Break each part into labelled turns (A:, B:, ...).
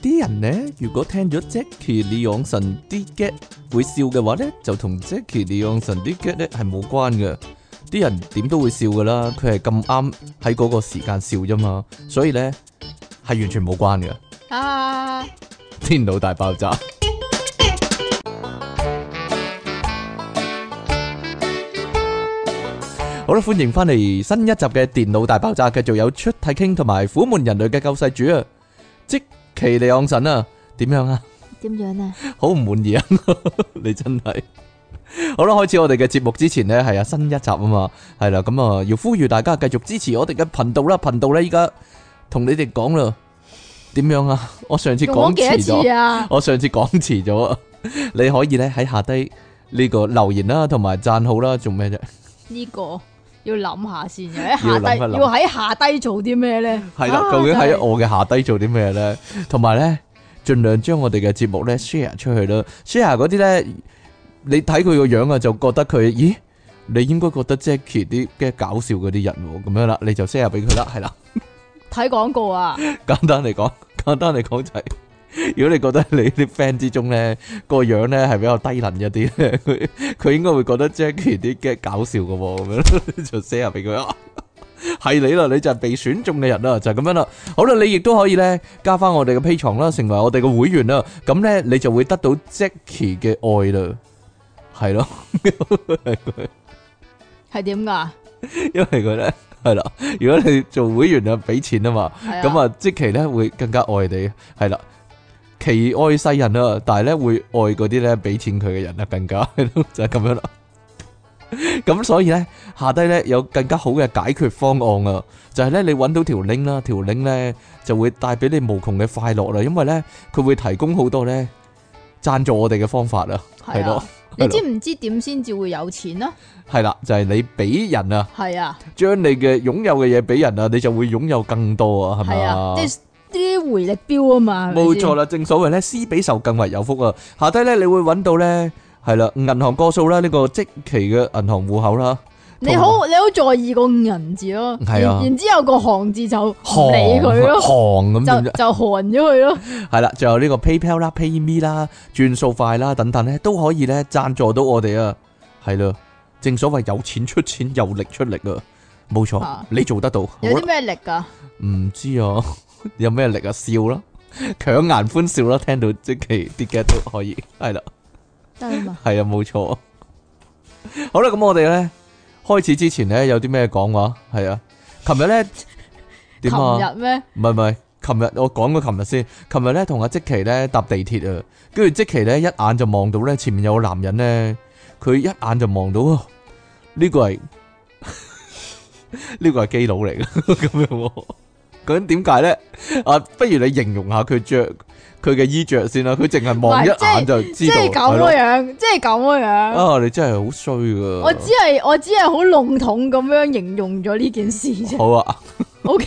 A: 啲人呢，如果聽咗 Jackie 李昂臣啲 get 會笑嘅話呢，就同 Jackie 李昂臣啲 get 咧係冇關嘅。啲人點都會笑噶啦，佢係咁啱喺嗰個時間笑啫嘛，所以呢，係完全冇關嘅。
B: 啊，
A: 電腦大爆炸。好啦，歡迎翻嚟新一集嘅電腦大爆炸，繼續有出體傾同埋苦悶人類嘅救世主啊，即其利昂神啊，點樣啊？
B: 點樣啊？
A: 好唔滿意啊！ 你真係好啦，開始我哋嘅節目之前呢，係啊新一集啊嘛，係啦，咁啊要呼籲大家繼續支持我哋嘅頻道啦，頻道呢，依家同你哋講啦，點樣啊？我上次
B: 用
A: 講
B: 咗
A: 遲
B: 幾
A: 咗
B: 多。次啊？
A: 我上次講遲咗啊！你可以咧喺下低呢個留言啦，同埋讚好啦，做咩啫？
B: 呢個要諗下先，又喺
A: 要
B: 下
A: 諗一
B: 低，
A: 諗
B: 要喺下低做啲咩咧？
A: 係啦，
B: 啊
A: 究竟喺
B: 真係
A: 我嘅下低做啲咩咧？同埋咧，盡量將我哋嘅節目咧 share 出去啦。share 嗰啲咧，你睇佢個樣啊，就覺得佢，咦？你應該覺得 Jackie 啲嘅搞笑嗰啲人喎，咁樣啦，你就 share 俾佢啦，係啦。
B: 睇廣告啊？
A: 簡單嚟講，簡單嚟講就係、如果你覺得你啲 friend 之中咧個樣咧係比較低能一啲咧，佢佢應該會覺得 Jackie 啲 get 搞笑嘅喎，咁樣 就 share 俾佢啊。係你啦，你就係被選中嘅人啦，就 係、咁樣啦。好啦，你亦都可以咧加翻我哋嘅 P 床啦，成為我哋嘅會員啦。咁咧你就會得到 Jackie 嘅愛啦，係咯，
B: 係點㗎？
A: 因為佢咧係啦。如果你做會員啊，俾錢啊嘛。
B: 係啊
A: 咁，啊，即期咧會更加愛你，係啦，奇愛世人啦，但係咧會愛嗰啲咧俾錢佢嘅人啦，更加 係咯就係咁樣啦。咁所以咧，下低咧有更加好嘅解決方案啊，就係咧你揾到條 link 啦，條 link 咧就會帶俾你無窮嘅快樂啦，因為咧佢會提供好多咧贊助我哋嘅方法啊，係
B: 係
A: 咯
B: 啊，
A: 係
B: 你
A: 咯
B: 知唔知點先至會有錢啊？
A: 係啦，就係你俾人啊，
B: 係啊，
A: 將你嘅擁有嘅嘢俾人啊，你就會擁有更多啊，係咪
B: 係
A: 啊
B: 啊，？即係啲回力標啊嘛，
A: 冇錯
B: 啦，
A: 啦，正所謂咧，施比受更為有福啊！下低咧，你會揾到咧，係啦，銀行個數啦，呢個即期嘅銀行户口啦，
B: 你好你好在意個銀字咯，
A: 係啊
B: 然然之後個行字就唔
A: 行
B: 理佢咯，
A: 行咁樣
B: 就
A: 啫，
B: 就寒咗佢咯，
A: 係啦，仲有呢個 PayPal 啦、PayMe 啦、轉數快啦等等咧，都可以咧贊助到我哋啊，係啦，正所謂有錢出錢，有力出力啊，冇錯
B: 啊，
A: 你做得到，好
B: 有
A: 啦
B: 啲咩力㗎？
A: 唔知啊， 有咩力啊？笑啦，強顏歡笑啦，聽到即期啲嘅都可以，係啦。
B: 得啦嘛，
A: 系啊，冇错。好啦，咁我哋咧开始之前咧有啲咩讲话？系啊，琴日咧
B: 琴
A: 点啊？
B: 日咩？
A: 唔系唔系，琴日我讲咗琴日先。琴日咧同阿即奇咧搭地铁啊，跟住即奇咧一眼就望到咧前面有個男人咧，佢一眼就望到啊呢、個个系 呢个系基佬嚟嘅咁样喎。究竟點解咧？啊，不如你形容下佢着佢嘅衣着先啦。佢淨係望一
B: 唔係即係
A: 眼就知
B: 即
A: 道，
B: 係
A: 係
B: 咁
A: 咯
B: 嘅樣，即係咁嘅樣。
A: 啊！你真係好衰噶。
B: 我只係我只係好籠統咁樣形容咗呢件事啫。
A: 好啊，
B: O K，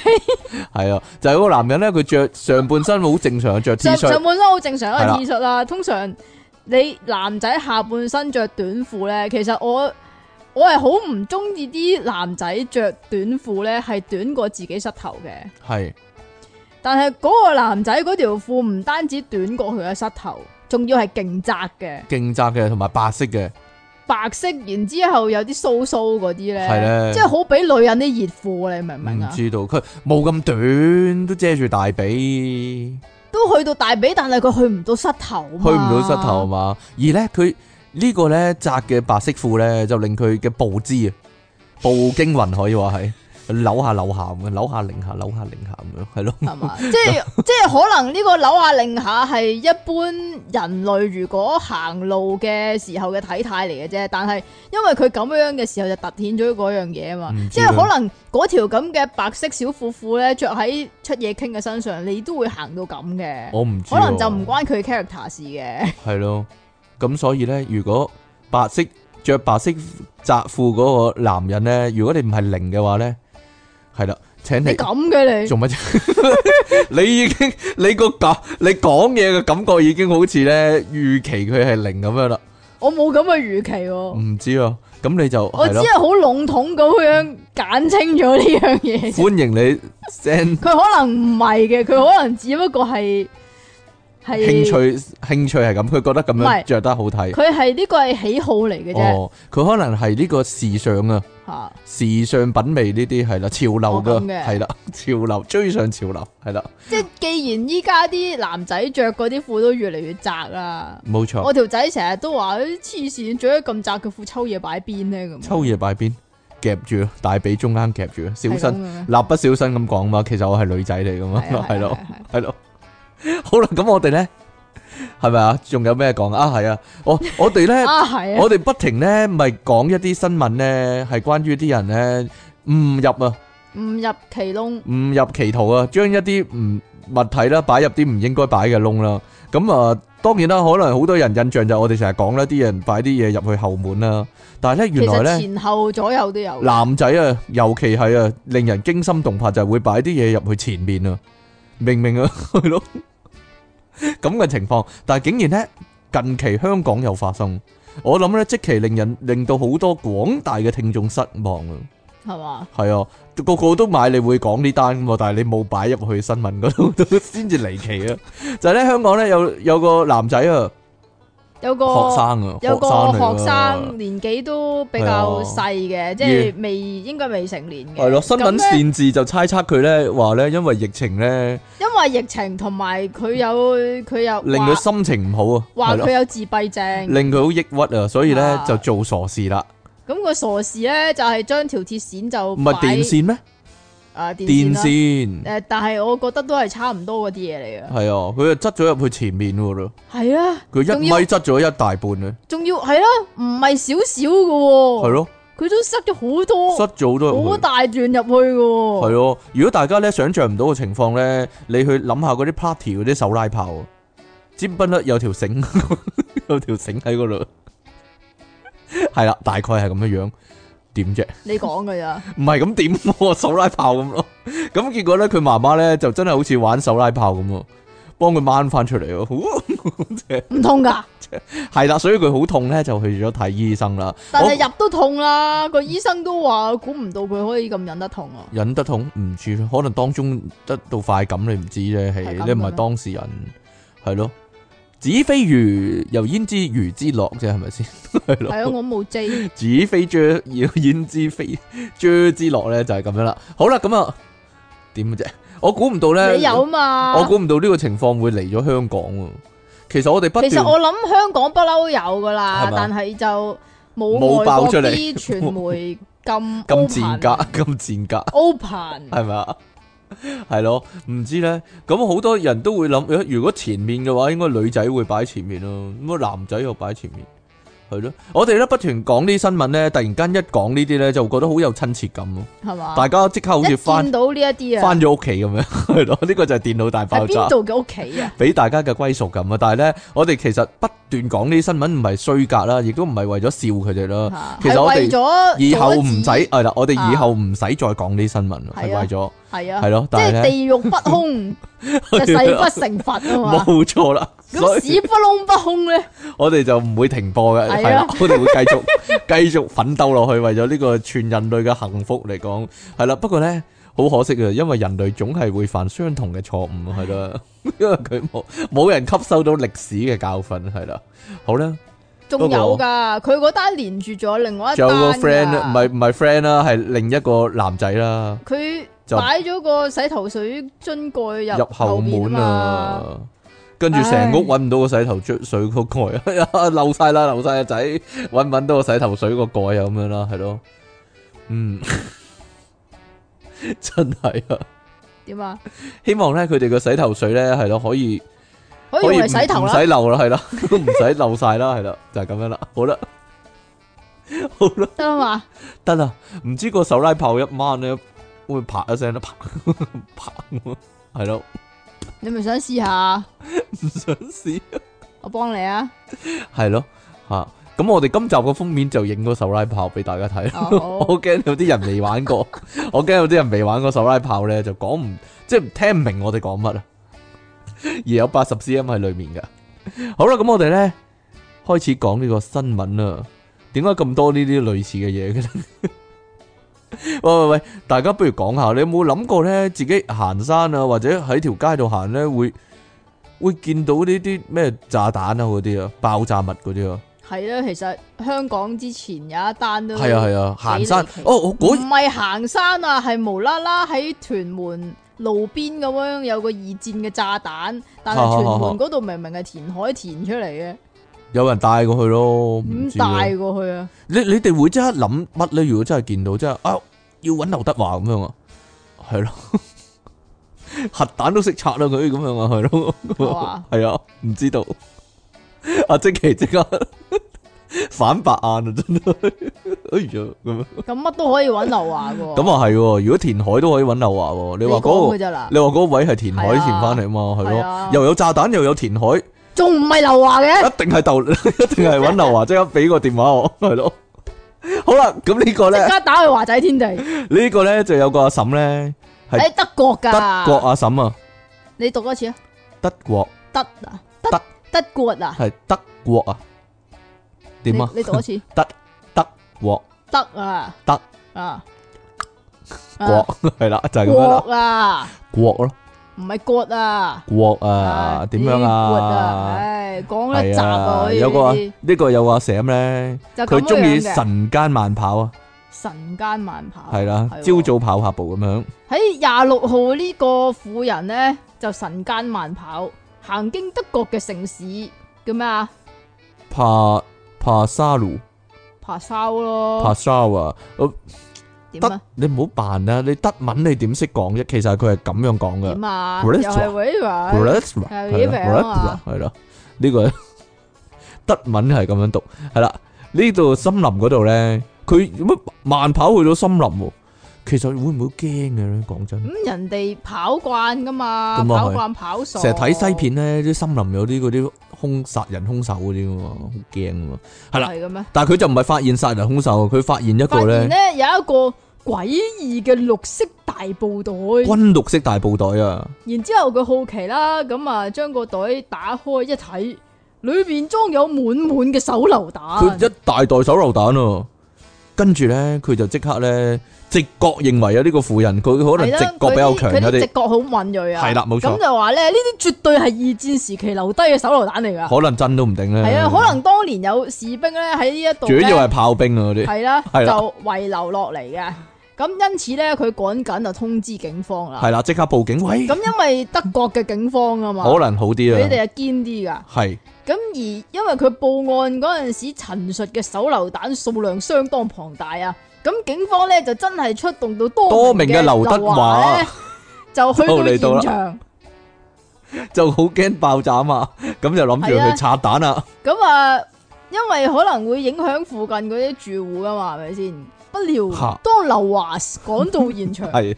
A: 係啊，就係嗰個男人咧，佢着上半身好正常，着 T
B: 上
A: 恤
B: 上半身好正常
A: 係啦
B: 啦，T 恤啦。通常你男仔下半身着短褲咧，其實我我係好唔中意啲男仔着短褲咧，係短過自己膝頭嘅。
A: 係
B: 但係嗰個男仔嗰條褲唔單止短過佢嘅膝頭，仲要係勁窄嘅，
A: 勁窄嘅，同埋白色嘅，
B: 白色，然之後有啲鬚鬚嗰
A: 係
B: 啲咧，
A: 咧
B: 即，係好俾女人啲熱褲，你明唔明
A: 唔
B: 啊？
A: 知道佢冇咁短，都遮住大髀，
B: 都去到大髀，但係佢去唔到膝頭嘛，
A: 去唔到膝頭啊嘛。而咧佢呢個咧窄嘅白色褲咧，就令佢嘅步姿啊，步驚雲可以話係扭下扭下咁樣，扭下擰下扭下擰下咁樣，係咯。
B: 係嘛？即係 即係可能呢個扭下擰下係一般人類如果行路嘅時候嘅體態嚟嘅啫，但係因為佢咁樣嘅時候就凸顯咗嗰樣嘢啊嘛
A: 唔，知
B: 即
A: 啦
B: 係可能嗰條咁嘅白色小褲褲咧着喺出嘢傾嘅身上，你都會行到咁嘅，
A: 我唔知啊
B: 可能
A: 喎
B: 就唔關佢 character 事 嘅，
A: 系咯，咁所以咧，如果白色着白色窄褲嗰個男人咧，如果你唔係零嘅話咧，係啦，請
B: 你
A: 你
B: 咁嘅 你
A: 做乜啫？你已經你個感你講嘢嘅感覺已經好似咧預期佢係零咁樣啦，
B: 我冇咁嘅預期喎。
A: 唔知啊，咁你就
B: 哦我
A: 係
B: 只
A: 咯，
B: 係好籠統咁樣簡清咗呢樣嘢啫
A: 歡迎你 send
B: 佢可能唔係嘅，佢可能只不過係係
A: 興趣興趣係咁，佢覺得咁
B: 唔係
A: 樣着得好睇。
B: 佢係呢個係喜好嚟嘅啫
A: 哦，佢可能係呢個時尚啊，
B: 吓，
A: 時尚品味呢啲係啦，潮流
B: 哦咁
A: 噶
B: 嘅
A: 係啦， 潮流追上潮流係啦，
B: 即係既然依家啲男仔着嗰啲褲都越嚟越窄啦，
A: 冇錯。
B: 我條仔成日都話啲黐線着得咁窄嘅褲抽嘢擺邊咧咁，
A: 秋夜擺邊夾住咯，大髀中間夾住咯，小
B: 係咁
A: 身
B: 嘅咩
A: 蠟筆小新咁講嘛，其實我係女仔嚟噶嘛，
B: 係啊
A: 係咯
B: 係啊係
A: 係
B: 啊
A: 咯，好啦，咁我哋咧係咪啊？仲有咩講啊？係啊，我我哋咧。
B: 啊係啊，
A: 我哋不停咧，咪講一啲新聞咧，係關於啲人咧誤入啊，
B: 唔入歧窿
A: 誤入歧途啊，將一啲唔物體啦，擺入啲唔應該擺嘅窿啦。咁啊，當然啦，可能好多人印象就係我哋成日講啦，啲人擺啲嘢入去後門啦。但係咧，
B: 其
A: 原來
B: 實
A: 咧，
B: 前後左右都有，
A: 男仔啊，尤其係啊，令人驚心動魄就係會擺啲嘢入去前面啊，明唔明啊？ 係咯，咁嘅情況，但係竟然咧，近期香港又發生，我諗咧即期令人令到好多廣大嘅聽眾失望啊！
B: 係嘛？
A: 系啊，個個都買你會講呢單咁喎，但係你冇擺入去新聞嗰度 都先至離奇啊！就係咧，香港咧有有個男仔啊，
B: 有
A: 學
B: 個。
A: 生啊，
B: 有個
A: 學生嚟
B: 學
A: 㗎啊
B: 生年紀都比較細嘅，即係未應該未成年嘅。
A: 係咯，新
B: 咁
A: 聞
B: 呢
A: 擅自就猜測佢咧話咧，因為疫情咧
B: 因為疫情同埋佢有佢有
A: 令佢心情唔好啊，
B: 話
A: 係
B: 佢
A: 咯，
B: 有自閉症，
A: 令佢好抑鬱啊，所以咧
B: 啊
A: 就做傻事啦。
B: 咁個傻事咧就係將條鐵線就
A: 唔係電
B: 線
A: 線咩？
B: 啊電
A: 電
B: 線啦
A: 線
B: 誒，但係我覺得都係差唔多嗰啲嘢嚟嘅。
A: 係啊，佢就執咗入去前面嗰度，
B: 係啊，
A: 佢一
B: 仲
A: 米
B: 要
A: 執咗一大半啊，
B: 仲要係咯，唔係少
A: 係
B: 少嘅喎，
A: 咯，
B: 佢都塞咗好多
A: 塞咗好多入去
B: 哦好。大段入去嘅
A: 系
B: 喎。
A: 咯，啊如果大家咧想象唔到嘅情況咧，你去諗下嗰啲 party 嗰啲手拉炮啊，尖不甩有條繩， 有條繩喺嗰度，係啦，大概係咁樣樣，點啫？
B: 你講㗎咋？
A: 唔係咁點喎，手拉炮咁咯。咁結果咧，佢媽媽咧就真係好似玩手拉炮咁喎，幫佢掹翻出嚟喎。
B: 唔痛㗎，
A: 係啦，所以佢好痛咧，就去咗睇醫生啦。
B: 但
A: 我
B: 係入都痛啦。個醫生都話估唔到佢可以咁忍得痛啊。
A: 忍得痛唔知咯，可能當中得到快感你唔知啫，係
B: 係咁
A: 你唔係
B: 嘅咩
A: 當事人，係咯。子非魚，又焉知魚之樂啫，係咪先？ 係
B: 係啊，
A: 咯，
B: 我冇 J，
A: 子非雀，又焉知非雀之樂咧，就係咁樣啦。好啦，咁啊，點嘅啫？我估唔到咧，
B: 你有啊嘛？
A: 我估唔到呢個情況會嚟咗香港喎。其實我哋不
B: 其實
A: 斷
B: 我諗香港不嬲有噶啦
A: 係，嘛
B: 但係就冇
A: 冇
B: 外
A: 爆
B: 國
A: 出嚟
B: 啲傳媒 咁
A: 咁賤
B: 啊
A: 格，咁賤格。
B: open，
A: 系咪啊？系咯，唔知咧。咁好多人都會諗，咦如果前面嘅話，應該女仔會擺前面咯，咁啊男仔又擺前面，係咯。我哋咧不斷講呢啲新聞咧，突然間一講呢啲咧，就覺得好有親切感咯。
B: 係嘛？
A: 大家即刻好似
B: 啊一
A: 翻
B: 見到呢一啲啊，
A: 翻咗屋企咁樣， 係咯。呢個就係電腦大爆
B: 喺
A: 炸
B: 邊。度嘅屋 企啊？
A: 俾大家嘅歸屬感啊！但係咧，我哋其實不斷講呢啲新聞，唔係衰格啦，亦都唔係為咗笑佢哋啦。
B: 嚇
A: 其實我哋
B: 係為咗
A: 以後
B: 啊阻
A: 唔使
B: 止
A: 係啦，我哋以
B: 啊
A: 後唔使再講呢啲新聞啦，係
B: 係啊
A: 為咗係
B: 係啊，
A: 咯。
B: 即
A: 但係
B: 係
A: 咧。
B: 地獄不 空就誓不成佛啊嘛。
A: 冇錯啦，所
B: 咁
A: 以
B: 屎不窿不空咧，
A: 我哋就唔會停播嘅，係
B: 係啊
A: 啦，我哋會繼續 繼續奮鬥落去，為咗呢個全人類嘅幸福嚟講，係啦。不過咧，好可惜啊，因為人類總係會犯相同嘅錯誤，係啦， 因為佢冇冇人吸收到歷史嘅教訓，係啦。好啦，
B: 仲
A: 不過
B: 有㗎。佢嗰單連住咗另外一
A: 仲
B: 單
A: 有個
B: 㗎
A: friend 唔係唔係 friend 啦，係另一個男仔啦，
B: 佢
A: 就
B: 擺咗個洗頭水樽蓋
A: 入
B: 入
A: 後門
B: 面嘛。
A: 啊！跟住成屋揾唔到個洗頭水水個蓋，哎呀 漏晒啦，漏晒啊仔，揾唔揾到個洗頭水個蓋啊咁樣啦，係咯，嗯， 真係啊！
B: 點啊？
A: 希望咧佢哋個洗頭水咧係咯可以
B: 可以用
A: 唔
B: 嚟洗頭
A: 唔
B: 啦。
A: 使漏啦，係啦，唔使漏晒啦，係啦，就係咁樣啦，好啦，好啦，
B: 得啦嘛，
A: 得啦，唔知個手拉炮一掹咧會啪一聲啦，啪 啪咁啊，係咯，
B: 你咪想試下，
A: 唔想試。
B: 我幫你啊。
A: 系咯，吓、咁我哋今集個封面就影咗手拉炮俾大家睇。
B: 哦
A: 我驚有啲人未玩過， 我驚有啲人未玩過手拉炮咧，就講唔即係聽唔明我哋講乜啊。 而有八十 cm 喺里面噶。好啦，咁我哋咧開始講呢個新聞啦。點解咁多呢啲類似嘅嘢嘅咧？ 喂喂喂，大家不如講下，你有冇諗過咧，自己行山啊，或者喺條街度行咧，會會會見到呢啲咩炸彈啊嗰啲啊，爆炸物嗰啲啊，
B: 係啦，其實香港之前有一單都
A: 係啊係啊，行山
B: 幾離奇
A: 哦，我嗰
B: 唔係行山啊，係無啦啦喺屯門路邊咁樣有個二戰嘅炸彈，但係屯門嗰度明明係填海填出嚟嘅，
A: 有人帶過去咯，唔
B: 咁
A: 知啊
B: 帶過去啊，
A: 你你哋會即刻諗乜咧？如果真係見到，真係啊，要揾劉德華咁樣啊，係咯，核彈都識拆啦佢咁樣啊，係
B: 係
A: 咯
B: 嘛，
A: 係啊，唔知道。阿即奇即刻 反白眼啊，真係，哎呀咁啊，
B: 咁乜都可以揾劉華噶。
A: 咁啊係喎，如果填海都可以揾劉華喎。你話
B: 講
A: 嗰
B: 嘅
A: 個，
B: 咋啦，
A: 你話嗰個位係填海
B: 係
A: 填
B: 啊
A: 翻嚟嘛，係
B: 係
A: 咯
B: 啊，
A: 又有炸彈又有填 海。
B: 仲唔係劉華 嘅？
A: 一定係豆，一定係揾劉華，即刻俾個電話我， 係咯。好啦，咁呢個 咧
B: 即，刻打去華仔天地，
A: 呢個咧就有個阿嬸咧，係
B: 喺德國
A: 德
B: 㗎。
A: 國阿嬸啊，
B: 你讀多次啊？
A: 德國
B: 德啊，
A: 德
B: 德德國啊？
A: 係德國啊，點啊
B: 你？你讀多次
A: 德 國
B: 德啊？
A: 德
B: 啊？啊
A: 國 係啦，就係咁樣啦，
B: 國啊？
A: 國咯，
B: 唔係國啊？
A: 國
B: À,
A: 啊，點樣
B: 啲國
A: 啊？
B: 唉，講一
A: 係
B: 集啊，
A: 啊，
B: 可以
A: 有個啊
B: 呢啲
A: 呢個有個阿 Sam 咧，
B: 就咁
A: 佢中意
B: 樣嘅
A: 晨間慢跑啊，
B: 晨間慢跑，
A: 係啦，
B: 係
A: 朝
B: 喎
A: 早跑下步咁樣。
B: 喺廿六號呢個婦人呢，就晨間慢跑，行經德國嘅城市叫咩啊？
A: 帕帕沙魯
B: 爬沙咯，
A: 帕沙啊，呃
B: 點
A: 德
B: 啊？
A: 你唔好扮啦，你德文你點識講啫？其實佢係咁樣講嘅
B: 點。啊？又
A: Greta
B: 係 w a v e
A: 係
B: r
A: 啦
B: 係
A: 係啦係
B: 呢樣啊
A: 啦，呢 個德文係咁樣讀，係啦。呢度森林嗰度咧，佢乜慢跑去到森林喎？其實會唔會驚嘅咧？講真，
B: 咁人哋跑慣噶嘛，
A: 咁啊
B: 跑
A: 係
B: 慣跑熟，
A: 成日睇西片咧，啲森林有啲嗰啲兇殺人兇手嗰啲噶嘛，好驚噶嘛。係啦，
B: 係嘅咩？
A: 但係佢就唔係發現殺人兇手，佢發現一
B: 發
A: 個咧
B: 現咧有一個詭異嘅綠色大布袋，
A: 軍綠色大布袋啊！
B: 然之後佢好奇啦，咁啊將個袋打開一睇，裏邊裝有滿滿嘅手
A: 佢
B: 榴彈，
A: 一大袋手榴彈喎，跟住咧佢就即刻咧直覺認為啊呢個婦人佢可能
B: 係啦
A: 直覺比較強
B: 佢啲佢
A: 有
B: 啲直
A: 啲，
B: 覺好敏鋭啊，
A: 係啦冇錯
B: 咁就話咧呢啲絕對係二戰時期留低嘅手榴彈嚟㗎，
A: 可能真都唔定咧。
B: 係啊，可能當年有士兵咧喺呢一度
A: 主
B: 呢
A: 要係炮兵啊嗰啲，
B: 係啦，
A: 係啦
B: 就遺留落嚟嘅。咁因此咧，佢趕緊就通知警方啦。
A: 係啦即刻報警，喂，
B: 咁因為德國嘅警方啊嘛，
A: 可能好啲
B: 佢
A: 啊，
B: 哋係堅啲噶。
A: 係
B: 咁而因為佢報案嗰陣時陳述嘅手榴彈數量相當龐大啊，咁警方咧就真係出動到
A: 多
B: 多
A: 名
B: 名
A: 嘅
B: 嘅
A: 劉
B: 劉
A: 德
B: 德
A: 華
B: 華咧，就去
A: 就 嚟到啦
B: 到現場。
A: 就好驚爆炸啊嘛，咁就諗住
B: 係啊
A: 去拆彈啦，
B: 咁啊，因為可能會影響附近嗰啲住戶噶嘛，係咪先？不料
A: 嚇
B: 當劉華趕到 現場。
A: 係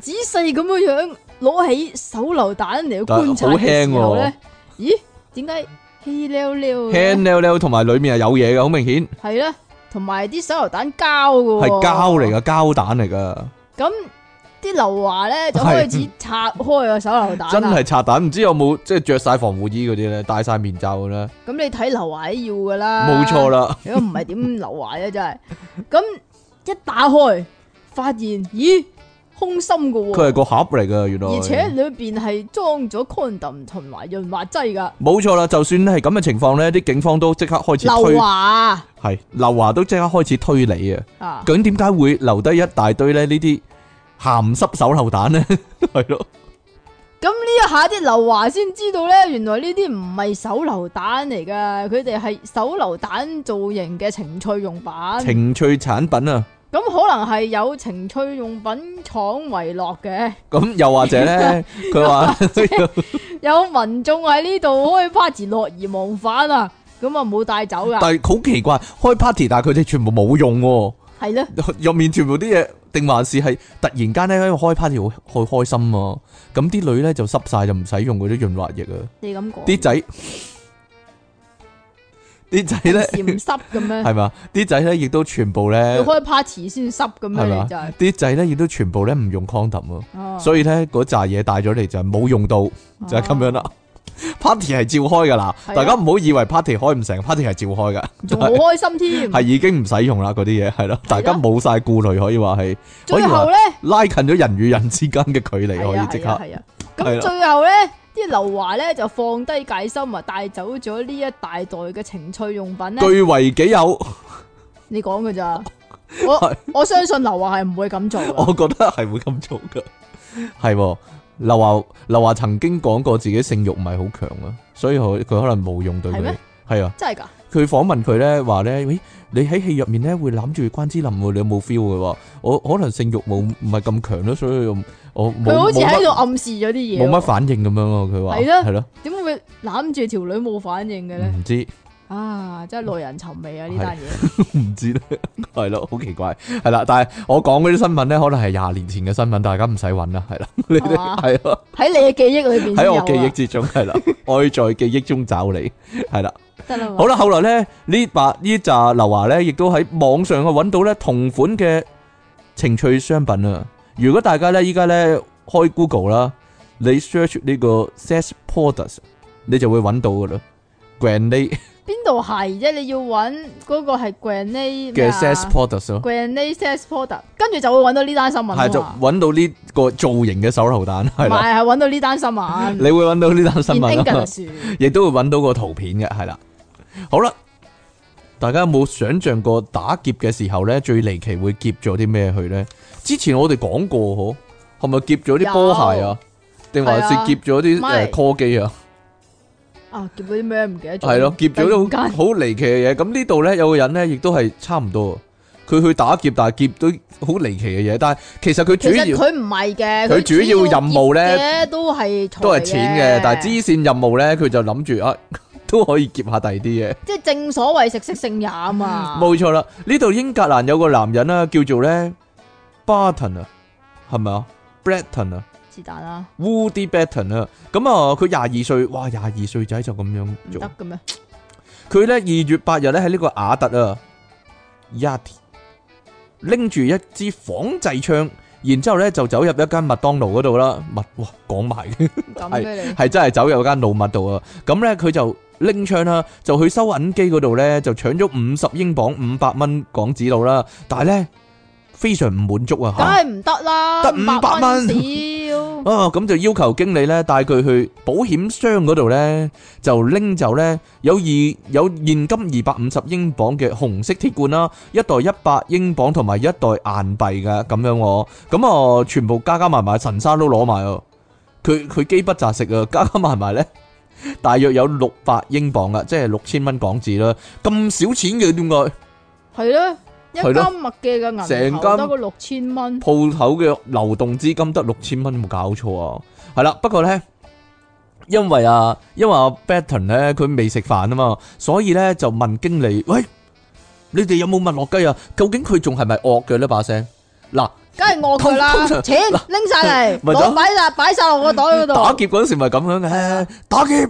B: 仔細咁樣樣攞起手榴彈嚟去觀察
A: 但係好
B: 嘅
A: 輕
B: 時
A: 喎
B: 候咧，咦？點解稀溜溜嘅？
A: 輕溜溜，同埋裡面係有嘢嘅，好明顯
B: 係咧，同埋啲手榴彈膠嘅喎
A: 係膠嚟。噶，膠彈嚟噶，
B: 咁啲劉華咧就開始拆開個手榴彈啦
A: 真係拆彈，唔知有冇即係着晒防護衣嗰啲咧，戴晒面罩嘅咧，
B: 咁你睇劉華都要㗎啦，
A: 冇錯。啦，
B: 如果唔係點劉華咧真係。咁一打開，發現咦，空心嘅
A: 佢
B: 喎，
A: 係個盒嚟噶，原來，
B: 而且裏邊係裝咗 condom 同埋潤滑劑㗎。
A: 冇錯啦，就算係咁嘅情況呢，啲警方都即刻開始推
B: 劉，華
A: 係劉華都即刻開始推理啊！
B: 啊！
A: 究竟點解會留低一大堆咧呢啲鹹濕手榴彈呢？ 係咯，
B: 咁呢一下啲劉華先知道咧，原來呢啲唔係手榴彈嚟噶，佢哋係手榴彈造型嘅情趣用品。咁
A: 情趣產品啊！
B: 可能係有情趣用品廠為樂嘅，
A: 咁又或者呢，佢話
B: 有民眾喺呢度開 party 樂而忘返啊！咁啊冇帶走噶，
A: 但係好奇怪，開 party 但係佢哋全部冇用喎，
B: 係咧，
A: 入面全部啲嘢定還是係突然間呢，因為開 party 好好開心啊！咁啲女呢就濕晒就唔使用嗰啲潤滑液啊，
B: 你咁講，
A: 啲仔啲仔呢。
B: 唔濕嘅 咩？
A: 系嘛？啲仔咧亦都全部咧
B: 要，開 party 先濕嘅咩？
A: 係嘛
B: 你就係
A: 啲仔咧亦都全部咧唔用 condom 啊，
B: 啊，
A: 所以咧嗰扎嘢帶咗嚟就係冇用到，就係咁樣啦。party 係照開噶啦，
B: 哦係啊
A: 大家唔好以為 party 開唔成，party 係照開噶，
B: 仲好開心添。
A: 係已經唔使用啦嗰啲嘢，係咯，大家冇晒顧慮，可以話係可以
B: 最
A: 話
B: 後咧。
A: 拉近咗人與人之間嘅距離，可
B: 係啊
A: 以即
B: 係啊
A: 刻
B: 係啊，
A: 係啦
B: 咁最後咧，啲劉華咧就放低戒心啊，帶走咗呢一大袋嘅情趣用品咧。
A: 據為己有，
B: 你講嘅咋？ 我我相信劉華係唔會咁做
A: 我
B: 嘅。
A: 覺得係會咁做噶。係喎，劉華劉華曾經講過自己性慾唔係好強啊，所以佢佢可能冇用對
B: 係
A: 佢
B: 咩。
A: 係啊，
B: 真係㗎？
A: 佢訪問佢咧話咧，喂，你喺戲入面咧會攬住關之琳喎，你有冇 feel 嘅喎？我我可能性慾冇唔係咁強咯，所以我我冇
B: 佢好似
A: 冇乜
B: 喺度暗示咗啲嘢
A: 冇乜
B: 喎。
A: 反應咁樣咯。佢話
B: 係咯
A: 係咯，
B: 點會攬住條女冇反應嘅咧？
A: 唔知。
B: 啊，真係耐人尋味啊！呢單嘢
A: 唔知咧，係咯，好奇怪，係啦。但係我講嗰啲新聞咧，可能係廿年前嘅新聞，大家唔使揾啦，係啦，你
B: 係嘛
A: 哋係咯，
B: 喺你嘅記憶裏邊
A: 喺我記
B: 先有
A: 憶
B: 啊
A: 之中係啦，我要在記憶中找你，係啦。
B: 得啦嘛
A: 好。啦，後來咧呢把呢扎劉華咧，亦都喺網上去揾到咧同款嘅情趣商品啊。如果大家咧依家咧開 Google 啦，你 search 呢個 sex products，你就會揾到噶啦。Granny
B: 邊度係啫？你要揾嗰個係 Granny
A: 嘅 sex products 咯。
B: Granny sex product，跟住就會揾到呢單新聞
A: 系就
B: 啊嘛。
A: 揾到呢個造型嘅手榴彈，
B: 唔
A: 係啦，
B: 係係揾到呢單新 聞。
A: 你會揾到呢單新聞啊啦，
B: English
A: 亦都會揾到個圖片嘅，係啦。好啦，大家有冇想象過打劫嘅時候咧，最離奇會劫咗啲咩去咧？之前我哋講過，嗬，係咪劫咗啲波鞋啊？定還
B: 係
A: 是
B: 啊
A: 劫咗啲
B: 唔
A: 誒
B: 係
A: call 機啊？
B: 啊，劫咗啲咩唔記得咗？
A: 係咯，劫咗
B: 突
A: 啲好
B: 然間
A: 好離奇嘅嘢。咁呢度咧有個人咧，亦都係差唔多，佢去打劫，但係劫到好離奇嘅嘢。但係其實佢
B: 其
A: 主
B: 實
A: 要。
B: 佢唔係嘅，
A: 佢主要任務呢
B: 咧都係財
A: 都係錢嘅，但係支線任務咧，佢就諗住啊， 都可以劫下第二啲嘢。
B: 即係正所謂食色性也啊嘛。
A: 冇錯啦，呢度英格蘭有個男人啦，叫做咧 Barton 啊，係咪啊？Bretton 啊
B: 是但啦，
A: ，Woody Bretton 啊，咁啊，佢廿二歲，哇，廿二歲仔就咁樣
B: 唔
A: 做
B: 得。嘅咩？
A: 佢咧二月八日咧喺呢個雅特啊 y a t 拎住一支仿製槍，然之後咧就走入一間麥當勞嗰度啦。麥哇講埋嘅。
B: 咁俾你
A: 係真係走入間老麥度啊！咁咧佢就拎槍啦，就去收銀機嗰度咧，就搶咗五十英鎊五百蚊港紙度啦。但係咧非常唔滿足啊！
B: 梗
A: 嚇
B: 係唔得啦，
A: 得500
B: 500
A: 蚊
B: 少。
A: 啊，咁就要求經理咧帶佢去保險箱嗰度咧，就拎走咧有二有現金二百五十英鎊嘅紅色鐵罐啦，一袋一百英鎊同埋一袋硬幣嘅咁樣喎，咁啊全部加加埋埋神沙都攞埋喎，佢佢飢不擇食啊， 加加埋埋咧。大約有六百英鎊啊，即係六千蚊港紙啦，咁少錢嘅點解？
B: 係咧，一
A: 係
B: 間
A: 咯
B: 麥記嘅銀
A: 成
B: 頭
A: 間
B: 得個六千蚊，
A: 鋪頭嘅流動資金得六千蚊，有冇搞錯啊？係啦，不過呢，因為啊，因為阿 Batten 咧，佢未食飯啊嘛，所以呢就問經理：，喂，你哋有冇麥樂雞啊？究竟佢仲係咪惡嘅呢把聲？嗱，
B: 梗係我佢啦
A: 通通，常
B: 錢拎晒嚟，
A: 咪就
B: 攞擺晒擺晒落個袋嗰
A: 打
B: 度。
A: 劫嗰時咪咁樣嘅，打劫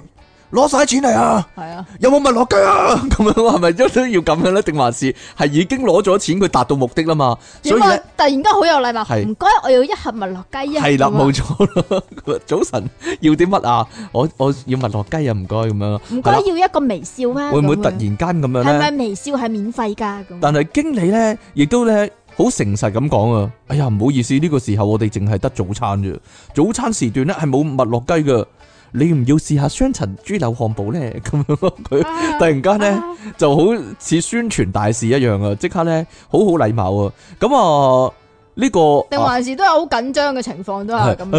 A: 攞晒錢嚟啊！
B: 係啊，
A: 有冇麥樂雞啊？ 咁樣係咪都都要咁樣呢？定還是係已經攞咗錢，佢達到目的啦嘛？所
B: 點啊
A: 以呢
B: 解。突然間好有禮
A: 係
B: 貌？唔該，我要一盒麥樂雞啊！
A: 系啦，
B: 咁啊
A: 冇錯啦。佢話 早晨要啲乜啊？我我要麥樂雞啊，唔該咁樣啦。
B: 唔該，
A: 係啦
B: 要一個微笑啊！
A: 會唔會
B: 咁
A: 突
B: 樣
A: 然間咁樣
B: 係
A: 咧？
B: 咪微笑係免費㗎？咁
A: 但係經理咧，亦都咧好誠實咁講啊。哎呀，唔好意思，呢個時候我哋淨係得早餐啫。早餐時段咧係冇麥樂雞噶。你唔要試下雙層豬柳漢堡咧？ 咁樣咯 佢
B: 啊
A: 突然間咧
B: 啊
A: 就好似宣傳大使一樣啊！即刻咧好好禮貌啊。咁啊呢個
B: 定
A: 啊
B: 還是都有好緊張嘅情況都係咁
A: Ờ,
B: 樣。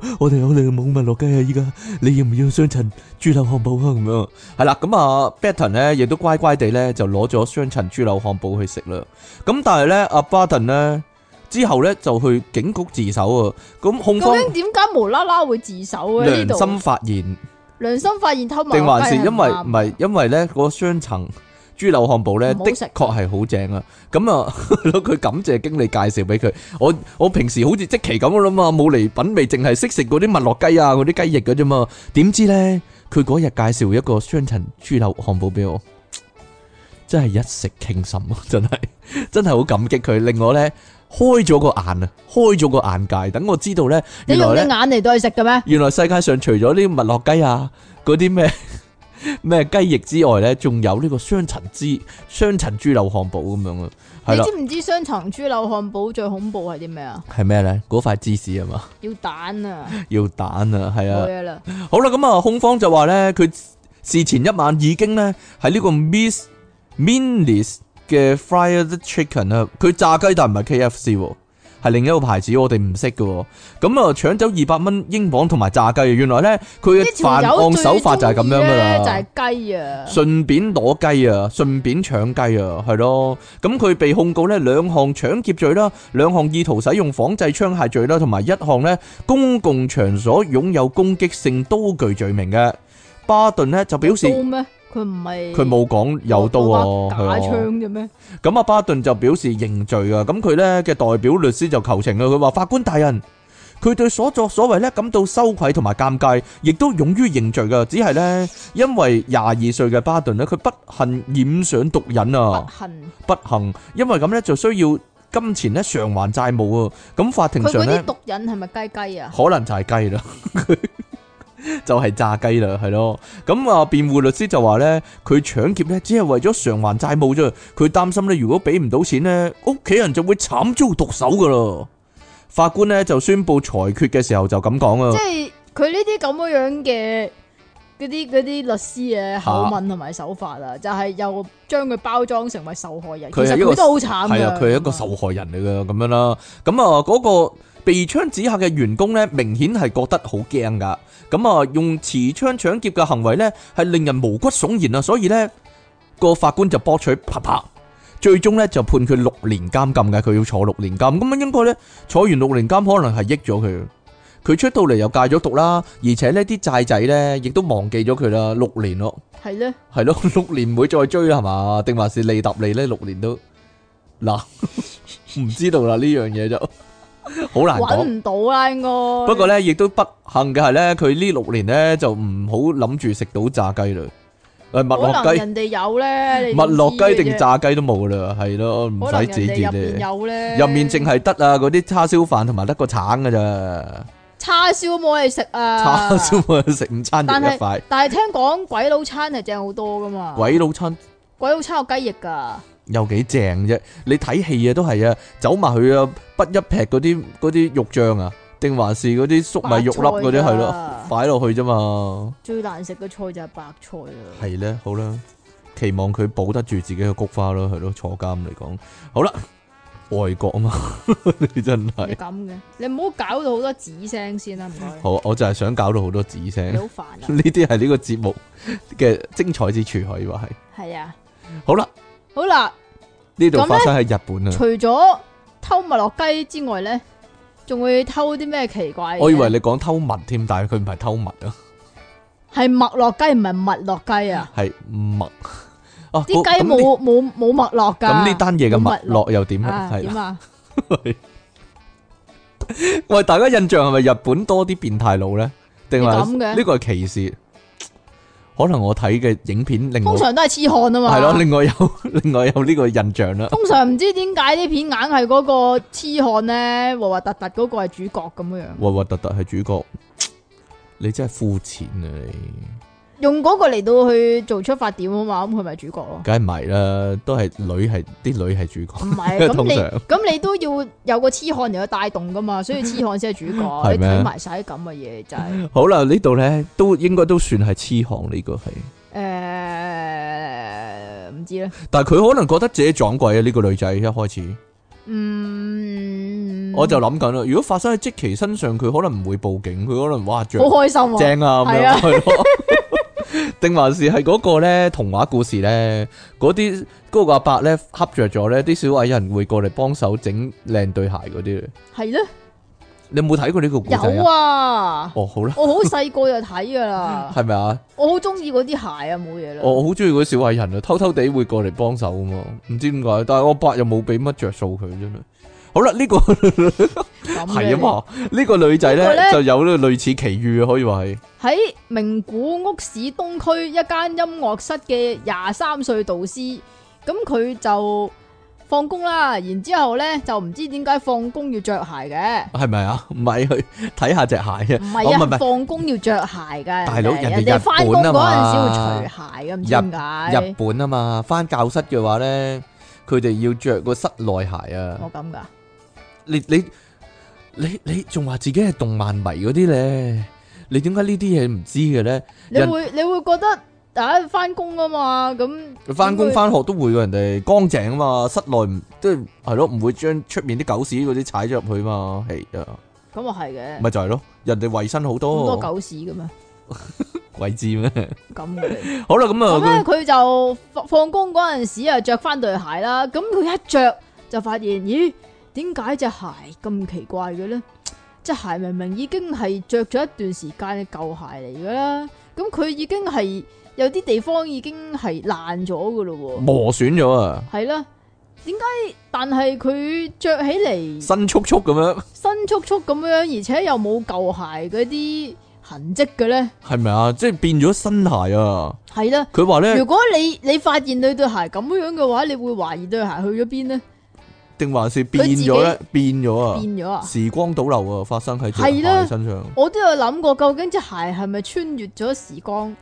A: 係，我哋我哋冇麥樂雞啊！依家你要唔要雙層豬柳漢堡啊？咁樣係啦，咁啊 Barton 咧亦都乖乖地咧就攞咗雙層豬柳漢堡去食啦。咁但係咧阿 Barton 咧之後咧就去警局自首啊。咁控方
B: 究竟點解無啦啦會自首嘅呢
A: 良心
B: 度？
A: 發現，
B: 良心發現偷麥
A: 定還
B: 樂
A: 是
B: 雞係
A: 因為唔
B: 啱
A: 係因為咧嗰雙層豬柳漢堡咧
B: 唔
A: 的
B: 好食
A: 確係好正啊！ 咁啊，佢感謝經理介紹俾佢。我我平時好似即期咁啦嘛，冇嚟品味，淨係識食嗰啲麥樂雞啊、嗰啲雞翼嘅啫嘛。點知咧，佢嗰日介紹一個雙層豬柳漢堡俾我，真係一食傾心啊！ 真係真係好感激佢，令我咧開咗個眼啊，開咗個眼界，等我知道咧，
B: 你
A: 原
B: 用
A: 來
B: 隻
A: 咧
B: 眼嚟到去食嘅咩？
A: 原來世界上除咗呢啲麥樂雞啊，嗰啲咩 咩雞翼之外咧，仲有呢個雙層芝雙層豬柳漢堡咁樣啊，係
B: 你
A: 啦，
B: 知唔知雙層豬柳漢堡最恐怖係啲咩啊？
A: 係咩咧？嗰塊芝士啊嘛，
B: 要蛋啊，
A: 要蛋啊，係啊
B: 冇。嘢啦。
A: 好啦，咁啊，控方就話咧，佢事前一晚已經咧喺呢個 Miss Minis 嘅 Fried Chicken 啊，佢炸雞但唔係 KFC 喎，係另一個牌子，我哋唔識嘅喎。咁啊，搶走二百蚊英鎊同埋炸雞，原來咧佢
B: 呢
A: 嘅
B: 條
A: 犯
B: 友
A: 案
B: 最
A: 手法就係咁樣噶啦，
B: 中意呢就係雞啊。
A: 順便攞雞啊，順便搶雞啊，係咯。咁佢被控告呢兩項搶劫罪啦，兩項意圖使用仿製槍械罪啦，同埋一項呢公共場所擁有攻擊性刀具罪名嘅。巴頓呢就表示
B: 有刀咩？佢唔係
A: 佢冇講有刀喎，
B: 攞把假
A: 係啊
B: 槍啫咩？
A: 咁啊，巴頓就表示認罪啊。咁佢呢嘅代表律師就求情啊，佢話法官大人，佢對所作所為呢感到羞愧同埋尷尬，亦都勇於認罪噶。只係呢，因為廿二歲嘅巴頓呢，佢不幸染上毒癮啊
B: 不，幸
A: 不幸，因為咁呢，就需要金錢呢償還債務啊。咁法庭
B: 佢
A: 上
B: 嗰
A: 呢
B: 啲，毒癮係咪雞雞啊？
A: 可能就係雞啦。 就係炸雞啦，係咯。咁啊，辯護律師就話呢，佢搶劫呢，只係為咗償還債務啫。佢擔心呢，如果俾唔到錢呢，屋企人就會慘遭毒手噶啦。法官呢，就宣布裁決嘅時候就咁講
B: 即
A: 啊，
B: 係佢呢啲咁樣嘅嗰啲嗰啲律師嘅口吻同埋手法啊，就係又將佢包裝成為受害人。其
A: 佢係
B: 實
A: 一個
B: 佢都好慘㗎
A: 係啊，佢係一個受害人嚟噶，咁樣啦。咁啊，嗰個被槍指嚇嘅員工呢，明顯係覺得好驚噶。咁啊，用持槍搶劫嘅行為呢，係令人毛骨悚然啊。所以呢，個法官就博取啪啪，最終呢，就判佢六年監禁嘅，佢要坐六年監。咁啊，應該呢，坐完六年監，可能係益咗佢。佢出到嚟又戒咗毒啦，而且呢啲債仔呢，亦都忘記咗佢啦，六年咯。
B: 係咧，
A: 系咯， 六年唔會再追啦，係嘛？定還是利搭利呢？六年都嗱， 唔知道啦呢樣嘢就 好難
B: 揾
A: 講。
B: 唔到啊啦，應該。
A: 不過呢，亦都不幸嘅係呢，佢呢六年呢就唔好諗住食到炸雞啦。诶，麥
B: 可
A: 樂
B: 能
A: 雞、
B: 人哋有咧，你
A: 麥樂
B: 樂
A: 雞定？炸雞都冇啦，係咯，唔
B: 可能
A: 使
B: 人
A: 自
B: 哋
A: 己
B: 入面
A: 咧。
B: 有咧，
A: 入面淨係得啊嗰啲叉燒飯同埋得個橙噶
B: 啊
A: 咋，
B: 叉燒冇嘢食啊。
A: 叉燒咪食午餐肉
B: 但
A: 一
B: 係
A: 塊，
B: 但係聽講鬼佬餐係正好多噶嘛，
A: 鬼佬餐。
B: 鬼佬餐有雞翼㗎，
A: 有幾正啫？你睇戲啊都係啊，走埋去啊，不一劈嗰啲嗰啲肉醬啊，定還是嗰啲粟米肉粒嗰啲
B: 白菜㗎啊
A: 係咯，擺落去啫嘛。
B: 最難食嘅菜就係白菜啦。
A: 係咧，好啦，期望佢保得住自己嘅菊花咯，係咯，坐監嚟講，好啦，外國啊嘛， 你真
B: 你
A: 係
B: 咁嘅，你唔好搞到好多紙聲先啦，唔該。
A: 好，我就係想搞到好多紙聲，
B: 你
A: 呢
B: 好煩啊，
A: 啲係呢個節目嘅精彩之處，可以話係。
B: 係啊。
A: 好啦，
B: 好啦，
A: 呢度
B: 咁呢
A: 發生喺日本啊，
B: 除咗偷麥樂雞之外咧，仲會偷啲咩奇怪嘅呢？
A: 我以為你講偷物添，但係佢唔係偷物啊。
B: 係麥樂雞唔係麥樂雞啊，
A: 系麥啊，
B: 啲
A: 咁
B: 雞冇
A: 呢
B: 冇冇麥樂㗎。
A: 咁呢單嘢嘅
B: 冇
A: 脈
B: 麥
A: 絡又點咧？
B: 啊
A: 係
B: 點
A: 啦，
B: 啊？
A: 喂，大家印象係咪日本多啲變態佬咧？定係
B: 你咁嘅
A: 呢個係歧視？可能我睇嘅影片另外
B: 通常都係痴漢啊嘛。
A: 係咯，另外有 另外有呢個印象啦。
B: 通常唔知點解啲片硬係嗰個痴漢咧，核核突突嗰個係主角咁樣樣，
A: 核核突突係主角，你真係膚淺啊！你
B: 用嗰個嚟到去做出發點啊嘛，咁佢咪主角 咯？
A: 梗係唔係啦，都係女係啲女係主角，
B: 唔係咁
A: 通
B: 你
A: 常
B: 咁你都要有個痴漢嚟去帶動噶嘛，所以痴漢先係主角。
A: 係
B: 你
A: 咩
B: 睇埋晒啲咁嘅嘢 就係、
A: 好啦，呢度咧都應該都算係痴行呢個係。
B: 诶，唔知咧，
A: 但系佢可能覺得自己撞鬼啊！呢、個女仔一開始，
B: 嗯，
A: 我就諗緊啦。如果發生喺即奇身上，佢可能唔會報警，佢可能哇着
B: 好開心啊！
A: 正啊咁
B: 係
A: 樣
B: 啊
A: 係咯。 定還是係嗰個咧童話故事咧，嗰啲嗰個阿伯咧恰着咗咧，啲小矮人會過嚟幫手整靚對鞋嗰啲。
B: 係咧，
A: 你有冇睇過呢個故仔
B: 有
A: 啊？
B: 啊，
A: 哦，好啦，
B: 我好細個就睇噶啦，
A: 係咪 啊？
B: 我好中意嗰啲鞋啊，冇嘢啦。
A: 我好中意嗰啲小矮人啊，偷偷地會過嚟幫手啊嘛，唔知點解。但係我伯又冇俾乜着數佢真係。好啦，呢、個。
B: 咁嘅
A: 系啊嘛，呢個女仔
B: 呢個
A: 咧
B: 呢
A: 就有呢個類似奇遇啊，可以話係
B: 喺名古屋市東區一間音樂室嘅廿三歲導師，咁佢就放工啦，然之後咧就唔知點解放工要着鞋嘅。
A: 系咪啊？唔係去睇下隻鞋
B: 唔
A: 啊！
B: 係
A: 哦
B: 啊，
A: 唔係
B: 放工要着鞋噶。
A: 大佬人哋
B: 哋
A: 日
B: 翻工
A: 本啊
B: 嗰陣時
A: 嘛
B: 會除鞋嘅，唔知點
A: 日
B: 解。
A: 本啊嘛，翻教室嘅話咧，佢哋要着個室內鞋啊！
B: 我咁噶，
A: 你你你你仲話自己係動漫迷嗰啲咧？你點解呢啲嘢唔知嘅咧？
B: 你
A: 人
B: 會你會覺得啊翻工啊嘛，咁
A: 翻工
B: 點會
A: 翻學都會嘅，人哋乾淨啊嘛，室內唔即係係咯，唔會將出面啲狗屎嗰啲踩咗入去嘛，係啊，
B: 咁啊係嘅，
A: 咪就係哦咯，人哋衞生好
B: 咁多
A: 多，
B: 狗屎嘅咩？
A: 鬼知咩？
B: 咁嘅你。
A: 好啦，咁
B: 咁
A: 啊，
B: 咧佢就放放工嗰陣時啊，着翻對鞋啦。咁佢一着就發現，咦？點解隻鞋咁奇怪嘅咧？隻鞋明明已經係着咗一段時間嘅舊鞋嚟噶啦，咁佢已經係有啲地方已經係爛咗噶咯
A: 磨損咗啊，
B: 喎。係啦，點解？但係佢着起嚟
A: 新速速咁樣。
B: 新簇簇咁樣，而且又冇舊鞋嗰啲痕跡嘅咧。
A: 系咪啊？即系变咗新鞋啊！
B: 係啦。
A: 佢话咧
B: 如，果你你发现你對鞋咁樣嘅話，你會懷疑對鞋去咗邊呢？
A: 定还是变咗咧？变咗啊
B: 變！咗啊！
A: 时光倒流啊，发生喺隻
B: 係啦
A: 鞋身上，
B: 我都有諗過，究竟隻鞋係咪穿越咗時光，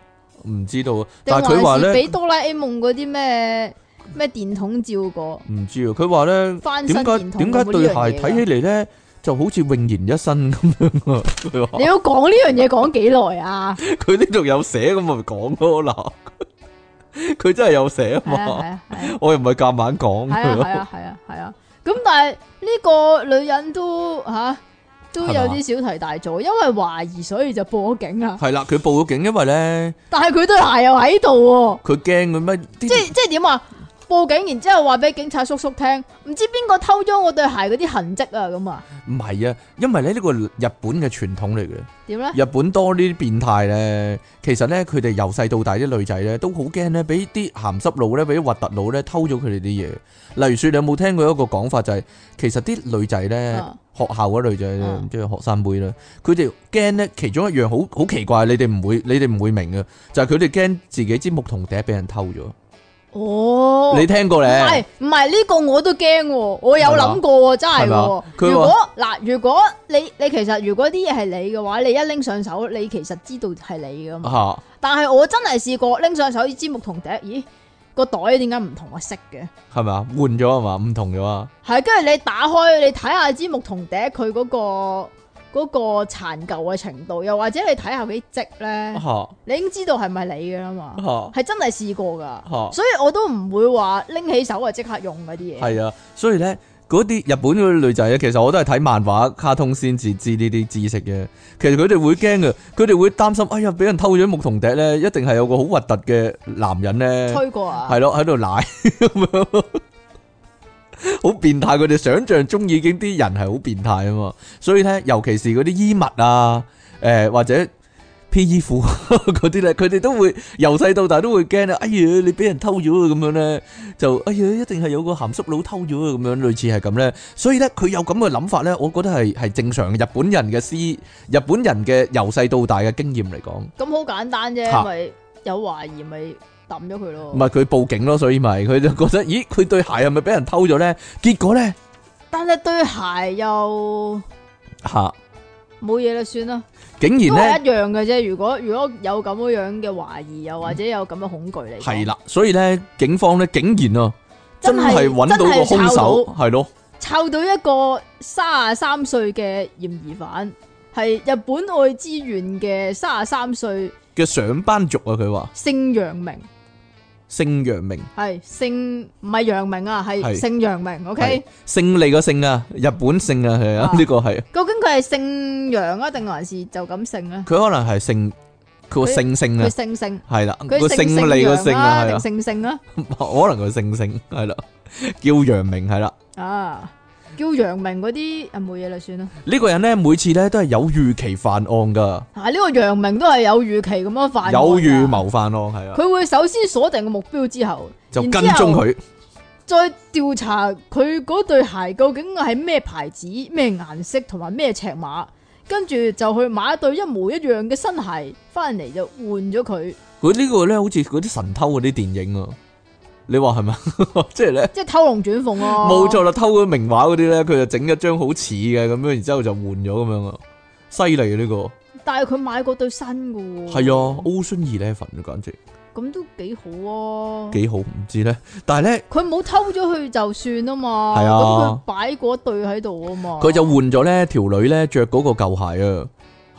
A: 唔知道啊。
B: 定
A: 但系佢话
B: 還是
A: 咧，
B: 俾哆啦 A 夢嗰啲咩咩電筒照過？
A: 唔知啊。佢话咧，
B: 翻
A: 点
B: 身
A: 解
B: 電筒
A: 点解
B: 對
A: 对鞋睇起嚟咧就好似泳然一身咁样啊？佢话
B: 你要講呢樣嘢講幾耐啊？
A: 佢呢度有写咁咪讲咯嗱， 佢真系有写啊
B: 係
A: 嘛。
B: 啊係啊係啊
A: 我又唔系夹硬讲佢
B: 係啊係
A: 咯，
B: 啊係啊係啊！咁但係呢個女人都吓、都有啲小題大做，因為懷疑所以就報咗警啦。
A: 系啦，佢报咗警，因为咧
B: 但係佢對鞋又喺度喎。
A: 佢惊佢乜
B: 即
A: 啲
B: 即係點啊？報警，然之后话俾警察叔叔聽，唔知邊個偷咗我對鞋嗰啲痕跡啊？咁啊，
A: 唔系啊，因为咧呢个日本嘅传统嚟嘅。
B: 點咧？
A: 日本多呢啲變態咧，其實咧佢哋由細到大啲女仔咧都好驚咧，俾啲鹹濕佬咧，俾啲核突佬咧偷咗佢哋啲嘢。例如說，你有冇聽過一個講法就係、其實啲女仔咧，
B: 啊
A: 學校嗰啲女仔咧，
B: 啊
A: 即係學生妹啦，佢哋驚咧其中一樣好好奇怪，你哋唔會，你哋唔會明嘅，就係佢哋驚自己支牧童笛俾人偷咗。
B: 哦，
A: 你聽過
B: 唔
A: 咧？
B: 係唔係呢個我都驚喎，我有諗過喎，真係
A: 係嘛
B: 喎。
A: 佢
B: 如果嗱，如果你你其實如果啲嘢係你嘅話，你一拎上手，你其實知道係你噶嘛。
A: 嚇
B: 但係我真係試過拎上手支木同笛，咦個袋點解唔同我色嘅？
A: 係咪啊？換咗係嘛？唔同咗啊？
B: 係跟住你打開，你睇下支木同笛佢嗰個嗰個殘舊嘅程度，又或者你睇下佢啲跡咧。
A: 嚇
B: 你已經知道係咪你嘅啦嘛，
A: 嚇
B: 係真係試過噶，
A: 嚇！
B: 所以我都唔會話拎起手啊即刻用嗰啲嘢。
A: 系啊，所以咧嗰啲日本嗰啲女仔咧，其實我都係睇漫畫、卡通先至知呢啲知識嘅。其實佢哋會驚嘅，佢哋會擔心，哎呀，俾人偷咗牧童笛咧，一定係有個好核突嘅男人咧，
B: 吹過啊，
A: 係咯喺度 奶咁樣，好變態。佢哋想像中已經啲人係好變態啊嘛，所以咧，尤其是嗰啲衣物啊，诶、或者。P.E. 褲嗰啲咧，佢哋都會由細到大都會驚啊！哎呀，你俾人偷咗啊咁樣咧，就哎呀，一定係有個鹹濕佬偷咗啊咁樣，類似係咁咧。所以咧，佢有咁嘅諗法咧，我覺得係係正常嘅日本人嘅思，日本人嘅由細到大嘅經驗嚟講，
B: 咁好簡單
A: 嚇
B: 啫，咪有懷疑咪抌咗佢咯
A: 唔。係佢報警咯，所以咪佢就覺得，咦，佢對鞋係咪俾人偷咗咧？結果咧
B: 但係對鞋又
A: 嚇、
B: 冇嘢啦，算啦，
A: 竟
B: 都
A: 然
B: 係
A: 咧
B: 一樣嘅啫。如果如果有咁樣嘅懷疑，又或者有咁嘅恐懼嚟，
A: 係，啦，所以咧警方咧竟然啊，真
B: 真係
A: 係揾到個兇手，係咯，
B: 湊到一個三十三歲嘅嫌疑犯，係日本愛知縣嘅三十三歲
A: 嘅上班族啊，佢話
B: 姓楊明。
A: 姓楊明。
B: 系姓唔系杨明啊，
A: 係
B: 系姓杨明。O K，
A: 姓利個姓啊，日本姓啊，係啊，
B: 啊
A: 呢個係
B: 究竟佢系姓杨啊，定还是就咁姓咧？
A: 佢可能係姓佢個姓姓啊
B: 佢，姓姓，
A: 係啦，
B: 佢
A: 個
B: 姓
A: 姓利個姓
B: 姓
A: 啊，
B: 啊，
A: 係
B: 定
A: 啦，
B: 姓姓啊？
A: 可能佢姓姓係啦，叫楊明係啦。
B: 啊，叫杨明嗰啲啊，冇嘢啦，算啦。
A: 呢個人咧，每次咧都係有預期犯案噶，
B: 啊，呢个杨明都系有预期咁样犯案
A: 有
B: 㗎
A: 預。謀犯案係啊，
B: 佢會首先鎖定個目標之後，
A: 就
B: 然
A: 跟
B: 之
A: 蹤
B: 後
A: 佢，
B: 再調查佢嗰對鞋究竟係咩牌子、咩顏色同埋咩尺碼，跟住就去買一對一模一樣嘅新鞋翻嚟就換咗佢。
A: 佢呢個咧好似嗰啲神偷嗰啲電影啊，你話係咪？ 即係咧
B: 即係偷龍轉鳳咯。
A: 冇錯啦，偷嗰啲名畫嗰啲咧，佢就整一張好似嘅咁樣，然之後就換咗咁樣啊，犀利啊呢個
B: 但係佢買過對新嘅喎。
A: 係啊，Ocean Eleven 啊，簡直
B: 咁都幾好啊。
A: 幾好，唔知咧，但係咧
B: 佢冇偷咗佢就算啊嘛。
A: 係啊
B: 咁佢擺嗰對喺度啊嘛。
A: 佢就換咗咧條女咧着嗰個舊鞋啊，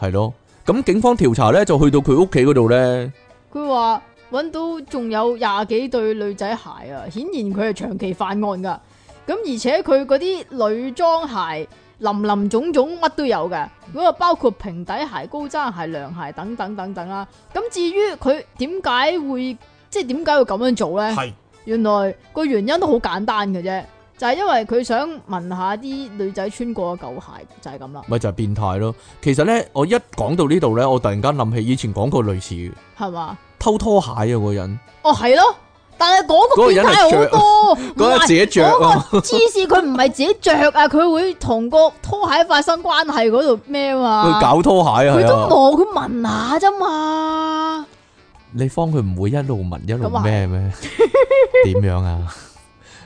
A: 係咯，咁警方調查咧就去到佢屋企嗰度咧。
B: 佢話揾到仲有廿幾對女仔鞋啊，顯然佢係長期犯案噶。咁而且佢嗰啲女裝鞋林林種種乜都有嘅，咁啊包括平底鞋、高踭鞋、涼鞋等等等等啦。咁至於佢點解會即係點解會咁樣做呢？
A: 係
B: 原來個原因都好簡單嘅啫，就係因為佢想聞下啲女仔穿過嘅舊鞋，就係咁啦，
A: 咪就係變態咯。其實咧，我一講到呢度咧，我突然間諗起以前講過類似嘅
B: 係嘛？
A: 偷拖鞋啊嗰個人，
B: 哦，係咯，但係嗰個變態 好多，
A: 嗰
B: 唔
A: 日
B: 係
A: 自己着啊，
B: 嗰個 黐線，佢唔係自己着啊，佢會同個拖鞋發生關係嗰度咩嘛？
A: 佢搞拖鞋啊，
B: 佢
A: 係
B: 都
A: 啊，
B: 冇，佢聞下啫嘛。
A: 你方佢唔會一路聞一路
B: 咁啊
A: 咩 咩？點樣啊？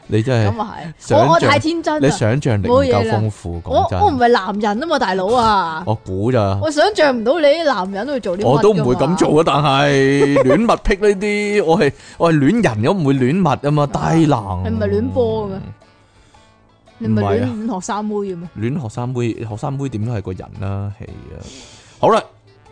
A: 你真
B: 咁
A: 係
B: 啊係，
A: 想
B: 我我
A: 像
B: 太天真
A: 你
B: 啦。
A: 想像力唔
B: 冇嘢
A: 夠
B: 啦
A: 豐富，
B: 我
A: 講真，
B: 我唔係男人啊嘛，大佬啊，
A: 我估咋。
B: 我想象唔到你啲男人會做啲乜㗎嘛
A: 我都唔會咁。做啊，但係 戀物癖呢啲，我係我係戀人，我唔會戀物啊嘛，低能。
B: 你唔係戀波嘅咩你咪
A: 唔係
B: 亂
A: 啊
B: 五學生妹嘅咩？
A: 戀學生妹，學生妹點都係個人啦，係啊。好啦，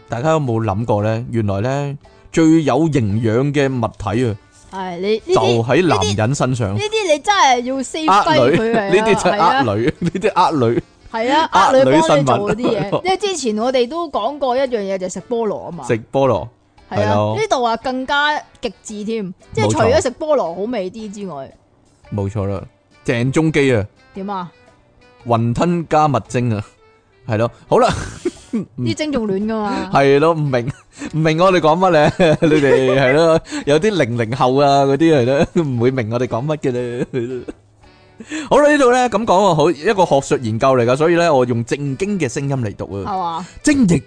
A: 大家有冇諗過咧？原來咧最有營養嘅物體啊，
B: 係你
A: 就
B: 呢啲
A: 喺男人身上
B: 呢。啲你真係要 save 低
A: 呃女，
B: 佢
A: 呢
B: 啊！
A: 啲就係
B: 係啊
A: 呃女，呢啲呃女
B: 係啊，
A: 呃
B: 呃女
A: 女
B: 幫
A: 新
B: 你
A: 聞
B: 做嗰啲 嘢，因為之前我哋都講過一樣嘢就係食菠蘿啊嘛，
A: 食菠蘿，
B: 係
A: 係咯
B: 啊，呢度啊更加極致添，即係
A: 冇錯
B: 除咗食菠蘿好味啲之外，
A: 冇錯啦。鄭中基啊，
B: 點啊？
A: 雲吞加蜜精啊，係咯。好啦，嗯
B: 啲精仲暖噶 嘛？
A: 係咯，唔明唔明我哋講乜咧？ 你哋係咯，有啲零零後啊嗰啲係咯， 唔會明我哋講乜嘅咧。好啦，呢度咧咁講啊，好一個學術研究嚟噶，所以咧我用正經嘅聲音嚟讀啊。
B: 係嘛？
A: 精液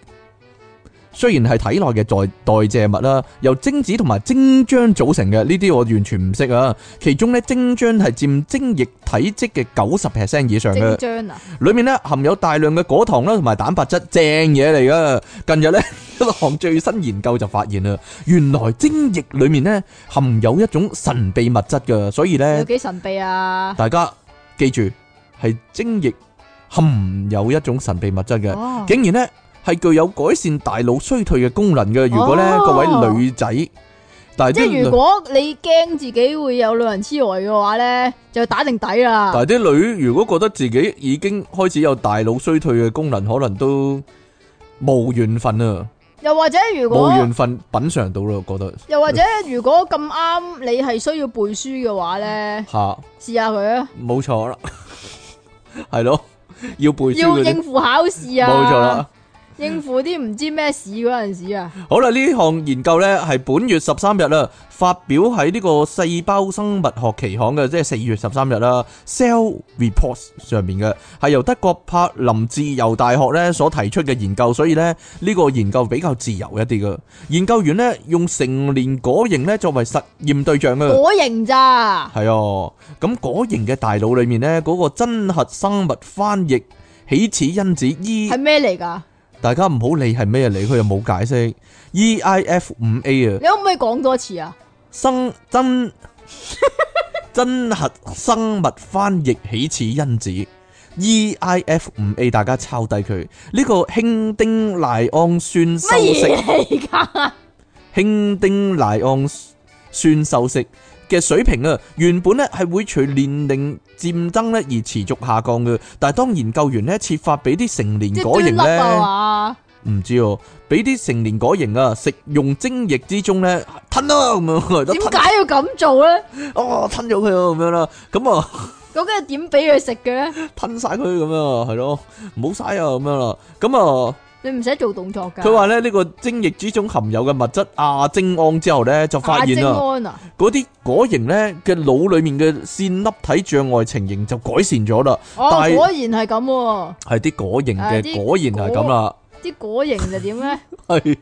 A: 雖然係體內嘅代代謝物啦，由精子同埋精漿組成嘅，呢啲我完全唔識啊。其中咧精漿係佔精液體積嘅九十 percent 以上嘅
B: 精。漿啊，
A: 里面咧含有大量嘅果糖啦，同埋蛋白質，正嘢嚟噶。近日咧 一項最新研究就發現啦，原來精液里面咧含有一種神秘物質噶，所以
B: 有
A: 咧
B: 幾神秘啊？
A: 大家記住係精液含有一種神秘物質嘅，
B: 哦，
A: 竟然咧係具有改善大腦衰退嘅功能嘅。如果咧
B: 哦
A: 各位女仔，但
B: 即
A: 係
B: 係
A: 啲
B: 如
A: 女
B: 果你驚自己會有老人痴呆嘅話咧，就打定底啦
A: 但。係啲女如果覺得自己已經開始有大腦衰退嘅功能，可能都冇緣分啊。
B: 又或者如果
A: 冇緣分品嚐到啦，我覺得
B: 又或者如果咁啱你係需要背書嘅話咧，
A: 吓
B: 試下佢啊，
A: 冇錯啦， 係咯，要背書
B: 要
A: 嗰啲
B: 應付考試啊，
A: 冇錯啦。
B: 應付啲唔知咩事嗰陣時啊，
A: 好啦，呢項研究呢係本月十三日啦，發表喺呢個《細胞生物學期刊》嘅，即係四月十三日啦，《Cell Reports》上面嘅，係由德國柏林自由大學呢所提出嘅研究，所以呢，呢個研究比較自由一啲嘅。研究員呢用成年果形呢作為實驗對象嘅。
B: 果型咋？
A: 系啊，咁果形嘅大腦裏面呢，嗰、個真核生物翻譯起始因子 E，
B: 係咩嚟㗎？
A: 大家唔好理係咩嚟，佢又冇解釋。E I F 五 A 啊，
B: 你可唔可以講多次啊？
A: 生 真真核生物翻譯起始因子 E I F 五 A，大家抄低佢呢個氫丁賴氨酸修
B: 乜
A: 飾。
B: 嘢嚟㗎？
A: 氫丁賴氨酸受食嘅水平啊，原本咧係會隨年齡漸增咧而持續下降嘅。但係當研究員咧設法俾啲成年
B: 即係
A: 果
B: 端
A: 型
B: 粒啊
A: 咧，
B: 嘛？
A: 唔知哦，俾啲成年果型啊食用精液之中咧吞啦咁樣，係咯
B: 點
A: 吞
B: 解要咁做咧？
A: 哦吞咗佢啊咁樣啦，咁啊。
B: 究竟係點俾佢食嘅咧？
A: 吞晒佢咁樣啊，係咯，唔好嘥啊咁樣啦。咁啊，
B: 你唔使做動作㗎。
A: 佢話咧呢個精液之中含有嘅物質亞精胺之後咧，就發現
B: 亞精
A: 啦。
B: 胺啊，
A: 嗰啲果形咧嘅腦裏面嘅線粒體障礙情形就改善咗啦，
B: 哦，
A: 但係
B: 果然係咁喎。
A: 係啲果形
B: 啊
A: 嘅
B: 啲
A: 果然係咁啦，
B: 啲果形就點咧？
A: 係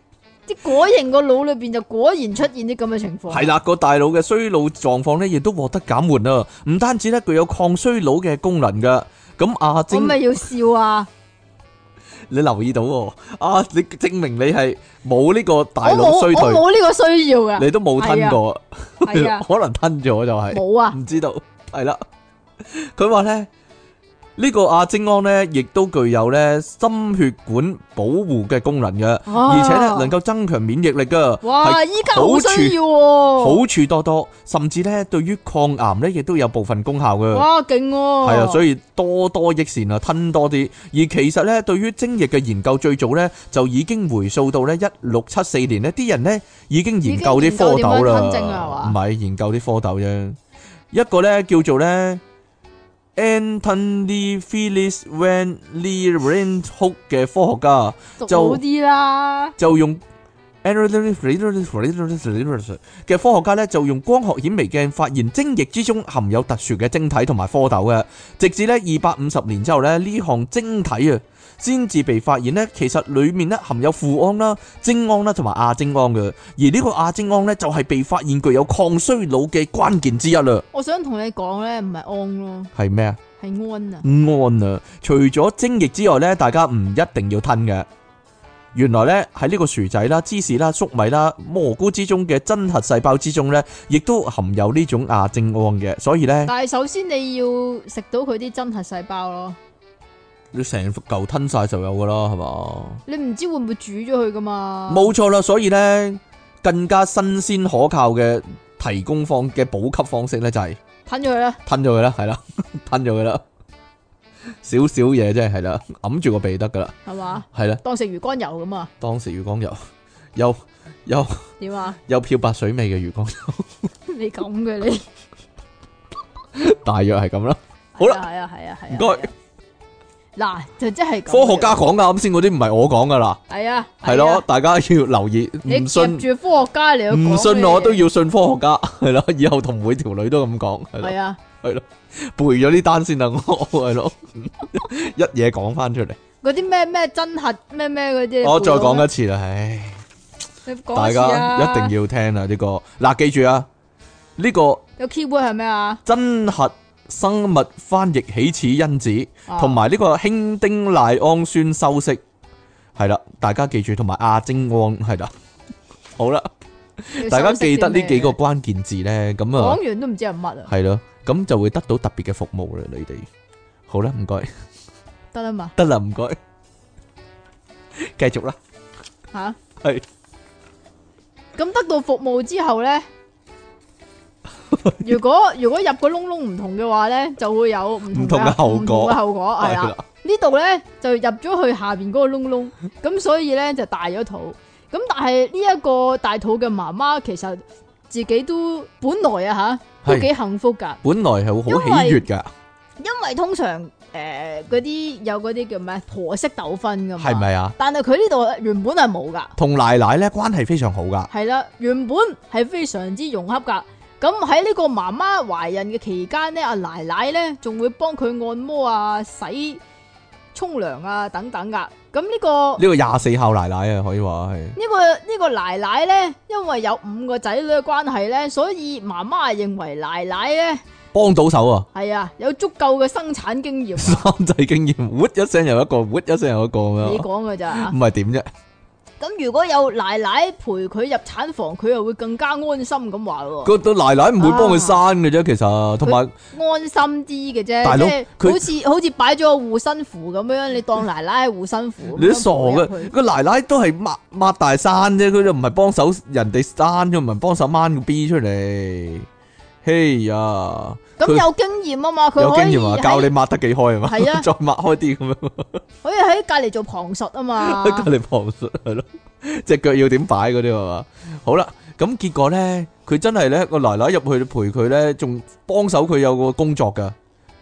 B: 即果然個腦裏边就果然出現啲咁嘅情況。
A: 系啦，個大腦嘅衰老狀況咧，亦都獲得減緩啦。唔單止咧具有抗衰老嘅功能噶，咁阿
B: 我
A: 晶
B: 咪要笑啊！
A: 你留意到喎，啊，你證明你係冇呢個
B: 我
A: 大
B: 冇
A: 腦衰
B: 我
A: 退，
B: 冇呢個需要 噶，
A: 你都冇吞過，
B: 係啊，
A: 可能吞咗就係。
B: 冇啊，
A: 唔知道，系啦。佢话咧呢、個个阿精安咧，亦都具有咧心血管保护嘅功能嘅，
B: 啊
A: 而且咧能够增强免疫力噶，
B: 哇！
A: 係
B: 依家
A: 好
B: 好
A: 處
B: 需要喎，
A: 好处多多，甚至咧对于抗癌咧亦都有部分功效嘅。
B: 哇勁喎，
A: 系啊，所以多多益善啊，吞多啲。而其實咧，對於精液嘅研究最早咧，就已經回溯到咧一六七四年呢啲人咧已經研究啲蝌
B: 已經
A: 蚪
B: 研究點樣吞精啊
A: 啦，唔
B: 係嘛
A: 係研究啲蝌蚪啫。一個咧叫做咧 Anthony Phyllis Van Leeuwenhoek 嘅科學家。
B: 讀
A: 就
B: 好啲啦，
A: 就用嘅科學家咧，就用光學顯微鏡發現精液之中含有特殊嘅晶體同埋蝌蚪嘅，直至咧二百五十年之後咧，呢項晶體啊，先至被發現咧，其實裡面咧含有富胺啦、精胺啦同埋亞精胺嘅，而呢個亞精胺咧就係被發現具有抗衰老嘅關鍵之一啦，
B: 我想同你講咧，唔係安咯，
A: 係咩啊？
B: 係安啊，
A: 安啊！除咗精液之外咧，大家唔一定要吞嘅。原來咧喺呢個薯仔啦、芝士啦、粟米啦、蘑菇之中嘅真核細胞之中咧，亦都含有呢種亞精胺嘅，所以咧
B: 但係首先你要食到佢啲真核細胞咯，
A: 你成嚿吞晒就有噶啦，係嘛？
B: 你唔知會唔會煮咗佢噶嘛？
A: 冇錯啦，所以咧更加新鮮可靠嘅提供方嘅補給方式咧就係、
B: 吞咗佢啦，
A: 吞咗佢啦，係啦， 吞咗佢啦，少少嘢啫，係啦，揞住個鼻得噶啦，
B: 係嘛？
A: 係啦，
B: 當食魚肝油咁啊？
A: 當時魚缸油又又。有
B: 點啊？
A: 有漂白水味嘅魚缸，
B: 你咁嘅你，
A: 大約係咁啦。好啦
B: 係啊係啊係啊，
A: 唔該
B: 係啊。嗱就即係咁
A: 科學家
B: 樣
A: 講噶，啱先嗰啲唔係我講噶啦，
B: 係啊
A: 係
B: 係啊
A: 咯，大家要留意，
B: 你
A: 唔信
B: 夾住科學家嚟去講
A: 唔信
B: 咩
A: 我都要信科學家， 係咯，以後同每條女都咁講，係咯
B: 係，啊！
A: 背咗呢單先啦，啊我 係咯，一嘢講翻出嚟，
B: 嗰啲咩咩真核咩咩嗰啲，
A: 我再講一次啦，唉。
B: 你背到
A: 大
B: 咩，
A: 家一
B: 要
A: 定要聽啊！呢、個嗱，記住啊，呢、個
B: 有 keyword 係咩啊？
A: 真核生物翻譯起始因子，
B: 啊
A: 同埋呢個氫丁賴氨酸修飾，係啦，大家記住，同埋亞精胺係 啦。好啦，
B: 要
A: 大家記得
B: 修
A: 呢
B: 飾啲咩
A: 幾個，關鍵字呢，咁啊
B: 講完都唔知係乜啊，
A: 係咯，咁就會得到特別嘅服務啦，你哋。好啦，唔該，
B: 得啦嘛
A: 得啦，唔該，繼續啦，
B: 吓。
A: 係
B: 咁得到服務之 後咧，如果如果入個窿窿唔同嘅話咧，就會有唔
A: 唔同嘅後果
B: 唔同嘅後果係啦。，呢度咧就入咗去下边嗰個窿窿，咁所以咧就大咗肚。咁但係呢一個大肚嘅媽媽其實自己都本來啊吓都
A: 係
B: 幾幸福㗎，
A: 本來係好
B: 因為
A: 喜悅噶，
B: 因為通常诶嗰啲有嗰啲叫咩婆媳糾紛㗎嘛，
A: 係？咪啊？
B: 但係佢呢度原本係冇㗎，
A: 同奶奶咧關係非常好噶，
B: 係啦，原本係非常之融洽㗎。咁喺呢個媽媽懷孕嘅期間咧，阿奶奶咧仲會幫佢按摩啊、洗、沖涼啊等等㗎。咁呢、個
A: 呢個廿四孝奶奶啊，可以 話係
B: 呢、個呢、個奶奶咧，因為有五個仔女嘅關係咧，所以媽媽係認為奶奶咧
A: 幫到手啊，。
B: 係啊有足夠嘅生產經驗啊
A: 三仔經驗，喎一聲又一個，喎一聲又一個咁
B: 你
A: 樣，
B: 講嘅咋啊
A: 唔？係點啫？
B: 咁如果有奶奶陪佢入產房，佢又會更加安心咁話喎，
A: 個個奶奶唔會幫佢
B: 啊
A: 生嘅啫，其實同埋
B: 安心啲嘅啫。
A: 大佬
B: 即係好似好似擺咗個護身符咁樣，你當奶奶係護身符咁樣
A: 你都傻
B: 陪入
A: 嘅，
B: 去
A: 個奶奶都係抹抹大山啫，佢就唔係幫手人哋生，佢唔係幫手掹個 B 出嚟。嘿呀，
B: 咁
A: 佢
B: 有經驗啊嘛，佢
A: 有
B: 可以
A: 經驗啊，教你
B: 喺
A: 抹得幾開啊嘛，
B: 係 啊
A: 再抹開啲咁樣，
B: 可以喺隔離做旁述 啊嘛。
A: 喺隔離旁述係咯，只腳要點擺嗰啲係嘛？好啦，咁結果咧，佢真係咧個奶奶入去陪佢咧，仲幫手佢有個工作噶，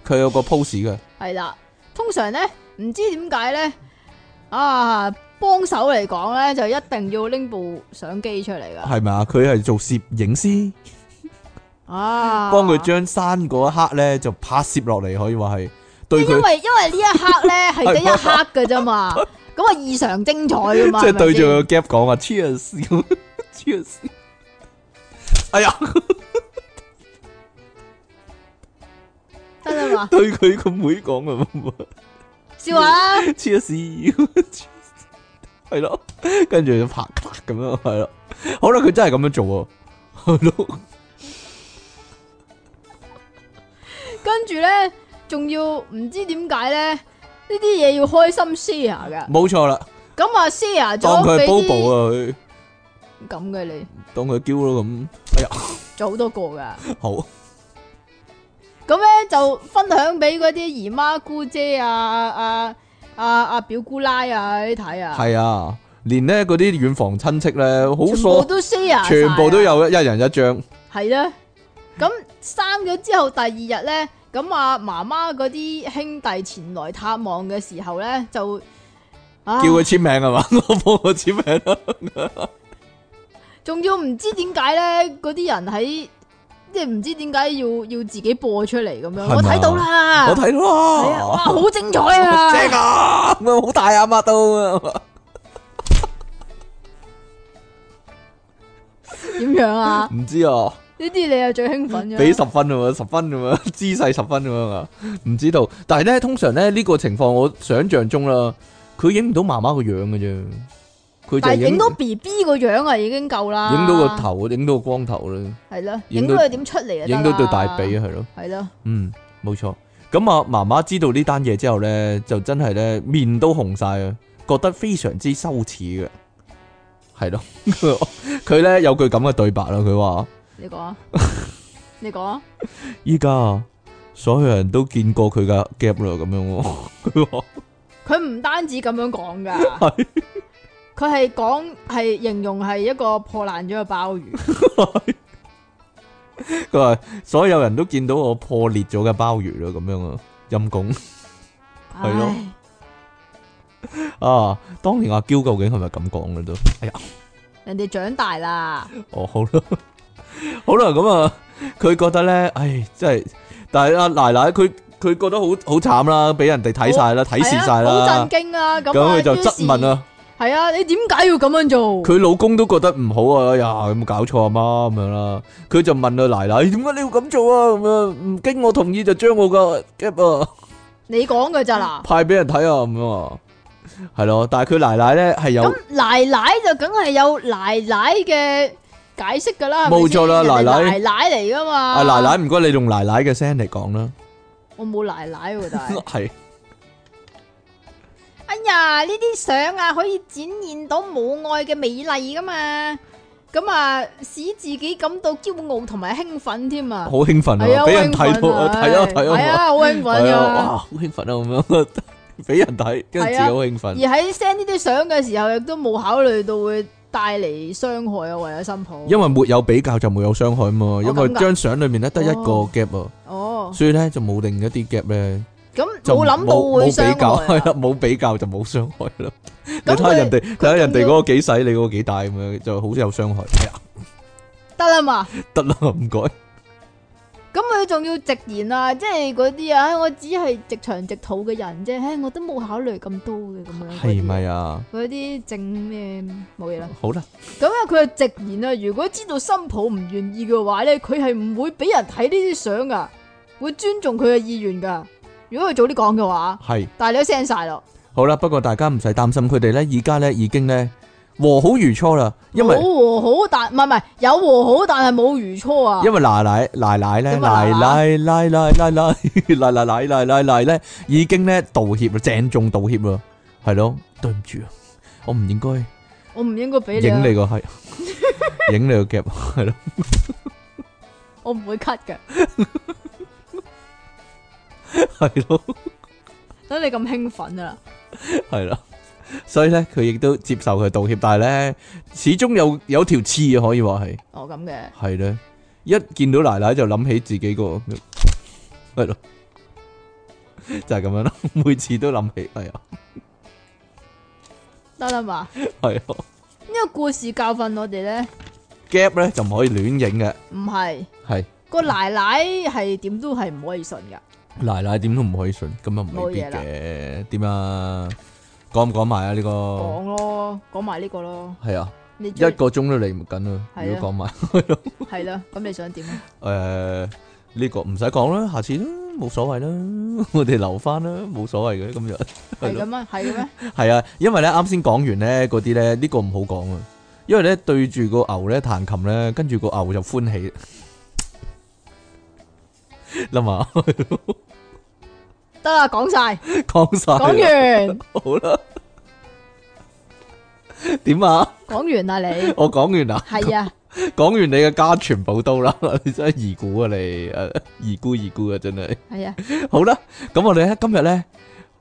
A: 佢有個 pose 噶。
B: 系啦，通常咧唔知點解咧啊，幫手嚟講咧就一定要拎部相機出嚟噶
A: 系咪啊？佢係做攝影師，
B: 啊，
A: 幫佢將山嗰一刻咧就拍攝落嚟，可以話係對
B: 因
A: 佢
B: 為因為呢一刻咧係得一刻嘅啫嘛，咁咁啊異常精彩噶嘛，
A: 即系
B: 係咪
A: 对住
B: 先
A: 个 gap 讲话啊 cheers 咁 cheers，哎呀，
B: 得啦嘛，
A: 对佢个妹讲啊
B: 笑下啦，
A: ，cheers，系咯，跟住就拍咔咁样，系咯，好啦，佢真系咁样做喎，系咯，
B: 跟住咧仲要唔知點解咧呢啲嘢要開心 share 噶，
A: 冇错啦，
B: 咁啊 share
A: 当
B: 咗
A: 佢系
B: 俾
A: Bobo
B: 啲
A: 啊，佢
B: 咁嘅你
A: 当佢嬌咯咁，
B: 做好多個噶，
A: 好，
B: 咁咧就分享俾嗰啲姨媽姑姐啊啊啊啊表姑奶啊呢啲睇啊，
A: 系啊，连咧嗰啲远房亲戚咧，好
B: 全部
A: 傻，
B: 都 share，
A: 全部
B: 晒啊
A: 都有一一人一张，
B: 系啦。咁生咗之後，第二日咧，咁啊媽媽嗰啲兄弟前來探望嘅時候咧，就啊
A: 叫，佢签名啊系嘛， 我帮我签名啊啦。
B: 仲要唔知點解咧，嗰啲人喺即係唔知點解要要自己播出嚟咁
A: 係啊
B: 樣。
A: 嘛
B: 我睇到啦，
A: 我睇到
B: 係啊，哇，
A: 啦，
B: 好精彩啊！
A: 正啊，咁啊好大啊，擘 到啊，
B: 點樣啊？
A: 唔知啊，
B: 呢啲你又最興奮嘅，
A: 俾十分咁啊，十分咁啊， 姿勢十分咁樣啊，唔知道。但係咧，通常咧呢個情況，我想象中啦，佢影唔到媽媽個樣嘅啫，佢
B: 但
A: 就
B: 係
A: 影
B: 影到啊 B B 個樣啊，已經夠啦。
A: 影到個，頭，影到個光頭啦，
B: 係啦，
A: 影
B: 影
A: 到
B: 到佢點出嚟啊？
A: 影到對大髀
B: 啊，
A: 啊，係咯，
B: 係啦，
A: 嗯，冇錯。咁啊，媽媽知道呢單嘢之後咧，就真係咧面都紅晒啊，覺得非常之羞恥嘅，係咯。 佢咧有句咁嘅對白啦，佢話。
B: 你講啊，你講啊，
A: 依家所有人都見過佢嘅 gap 啦，咁樣喎。 佢話
B: 佢唔單止咁樣講噶。佢係講係形容係一個破爛咗嘅鮑魚，
A: 佢話所有人都見到我破裂咗嘅鮑魚啦，咁樣啊，陰公係咯
B: 唉
A: 啊！當年阿嬌究竟係咪咁講嘅都？哎呀，
B: 人哋長大啦，
A: 哦好啦， 好啦，咁啊，佢覺得咧，唉，真係，但係阿奶奶佢佢覺得好好慘啦，俾人哋睇晒啦，睇視晒
B: 係啊好
A: 啦，
B: 震驚啊！咁
A: 咁佢就質
B: 質
A: 問，啦。
B: 係啊，你點解要咁樣做？
A: 佢老公都覺得唔好啊！哎呀，有冇搞錯啊媽咁樣啦？佢就問啊阿奶奶：點解你要咁做啊？咁樣唔經我同意就將我個 app 啊
B: 你講嘅咋嗱？
A: 派俾人睇啊咁樣啊，係咯。但係佢奶奶咧係有
B: 咁奶奶就梗係有奶奶嘅解釋㗎啦，係咪
A: 冇錯啦
B: 先人
A: 奶
B: 哋
A: 奶
B: 奶奶嚟㗎嘛，
A: 啊奶奶，，唔該你用奶奶嘅聲嚟講啦，
B: 我冇奶奶 喎，但係，
A: 係
B: 哎呀，呢啲相啊可以展現到母愛嘅美麗㗎嘛，咁啊使自己感到驕傲同埋興奮添啊
A: 好！興奮
B: 系
A: 啊！
B: 啊，
A: 俾人睇到啊，睇啊睇
B: 系
A: 啊，
B: 啊，好兴
A: 係
B: 奋
A: 啊，哇，
B: 啊！
A: 好興奮啊咁樣，俾人睇，跟住自己好興
B: 而
A: 奮，
B: 喺 send 呢啲相嘅時候，亦都冇考慮到會帶嚟傷害啊，為咗新抱。
A: 因為沒有比較就沒有傷害嘛，因為
B: 咁㗎
A: 張相裏面咧得一個
B: 哦
A: gap 啊，
B: 哦，
A: 所以咧就冇另一啲 gap 咧。
B: 咁
A: 就
B: 冇諗到會
A: 冇比
B: 傷
A: 較
B: 害
A: 係
B: 啊。
A: 啦，冇比較就冇傷害啦。你
B: 咁
A: 睇下
B: 佢
A: 人哋，睇下人哋
B: 仲
A: 嗰個幾細，你嗰個幾大咁樣，就好有傷害。係 啊，
B: 得啦嘛，
A: 得啦，唔該。
B: 咁佢仲要直言啊，即係嗰啲啊，唉我只係直腸直肚嘅人啫，唉，我都冇考慮咁多嘅咁樣。
A: 係咪
B: 啊？
A: 啊？
B: 嗰啲正咩冇嘢啦。
A: 好啦，
B: 咁啊，佢就直言啊，如果知道新抱唔願意嘅話咧，佢係唔會俾人睇呢啲相噶，會尊重佢嘅意願噶。如果佢早啲講嘅話，
A: 係
B: 但係你都 send 晒咯，
A: 好啦。不過大家唔使擔心，佢哋咧而家咧已經咧和好如初啦。因為
B: 冇和好，但唔係唔係有和好，但係冇如初啊。
A: 因為奶奶奶奶咧
B: 點啊
A: 奶奶奶奶 奶奶奶奶奶奶奶奶咧已經咧道歉啦，鄭重道歉啦，係咯，對唔住啊，我唔應該。
B: 我唔應該俾你
A: 影
B: 啊，
A: 你個 係，影你個 夾係咯，
B: 我唔會 cut 嘅。
A: 係咯。
B: 等你咁興奮啊！
A: 系啦，所以咧佢亦都接受佢道歉，但系咧始終有有条刺啊，可以話係
B: 哦咁嘅，
A: 係咧，一見到奶奶就諗起自己個係咯，就係咁樣咯， 每次都諗起，係啊，
B: 得啦嘛。
A: 係啊
B: 呢個故事教訓我哋咧，
A: ，gap 咧就唔可以亂影嘅，
B: 唔係
A: 係
B: 個奶奶係點都係唔可以信噶。
A: 奶奶點都唔可以信，咁又唔未必
B: 冇
A: 嘅，點啊？講唔講埋啊？呢個
B: 講咯，講埋呢個咯，
A: 係啊，
B: 你
A: 一個鐘都嚟唔緊啦。
B: 係啊
A: 如果講埋，
B: 係啦，咁你想點 啊？
A: 誒呢個唔使講啦，下次啦，冇所謂啦， 我哋留翻啦，冇所謂嘅今日。
B: 係咁啊？係嘅咩？
A: 係啊，因為咧啱先講完咧嗰啲咧，呢、個唔好講啊，因為咧對住個牛咧彈琴咧，跟住個牛就歡喜 啦嘛，
B: 得啦，講晒，
A: 講晒
B: 講
A: 啦，
B: 完，
A: 好啦，點啊？
B: 講完啦你，
A: 我講完啦，
B: 係啊，
A: 講完你嘅家傳寶刀啦， 你真係二估啊你，誒二估二估啊真係。
B: 係啊，
A: 好啦，咁我哋咧今日咧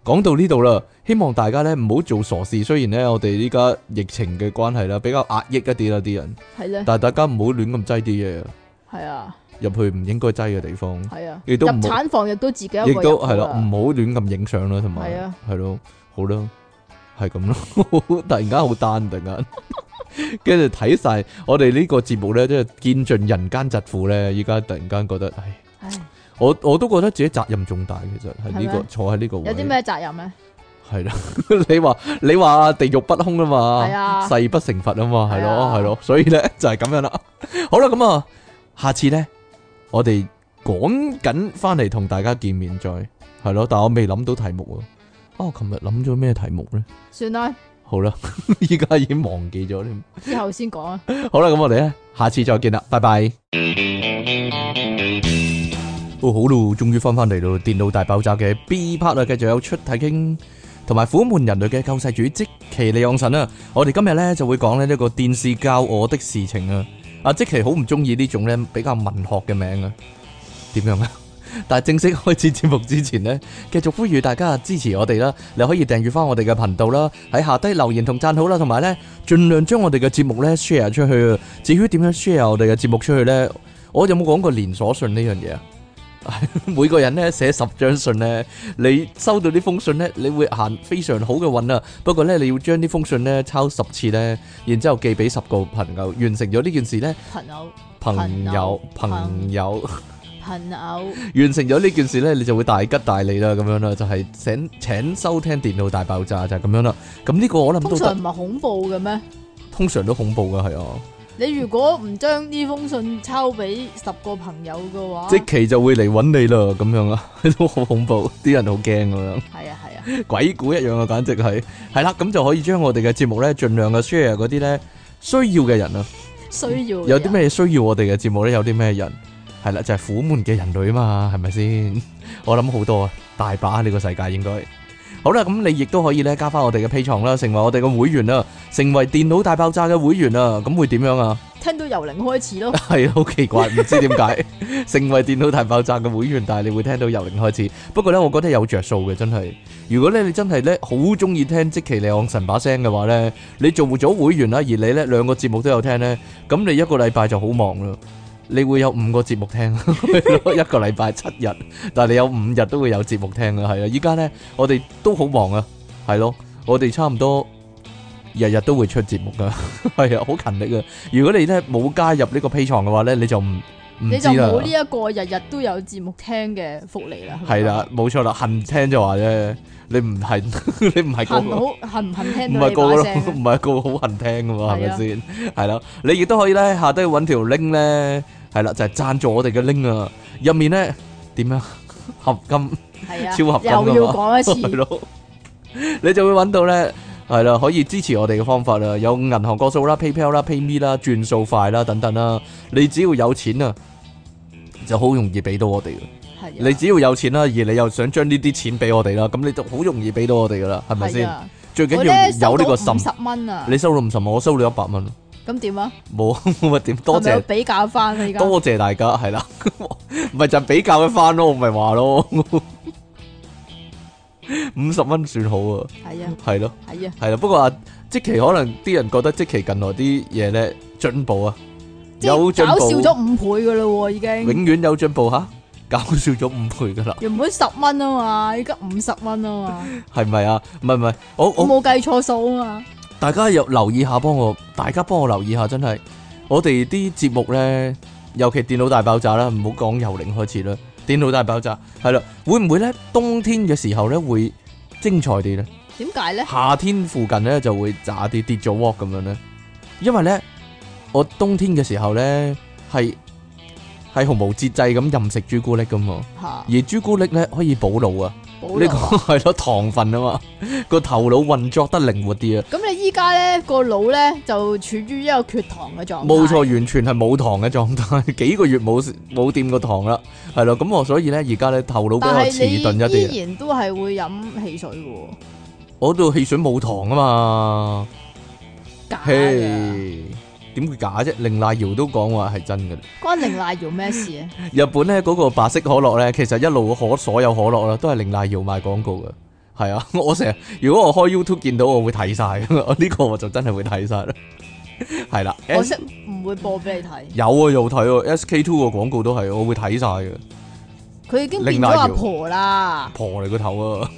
A: 講到呢度啦，希望大家咧唔好做傻事。雖然咧我哋依家疫情嘅關係啦，比較壓抑一啲啦啲人，
B: 係啦，
A: 但係大家唔好亂咁擠啲嘢
B: 係啊，
A: 入去唔應該擠嘅地方，
B: 係啊，
A: 亦
B: 入
A: 都唔好，
B: 產房亦都自己一
A: 亦
B: 個
A: 都
B: 入啊
A: 係啦，唔
B: 啦，
A: 好亂咁影相啦，同埋
B: 係啊
A: 係咯，好啦，係咁咯， 突然間好單，突然間。 跟住睇晒我哋呢個節目咧，即係見盡人間疾苦咧。依家突然間覺得，唉，
B: 唉，
A: 我我都覺得自己責任重大，其實係呢
B: 係
A: 個
B: 咩
A: 坐喺呢個位。
B: 有啲咩責任咧？
A: 系啦， 你话你话地狱不空啊
B: 係
A: 嘛，
B: 啊，
A: 誓不成佛啊嘛，系
B: 係
A: 咯
B: 啊
A: 系咯，所以咧 就系咁样啦。好啦，咁啊，下次咧我哋赶紧翻嚟同大家见面再系咯，但我未谂到题目啊。啊，我琴日谂咗咩题目咧？
B: 算啦，
A: 好啦， 依家已经忘記咗添。
B: 之後先 講啊，
A: 好啦，咁我哋咧下次再見啦，拜拜。哦，好咯，終於翻翻嚟咯，電腦大爆炸嘅 B part 啦，繼續有出體傾，同埋苦悶人類嘅救世主即其利昂神啊！我哋今日咧就會講咧呢個電視教我的事情啊！阿即其好唔中意呢種咧比較文學嘅名啊，點樣啊？但係正式開始節目之前呢，繼續呼籲大家支持我哋啦！你可以訂閱翻我哋嘅頻道啦，喺下低留言同讚好啦，同埋呢，盡量將我哋嘅節目呢 share 出去啊！至於點樣 share 我哋嘅節目出去呢？我有冇講過連鎖信呢樣嘢啊？ 每個人咧寫十張信咧，你收到呢封信咧，你會行非常好嘅運啊！不過咧，你要將呢封信咧抄十次咧，然之後寄俾十個朋友，完成咗呢件事咧，
B: 朋友，
A: 朋友
B: 朋友
A: 朋友。
B: 朋友，
A: 完成咗呢件事呢，你就會大吉大利啦，咁樣啦，就係、請請收聽電腦大爆炸就係、咁樣啦。咁呢個我諗
B: 通
A: 都
B: 常
A: 得
B: 唔係恐怖嘅咩？
A: 通常都恐怖噶，係啊，
B: 你如果唔將呢封信抄俾十個朋友嘅話，
A: 即期就會嚟揾你啦，咁樣啊， 都好恐怖，啲人好驚咁樣。
B: 係啊係啊，
A: 鬼故一樣啊，簡直係係啦，咁就可以將我哋嘅節目呢，盡量嘅 share 嗰啲呢需要嘅人啊，
B: 需要嘅
A: 有啲
B: 人
A: 咩需要我哋嘅節目呢？有啲咩人係啦，就係、苦悶嘅人類啊嘛，係咪先？ 我諗好多啊，大把呢個世界應該。好啦，咁你亦都可以咧加翻我哋嘅 P 床啦，成為我哋嘅會員啦，成為電腦大爆炸嘅會員啊，咁會點樣啊？
B: 聽到由零開始咯，
A: 係好奇怪，唔知點解成為電腦大爆炸嘅會員，但係你會聽到由零開始。不過呢，我覺得有着數嘅，真係。如果咧你真係咧好中意聽即其利昂神把聲嘅話呢，你做咗會員啦，而你呢兩個節目都有聽呢，咁你一個禮拜就好忙啦。你會有五個節目聽， 一個禮拜七日，但係你有五日都會有節目聽嘅，係啊！依家呢，我哋都好忙啊，係咯，我哋差唔多日日都會出節目噶， 係啊，好勤力啊！如果你咧冇加入呢個 P 床嘅話呢，你就唔 唔
B: 你
A: 知
B: 就
A: 啦
B: 冇。呢一個日日都有節目聽嘅福利啦。
A: 係啦，，冇錯啦，恨聽就話啫，你唔係 你唔係嗰
B: 恨
A: 個。
B: 好恨唔恨
A: 唔
B: 聽到
A: 係
B: 你
A: 個
B: 把
A: 個都
B: 聲
A: 唔係個個好恨聽噶嘛，係
B: 係
A: 咪
B: 啊
A: 先？係啦，你亦都可以咧下低揾條 link 咧，係啦，就係、贊助我哋嘅 link 啊。入面咧點啊？合金
B: 係啊，
A: 超合金㗎嘛
B: 又要講一 次，
A: 係咯，你就會揾到咧。係啦，可以支持我哋嘅方法啦，有銀行個數啦、PayPal 啦、PayMe 啦、轉數快啦等等啦，你只要有錢啊，就好容易俾到我哋嘅。你
B: 你
A: 只要有錢啦，而你又想將呢啲錢俾我哋啦，咁你就好容易俾到我哋噶啦，係咪先？最緊
B: 啊我咧
A: 要有
B: 收
A: 呢
B: 到
A: 個
B: 五
A: 心。
B: 十蚊啊，
A: 你收到五十萬，我收到一百蚊，
B: 咁點啊？
A: 冇冇 乜點，多
B: 係咪要
A: 謝
B: 比較翻啊？而家
A: 多謝大家，係啦， 咪就係比較一番咯，我咪話咯，五十蚊算好啊，
B: 係啊
A: 係咯，
B: 係啊，
A: 係啦，不過啊，即期可能啲人覺得即期近來啲嘢咧進步啊，
B: 即
A: 有
B: 係
A: 進
B: 搞笑
A: 步，
B: 咗五倍噶啦喎，已經
A: 永遠有進步吓，搞笑咗五倍噶啦，
B: 原本十蚊啊嘛，而家五十蚊啊嘛，
A: 係咪啊？唔係唔係，我
B: 我
A: 我
B: 冇計錯數啊嘛，
A: 大家有留意下，幫我，大家幫我留意下，真係我哋啲節目咧，尤其電腦大爆炸啦，唔好講由零開始啦，電腦大爆炸係啦，會唔會咧冬天嘅時候咧會精彩啲咧？
B: 點解咧？
A: 夏天附近咧就會渣啲跌咗鑊咁樣咧，因為咧我冬天嘅時候咧係係毫無節制咁任食朱古力噶嘛，
B: 吓，
A: 而朱古力咧可以補腦啊，
B: 保
A: 呢個
B: 留啊
A: 係咯糖分啊嘛，個頭腦運作得靈活啲啊，
B: 咁你依家咧個腦咧就處於一個缺糖嘅狀態。
A: 冇錯，，完全係冇糖嘅狀態， 幾個月冇冇掂過糖啦，係咯，咁我所以咧而家咧頭腦比較
B: 但
A: 遲鈍
B: 係
A: 一
B: 你
A: 啲啊，
B: 依然都係會飲汽水嘅喎，
A: 我度汽水冇糖啊嘛。
B: 假嘅，
A: 嘿，點會假啫？凌麗瑤都講話係真嘅。
B: 關凌麗瑤咩事 啊？
A: 日本咧嗰個白色可樂咧，其實一路可所有可樂啦，都係凌麗瑤賣廣告嘅。係啊， 我成日如果我開 YouTube 見到，我會睇晒嘅。我呢個我就真係會睇晒啦。 係啦
B: 我
A: ，S
B: 識唔會播俾你睇，
A: 有啊，有睇喎。SK Two 個廣告都係，我會睇晒嘅。
B: 佢已經變
A: 凌
B: 咗
A: 麗瑤
B: 阿婆啦。
A: 婆嚟個頭啊！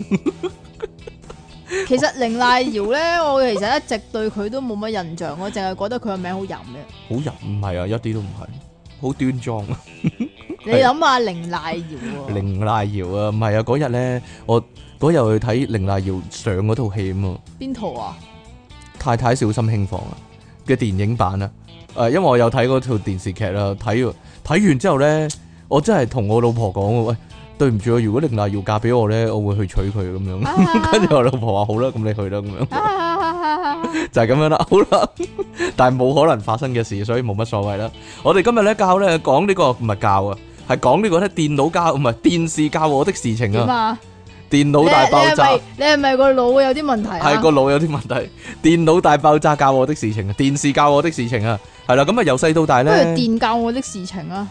B: 其實凌麗瑤咧，我其實一直對佢都冇乜印象，我淨係覺得佢個名好淫嘅。
A: 好人唔係啊，一啲都唔係，好端莊。
B: 你諗下凌麗瑤喎，
A: 凌麗瑤啊，唔係啊，嗰日咧，我嗰日去睇凌麗瑤上嗰套戲啊嘛。
B: 邊套 啊？
A: 太太小心輕放啊嘅電影版啊，誒、因為我有睇嗰套電視劇啦，睇完睇完之後咧，我真係同我老婆講喎，喂，對唔住啊，如果凌娜要嫁俾我咧，我會去娶佢咁樣。
B: 啊
A: 跟住我老婆話好啦，咁你去啦，咁 樣就係咁樣啦，好啦，但係冇可能發生嘅事，所以冇乜所謂啦。我哋今日咧教咧講呢、個唔係教啊，係講呢個咧電腦教唔係電視教我的事情
B: 點
A: 啊，
B: 啊？
A: 電
B: 你
A: 腦大
B: 你
A: 爆
B: 係
A: 炸。
B: 咪你係咪個腦有啲問題啊？
A: 系個腦有啲問題，電腦大爆炸教我的事情啊，電視教我的事情啊，係啦，咁啊由細到大
B: 不如
A: 咧
B: 電教我的事情啊！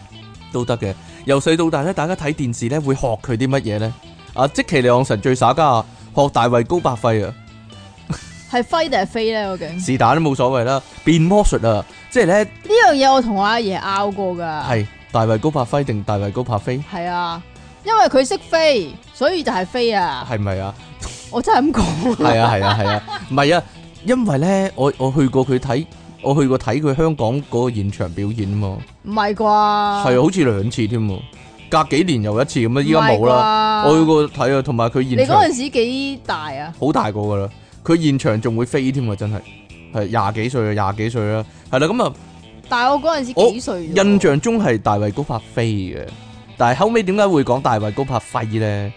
A: 都得嘅，由細到大咧，大家睇電視咧會學佢啲乜嘢咧？啊，即其利昂神最耍家啊，學大衛高百費啊，
B: 係飛定係飛咧？究竟呢
A: 是但都冇所謂啦，變魔術啊，即係咧
B: 樣嘢我同我阿爺拗過㗎。
A: 係大衛高百費定大衛高柏飛
B: 系啊，因為佢識飛，所以就係飛啊！
A: 係咪啊？
B: 我真係咁講。
A: 係啊係啊係啊，唔係啊，因為咧我我去過佢睇，我去過睇佢香港嗰個現場表演啊嘛，
B: 唔係啩？
A: 係啊，好似兩次添喎，隔幾年又一次咁啊，依家冇啦。
B: 啦
A: 我去過睇啊，同埋佢
B: 你
A: 現
B: 嗰
A: 場
B: 陣時幾大啊？
A: 好大個噶啦，佢現場仲會飛添啊，真係係廿幾歲啊，廿幾歲啦，係啦咁啊，
B: 但係我嗰陣時幾歲？
A: 印象中係大衛高柏飛嘅，但係後尾點解會講大衛高柏輝咧？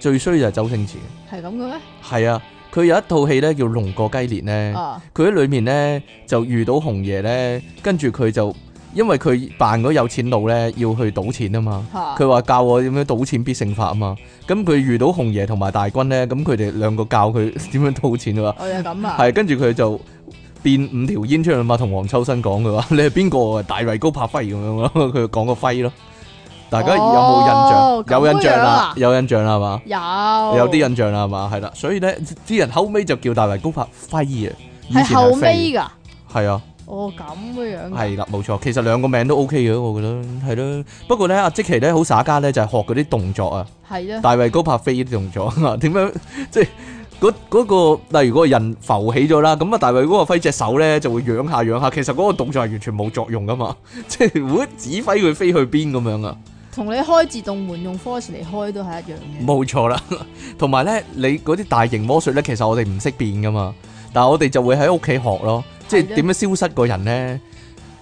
A: 最衰就係周星馳，
B: 係咁嘅咩？
A: 係啊，佢有一套戲咧叫《龍過雞年》咧，
B: 啊，
A: 佢喺裏面咧就遇到紅爺咧，跟住佢就因為佢扮嗰有錢佬咧要去賭錢啊嘛。
B: 吓
A: 佢話教我點樣賭錢必勝法啊嘛，咁佢遇到紅爺同埋大軍咧，咁佢哋兩個教佢 點樣賭錢啊嘛，
B: 我就咁啊，
A: 係跟住佢就變五條煙出嚟嘛，同黃秋生講佢話 你係邊個啊？大衛高柏輝咁樣咯， 佢講個輝咯，大家有冇印象？
B: 哦
A: 有印象啦，
B: 咁
A: 有印象啦係嘛？
B: 有
A: 有啲印象啦係嘛？係啦，所以咧啲人後尾就叫大衛高柏輝啊，以前
B: 係後尾
A: 飛
B: 㗎。
A: 係啊。
B: 哦，咁嘅樣㗎。
A: 係啦，冇錯，其實兩個名都 O K 嘅，我覺得係咯。不過咧，阿即奇咧好耍家咧，就係學嗰啲動作啊，
B: 係 啊，
A: 大衛高柏飛啲動作啊， 點樣即係嗰嗰個，例如嗰個人浮起咗啦，咁啊大衛高柏輝隻手咧就會仰下仰下，其實嗰個動作係完全冇作用噶嘛， 即係會指揮佢飛去邊咁樣啊，
B: 同你開自動門用 force 嚟開都係一樣嘅。
A: 冇錯啦。 同埋咧，你嗰啲大型魔術咧，其實我哋唔識變噶嘛，但係我哋就會喺屋企學咯，即
B: 係
A: 係
B: 咯
A: 點樣消失個人咧，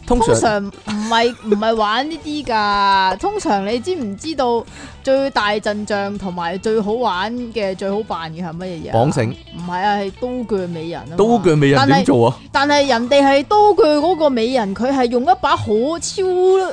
A: 通
B: 通
A: 常。
B: 常啊唔係唔係玩呢啲㗎，通常你知唔知道最大陣仗同埋最好玩嘅最好扮嘅係乜嘢嘢啊？
A: 綁繩
B: 唔係啊，係刀鋸美人啊嘛。
A: 刀腳美人
B: 但係
A: 點做啊？
B: 但係人哋係刀鋸嗰個美人，佢係用一把好超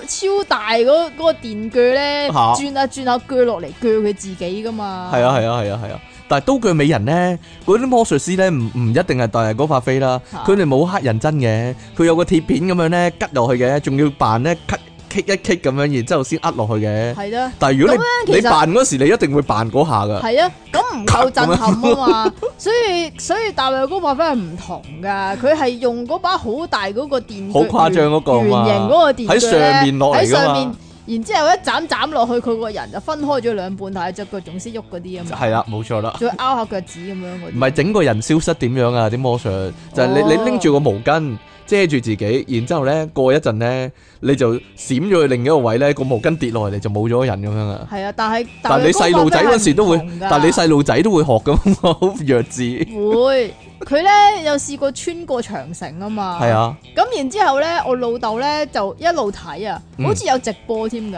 B: 超大嗰嗰個電鋸咧，
A: 嚇
B: 轉下轉下鋸落嚟鋸佢自己噶嘛。
A: 係啊係啊係啊係啊！但係刀鋸美人咧，嗰啲魔術師咧唔唔一定係大人嗰塊飛啦，
B: 啊
A: 佢哋冇黑人真嘅，佢有個鐵片咁樣咧，拮落去嘅，仲要扮咧拮棘一棘咁樣，然之後先呃落去嘅。
B: 係啦，
A: 但係如果
B: 咁
A: 你
B: 樣
A: 你
B: 其實
A: 扮嗰時，你一定會扮嗰下噶，
B: 係啊，咁唔夠震撼啊嘛。所以所以大衛高柏輝係唔同噶，佢係用嗰把好大嗰個電鋸，
A: 好誇張嗰個
B: 圓
A: 嘛
B: 圓形嗰個電鋸
A: 喺上
B: 呢
A: 面落
B: 喺
A: 嚟
B: 上
A: 噶
B: 面
A: 嘛，，
B: 然之後一斬斬落去，佢個人就分開咗兩半，但係隻腳仲識喐嗰啲啊嘛。
A: 係啦，冇錯啦。
B: 再拗下腳趾咁樣嗰啲。
A: à, 唔係整個人消失點樣啊？啲魔術就係你
B: 哦
A: 你拎住個毛巾，即遮住自己，然之後咧過一陣咧，你就閃咗去另一個位咧，個毛巾跌落嚟就冇咗個人咁樣啊！
B: 系啊，但係
A: 但係你細路仔嗰時都會，
B: Dạ.
A: 但係你細路仔都會學噶 嘛，好弱智。
B: 會佢咧有試過穿過長城啊嘛，
A: 係，啊，
B: 咁然之後咧，我老豆咧就一路睇啊，
A: 嗯
B: 好似有直播添㗎，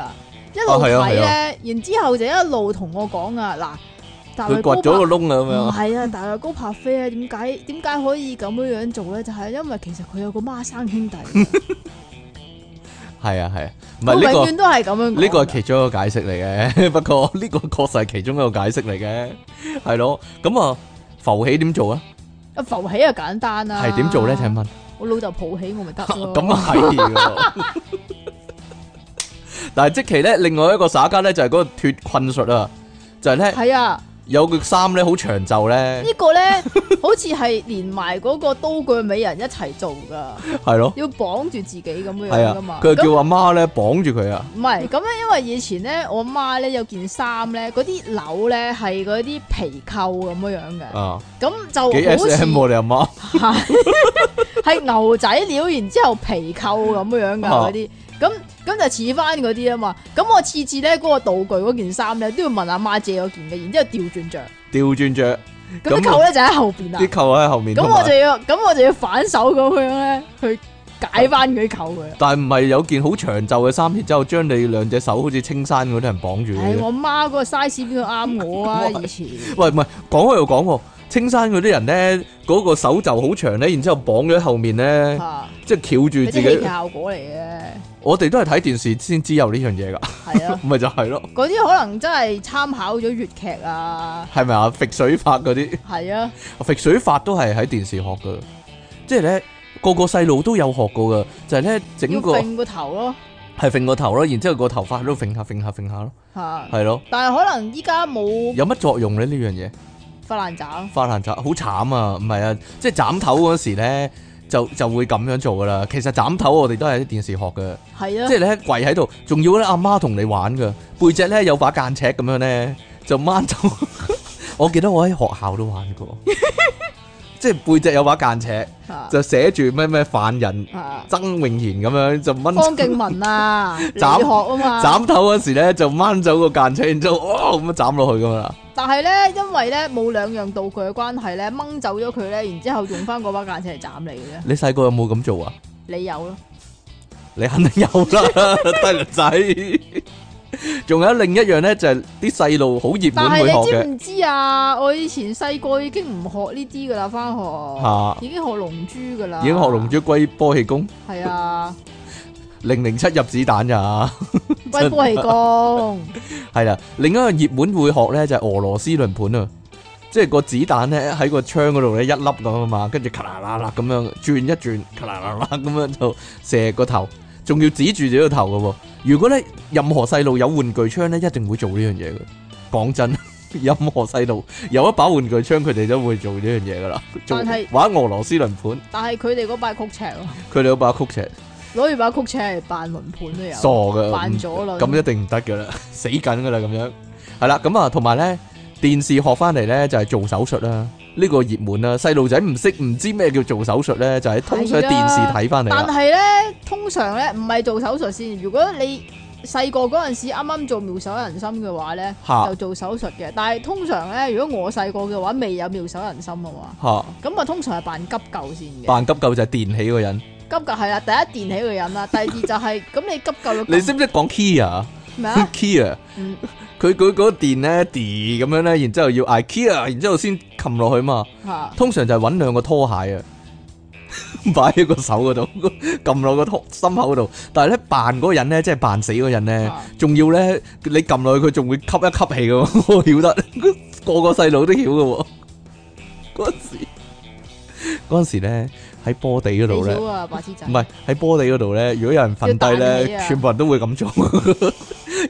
B: 一路
A: 係啊
B: 睇
A: 係
B: 咧，然之後就一路同我講啊，嗱，大
A: 佢
B: 衛
A: 掘
B: 高
A: 咗
B: 柏
A: 個窿啊咁
B: 唔
A: 樣。
B: 係啊，大衛高柏飛咧，點解點解可以咁樣樣做咧？就係因為其實佢有個孖生兄弟，
A: 係啊係啊，唔
B: 我
A: 係呢
B: 永
A: 個。
B: 遠都係咁樣講㗎。
A: 呢個係其中一個解釋嚟嘅， 不過呢個確實係其中一個解釋嚟嘅，係咯。咁啊，浮起點做啊？
B: 啊浮起啊簡單啦，
A: 係點做咧？請問？
B: 我老豆抱起我咪得 咯。
A: 咁啊 係喎。但係即期咧，另外一個耍家咧就係嗰個脱困術啊，就係咧
B: 係啊，
A: 有個衫咧好長袖咧，
B: 呢個咧好似係連埋嗰個刀具美人一齊做㗎，
A: 係咯，
B: 要綁住自己咁
A: 係
B: 樣樣
A: 啊
B: 㗎嘛。，
A: 佢就
B: 咁
A: 叫阿媽咧綁住佢啊，
B: 唔係咁咧，因為以前咧，我媽咧有件衫咧，嗰啲紐咧係嗰啲皮扣咁樣樣嘅，
A: 啊
B: 咁
A: 幾
B: 就好
A: S
B: 似
A: M 喎你阿媽，
B: 係係牛仔料，然之後皮扣咁樣樣噶
A: 啊
B: 嗰啲，咁咁就似翻嗰啲啊嘛。咁我次次咧嗰個道具嗰件衫咧都要問阿媽借嗰件嘅，然之後調轉着，
A: 調轉着
B: 咁
A: 咁
B: 啲
A: 啊
B: 扣咧就喺後邊啦
A: 啲。扣啊喺後面，同
B: 咁我
A: 埋
B: 就要咁我就要反手咁樣咧去解翻佢啲扣佢。啊
A: 但係唔係有件好長袖嘅衫，然之後將你兩隻手好似青山嗰啲人綁住你
B: 唉，
A: 嘅。
B: 我媽嗰個 size 邊度啱我啊？
A: 咁啊
B: 以前
A: 喂，唔係講開又講喎，青山嗰啲人咧，嗰、個手袖好長咧，然之後綁咗喺後面咧，
B: 嚇，
A: 即係翹
B: 啊
A: 住
B: 嗰
A: 自
B: 啲戲劇
A: 己。
B: 效果嚟嘅，
A: 我哋都係睇電視先知有呢樣嘢噶，，
B: 係啊
A: 咪就係咯，
B: 嗰啲可能真係參考咗粵劇啊，
A: 係咪啊？揈水法嗰啲，
B: 係啊，
A: 揈水法都係喺電視學噶，即係咧個個細路都有學過噶，就係咧
B: 要
A: 整個係
B: 揈個頭咯
A: 揈個頭咯，然之後個頭髮喺度揈下揈下揈下咯，
B: 嚇。
A: 係咯，
B: 但係可能依家冇
A: 有乜作用咧呢樣嘢？
B: 發爛渣，
A: 發爛渣好慘啊！唔係啊，即係斬頭嗰時咧，就就會咁樣做噶啦。其實斬頭我哋都係喺電視學嘅。
B: 係啊
A: 即，係你喺跪喺度，仲要咧阿媽同你玩噶，背脊咧有把間尺咁樣咧，就掹走。 我記得我喺學校都玩過，即係背脊有把間尺，
B: 啊
A: 就寫住咩咩犯人
B: 啊，
A: 曾永賢咁樣，就
B: 方
A: 掹
B: 敬文啊，你學
A: 斬
B: 啊嘛，
A: 斬頭嗰時咧就掹走個間尺，然之後哦咁樣斬落去噶嘛。
B: 但係咧，因為咧冇兩樣道具嘅關係咧，掹走咗佢咧，然之後用翻嗰把間尺嚟斬你嘅啫，
A: 你細個有冇咁做啊？
B: 你有咯，
A: 你肯定有 啦，低能仔。仲有另一樣咧，就係啲細路好熱
B: 但
A: 門
B: 係
A: 會學
B: 你
A: 嘅
B: 知唔知啊？我以前細個已經唔學呢啲噶啦，翻學
A: 嚇，
B: 已經學龍珠噶啦，
A: 已經學龍，珠龜波氣功。
B: 係啊，
A: 零零七入子彈咋，
B: 龜波氣功，
A: 係啦。另一個熱門會學咧就係俄羅斯輪盤啊，即係個子彈咧喺個窗嗰度咧一粒咁啊嘛，跟住咔啦啦啦咁樣轉一轉，咔啦啦啦咁樣就射個頭，仲要指住自己個頭噶喎。如果咧任何細路有玩具槍咧，一定會做呢樣嘢嘅。講真， 任何細路有一把玩具槍，佢哋都會做呢樣嘢噶啦。做
B: 但係
A: 玩俄羅斯輪盤，
B: 但係佢哋嗰把曲尺咯，
A: 佢哋有把曲尺，
B: 攞住把曲尺嚟扮輪盤都有，
A: 傻嘅，
B: 扮
A: 唔
B: 咗啦，
A: 咁一定唔得噶啦， 死緊噶啦咁樣。係啦，咁啊，同埋咧，電視學翻嚟咧就係做手術啦，呢個熱門啊啦，細路仔唔識唔知咩叫做手術咧，就係通常喺
B: 係啊
A: 電視睇翻嚟
B: 但
A: 啦。
B: 係咧，通常咧唔係做手術先。如果你細個嗰陣時啱啱做妙手仁心嘅話咧，
A: 嚇
B: 就做手術嘅。但係通常咧，如果我細個嘅話，未有妙手仁心啊嘛，
A: 嚇，
B: 咁啊通常係扮急救先嘅。
A: 扮急救就係電起個人。
B: 急救係啦，第一電起個 人啦，第二就係、咁你急救咗
A: 你識唔識講 key 啊
B: 咩 啊？
A: ？key 啊
B: 嗯，
A: 佢佢嗰個電咧滴咁樣咧，然之後要嗌 key 啊，然之後先擒落去嘛。
B: 嚇
A: 通常就係揾兩個拖鞋啊， 擺喺個手嗰度， 撳落個拖心口嗰度。但係咧扮嗰個人咧，即係扮死嗰個人咧
B: 啊，
A: 仲要咧你撳落去，佢仲會吸一吸氣嘅 喎。我曉得，個個細路都曉嘅喎。嗰陣時，嗰陣時咧喺波地嗰
B: 你
A: 度咧
B: 少。啊，白痴仔
A: 唔。係喺波地嗰度咧，如果有人瞓低
B: 要彈
A: 咧
B: 起，啊
A: 全部人都會 咁做。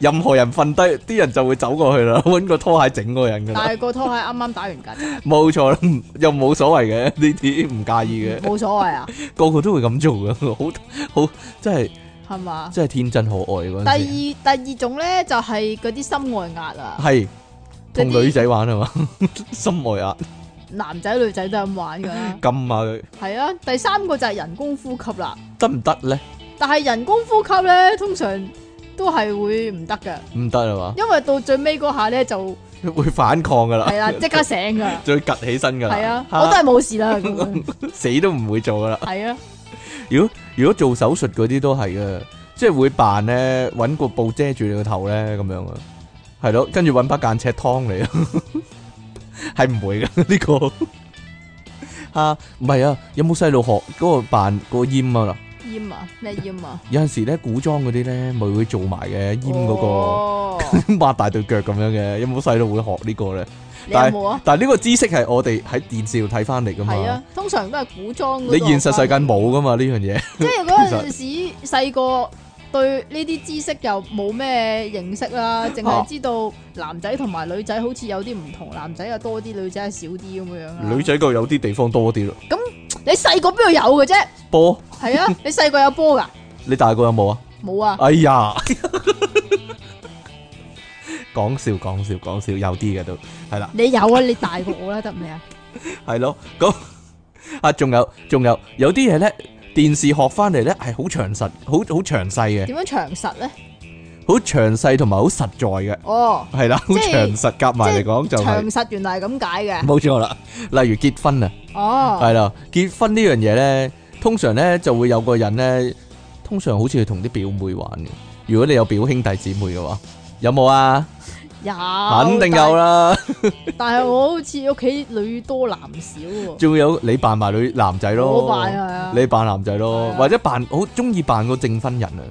A: 任何人瞓低，啲人就會走過去 啦，揾個拖鞋整嗰個人噶
B: 但
A: 啦。
B: 係個拖鞋啱啱打完曱甴，
A: 冇錯啦，唔又冇所謂嘅，呢啲唔介意嘅。
B: 冇所謂啊，
A: 個個都會咁 做嘅，好好真係
B: 係嘛？
A: 真係天真可愛嗰
B: 第
A: 陣時。
B: 二第二種咧就係嗰啲心外壓啊，
A: 係同
B: 嗰啲
A: 女仔玩啊嘛，心外壓。
B: 男仔女仔都係咁玩噶啦
A: 撳下佢
B: 係啊，第三個就係人工呼吸啦。
A: 得唔得 咧？
B: 但係人工呼吸咧，通常都係會唔得嘅，
A: 唔得啊
B: 因為到最尾嗰下咧就
A: 嘛，會反抗噶啦，
B: 係啦，即刻醒噶。
A: 再趌起身噶啦，
B: 係啊，
A: 嚇
B: 我都係冇事啦。咁 樣
A: 死都唔會做噶啦。
B: 係啊，
A: 如果如果做手術嗰啲都係嘅，即係會扮咧揾個布遮住你個頭咧咁樣啊，係咯，跟住揾把間尺劏你啊， 係唔會噶 呢個啊，唔係啊，有冇細路學嗰個扮個閹啊啦？
B: 閹啊，咩閹啊？
A: 有陣時咧古裝嗰啲咧咪會做埋嘅閹嗰
B: 哦
A: 個 擘大對腳咁樣嘅，有冇細路會學呢個咧？
B: 你有冇啊？
A: 但係呢個知識係我哋喺電視度睇翻嚟噶
B: 係
A: 嘛
B: 啊，，通常都係古裝嗰
A: 你
B: 度
A: 現實世界冇噶嘛呢樣嘢，
B: 即係嗰陣時細個對呢啲知識又冇咩認識啦，淨
A: 啊
B: 係知道男仔同埋女仔好似有啲唔同，男仔又多啲，女仔又少啲咁樣啦。
A: 女仔個有啲地方多啲咯，
B: 你細個邊度有嘅啫？
A: 波。
B: 係啊，你細個有波㗎？
A: 你大個有冇啊？
B: 冇啊，
A: 哎呀， 講笑講笑講笑，有啲嘅都係啦，
B: 你有啊，你大過我啦，得 未啊？
A: 係咯，咁啊，仲有仲有，有啲嘢咧，電視學翻嚟咧係好詳實，好好詳細嘅，
B: 點樣長實咧？
A: 好詳細同埋好實在嘅，
B: 哦，
A: 係啦，好
B: 即係
A: 詳實夾埋嚟講就係、
B: 長實原來係咁解嘅。
A: 冇錯啦。例如結婚啊，
B: 哦，
A: 係啦，結婚呢樣嘢咧，通常咧就會有個人咧，通常好似係同啲表妹玩嘅。如果你有表兄弟姊妹嘅話，有冇啊？
B: 有
A: 肯定有。啦。
B: 但但係我好似屋企女多男少喎。
A: 仲有你扮埋女男仔咯，
B: 我扮係啊
A: 你扮男仔咯，
B: 係啊
A: 或者扮好中意扮個證婚人啊，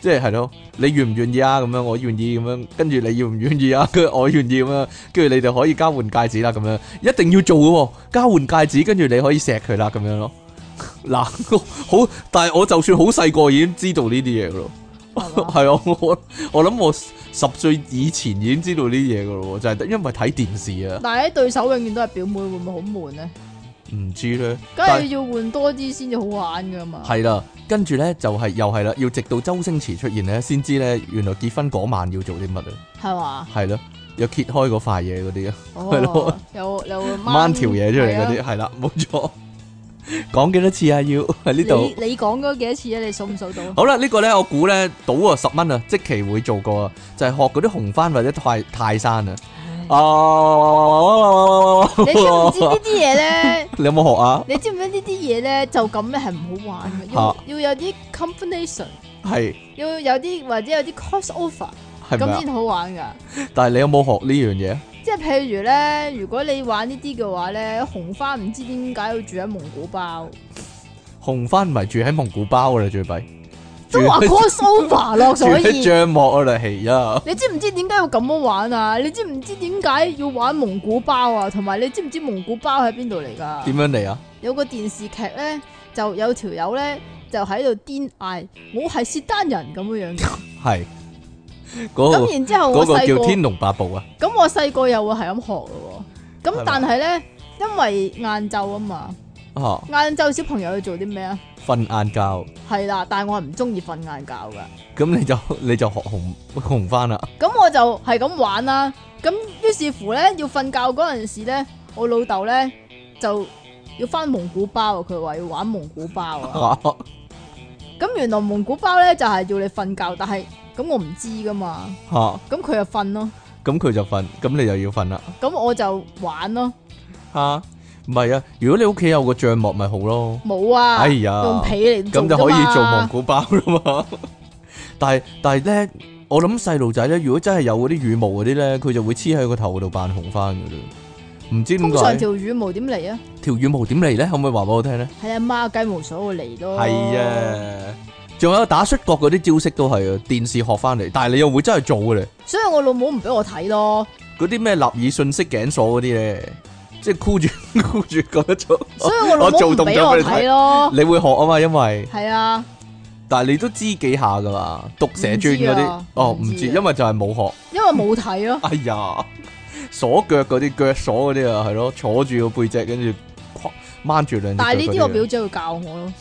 A: 即係係咯，你願唔願意啊？咁樣我願意咁樣，跟住你要唔願意啊？ 跟住我願意咁樣，跟住你哋可以交換戒指啦，咁樣一定要做嘅喎，交換戒指，跟住你可以錫佢啦，咁樣咯。 嗱，好，但係我就算好細個已經知道呢啲嘢咯，
B: 係嘛
A: 係啊，我我諗我十歲以前已經知道呢啲嘢嘅咯喎，就係因為睇電視啊，
B: 但係啲對手永遠都係表妹，會唔會好悶咧？
A: 唔知咧，
B: 梗
A: 但係
B: 係要換多啲先至好玩噶嘛。
A: 系啦，跟住咧就係又係啦，要直到周星馳出現咧，先知咧原來結婚嗰晚要做啲乜啊？
B: 係嘛？
A: 係咯，又揭開嗰塊嘢嗰啲啊，係
B: 係
A: 咯，
B: 有有
A: 掹條嘢出嚟嗰
B: 係
A: 啲，
B: 啊。
A: 係啦，冇錯。講幾多次啊？要喺呢度。
B: 你你講咗幾多次啊？你數 唔數到？
A: 好啦，呢、個咧我估咧賭啊十蚊啊，即期會做過啊，就係學嗰啲紅番或者泰泰山啊。
B: 唉
A: 哦，
B: 你知唔知呢啲嘢咧？
A: 你有冇學啊？
B: 你知唔知呢啲嘢咧就咁咧係唔好玩 嘅，
A: 啊
B: 要要有啲 combination，
A: 係
B: 要有啲或者有啲 cross over
A: 係咪
B: 咁
A: 啊？
B: 先好玩噶。
A: 但係你有冇學呢樣嘢？
B: 即係譬如咧，如果你玩呢啲嘅話咧，紅花唔知點解要住喺蒙古包，
A: 紅番唔係住喺蒙古包噶啦，最弊
B: 都 話 cross over 咯，
A: 住
B: 所 以
A: 喺。帳幕啊啦，係啊。
B: 你知唔知點解要咁樣玩啊？你知唔知點解要玩蒙古包啊？同埋你知唔知蒙古包喺邊度嚟噶？
A: 點樣嚟啊？
B: 有個電視劇咧，就有條友咧就喺度癲嗌，我係契丹人咁樣 樣嘅。
A: 係嗰
B: 咁
A: 個
B: 然之後
A: 哦嗰
B: 我
A: 個
B: 細
A: 叫
B: 個
A: 《天龍八部》啊，
B: 咁我細個又會係咁學咯喎。
A: 係嘛
B: 咁但係咧，因為晏晝啊嘛，
A: 啊
B: 晏晝小朋友要做啲咩啊？
A: 瞓晏覺，
B: 係啦，但係我係唔中意瞓晏覺噶。
A: 咁你就你就學紅紅翻啦，
B: 咁我就係咁玩啦。咁於是乎咧，要瞓覺嗰陣時咧，我老豆咧就要翻蒙古包啊！佢話要玩蒙古包啊！
A: 啊
B: 咁原來蒙古包咧就係、要你瞓覺，但係咁我唔知噶嘛。
A: 啊
B: 咁佢就瞓咯，
A: 咁佢就瞓，咁你又要瞓啦，
B: 咁我就玩咯。
A: 吓唔係啊？如果你屋企有個帳幕咪好咯，
B: 冇啊，
A: 哎呀
B: 用被嚟做
A: 咁就可以做蒙
B: 蒙
A: 古包啦嘛。 但係但係咧，我諗細路仔咧，如果真係有嗰啲羽毛嗰啲咧，佢就會黐喺個頭度扮紅翻噶啦。唔知點
B: 通常
A: 解
B: 條羽毛點嚟啊？
A: 條羽毛點嚟咧？可唔可以話俾我聽咧？
B: 係阿媽雞毛所會嚟咯。
A: 係，啊，仲有打摔角嗰啲招式都係啊，電視學翻嚟，但係你又會真係做嘅咧。
B: 所以我老母唔俾我睇咯，
A: 嗰啲咩納爾信息頸鎖嗰啲咧，即係箍住 箍住咁樣做，
B: 所以我老
A: 我做
B: 母唔
A: 動
B: 俾
A: 作
B: 我
A: 俾你
B: 睇咯。
A: 你會學啊嘛，因為
B: 係啊，
A: 但係你都知幾下噶嘛，毒蛇
B: 唔
A: 專
B: 知
A: 嗰
B: 啊
A: 啲，哦
B: 唔
A: 唔知，
B: 知啊
A: 因為就係冇學。
B: 因為冇睇咯。
A: 哎呀，鎖腳嗰啲腳鎖嗰啲啊，係咯，坐住個背脊跟住框掹住兩隻腳嗰
B: 但
A: 啲啊。
B: 係呢啲我表姐會教我咯，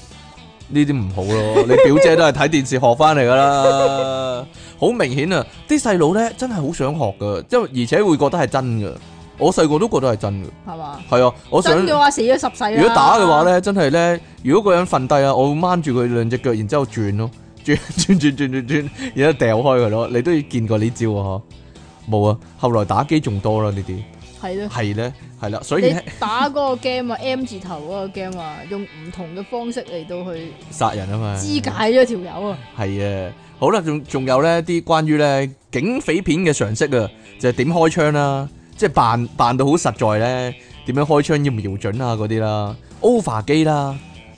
A: 呢啲唔好咯， 你表姐都係睇電視學翻嚟噶啦，好明顯啊！啲細佬咧真係好想學噶，因為而且會覺得係真噶，我細個都覺得係真嘅，
B: 系嘛？
A: 係啊，我想
B: 真嘅話死咗十世啦。
A: 如果打嘅話，咧，真係咧，如果個人瞓低啊，我會掹住佢兩隻腳，然之後轉咯， 轉轉轉轉轉轉，然之後掉開佢咯。你都要見過呢招啊？嗬冇啊，後來打機仲多啦呢 啲，
B: 係咯。
A: 係咧，係啦，所以咧
B: 你打嗰個 game 啊，M 字頭嗰個 game 啊，用唔同嘅方式嚟到去
A: 殺人啊嘛，
B: 肢解咗條友啊，
A: 系啊，好啦，仲仲有咧啲關於咧警匪片嘅常識啊，就係點開槍啦，即係扮扮到好實在咧，點樣開槍要瞄準啊嗰啲啦，over 機啦，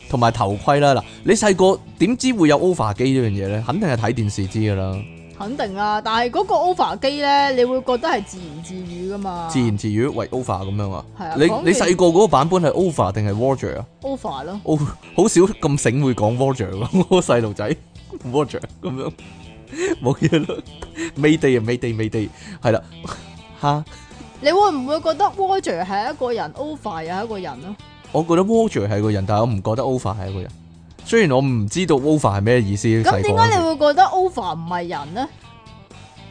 A: 同埋頭盔啦。嗱，你細個點知會有 over 機呢樣嘢咧？肯定係睇電視知噶啦，
B: 肯定啦。但係嗰個 over 機咧，你會覺得係自言自語噶嘛？
A: 自言自語為 over 咁樣啊。
B: 啊係啊
A: 你
B: 講完
A: 你細個嗰個版本係 over 定係 Roger 啊？
B: over 咯，
A: 我好少咁醒會講 Roger 喎， 我細路仔 Roger 咁樣 冇嘢啦。Mayday 啊，Mayday Mayday 係啦， 吓，
B: 你會唔會覺得 Roger 係一個人，over 又係一個人咯？
A: 我覺得 Roger 係個人，但係我唔覺得 Over 係一個人。雖然我唔知道 Over 係咩意思，
B: 咁
A: 細個
B: 點
A: 嗰
B: 解
A: 陣
B: 你
A: 時
B: 會覺得 over 唔係人咧？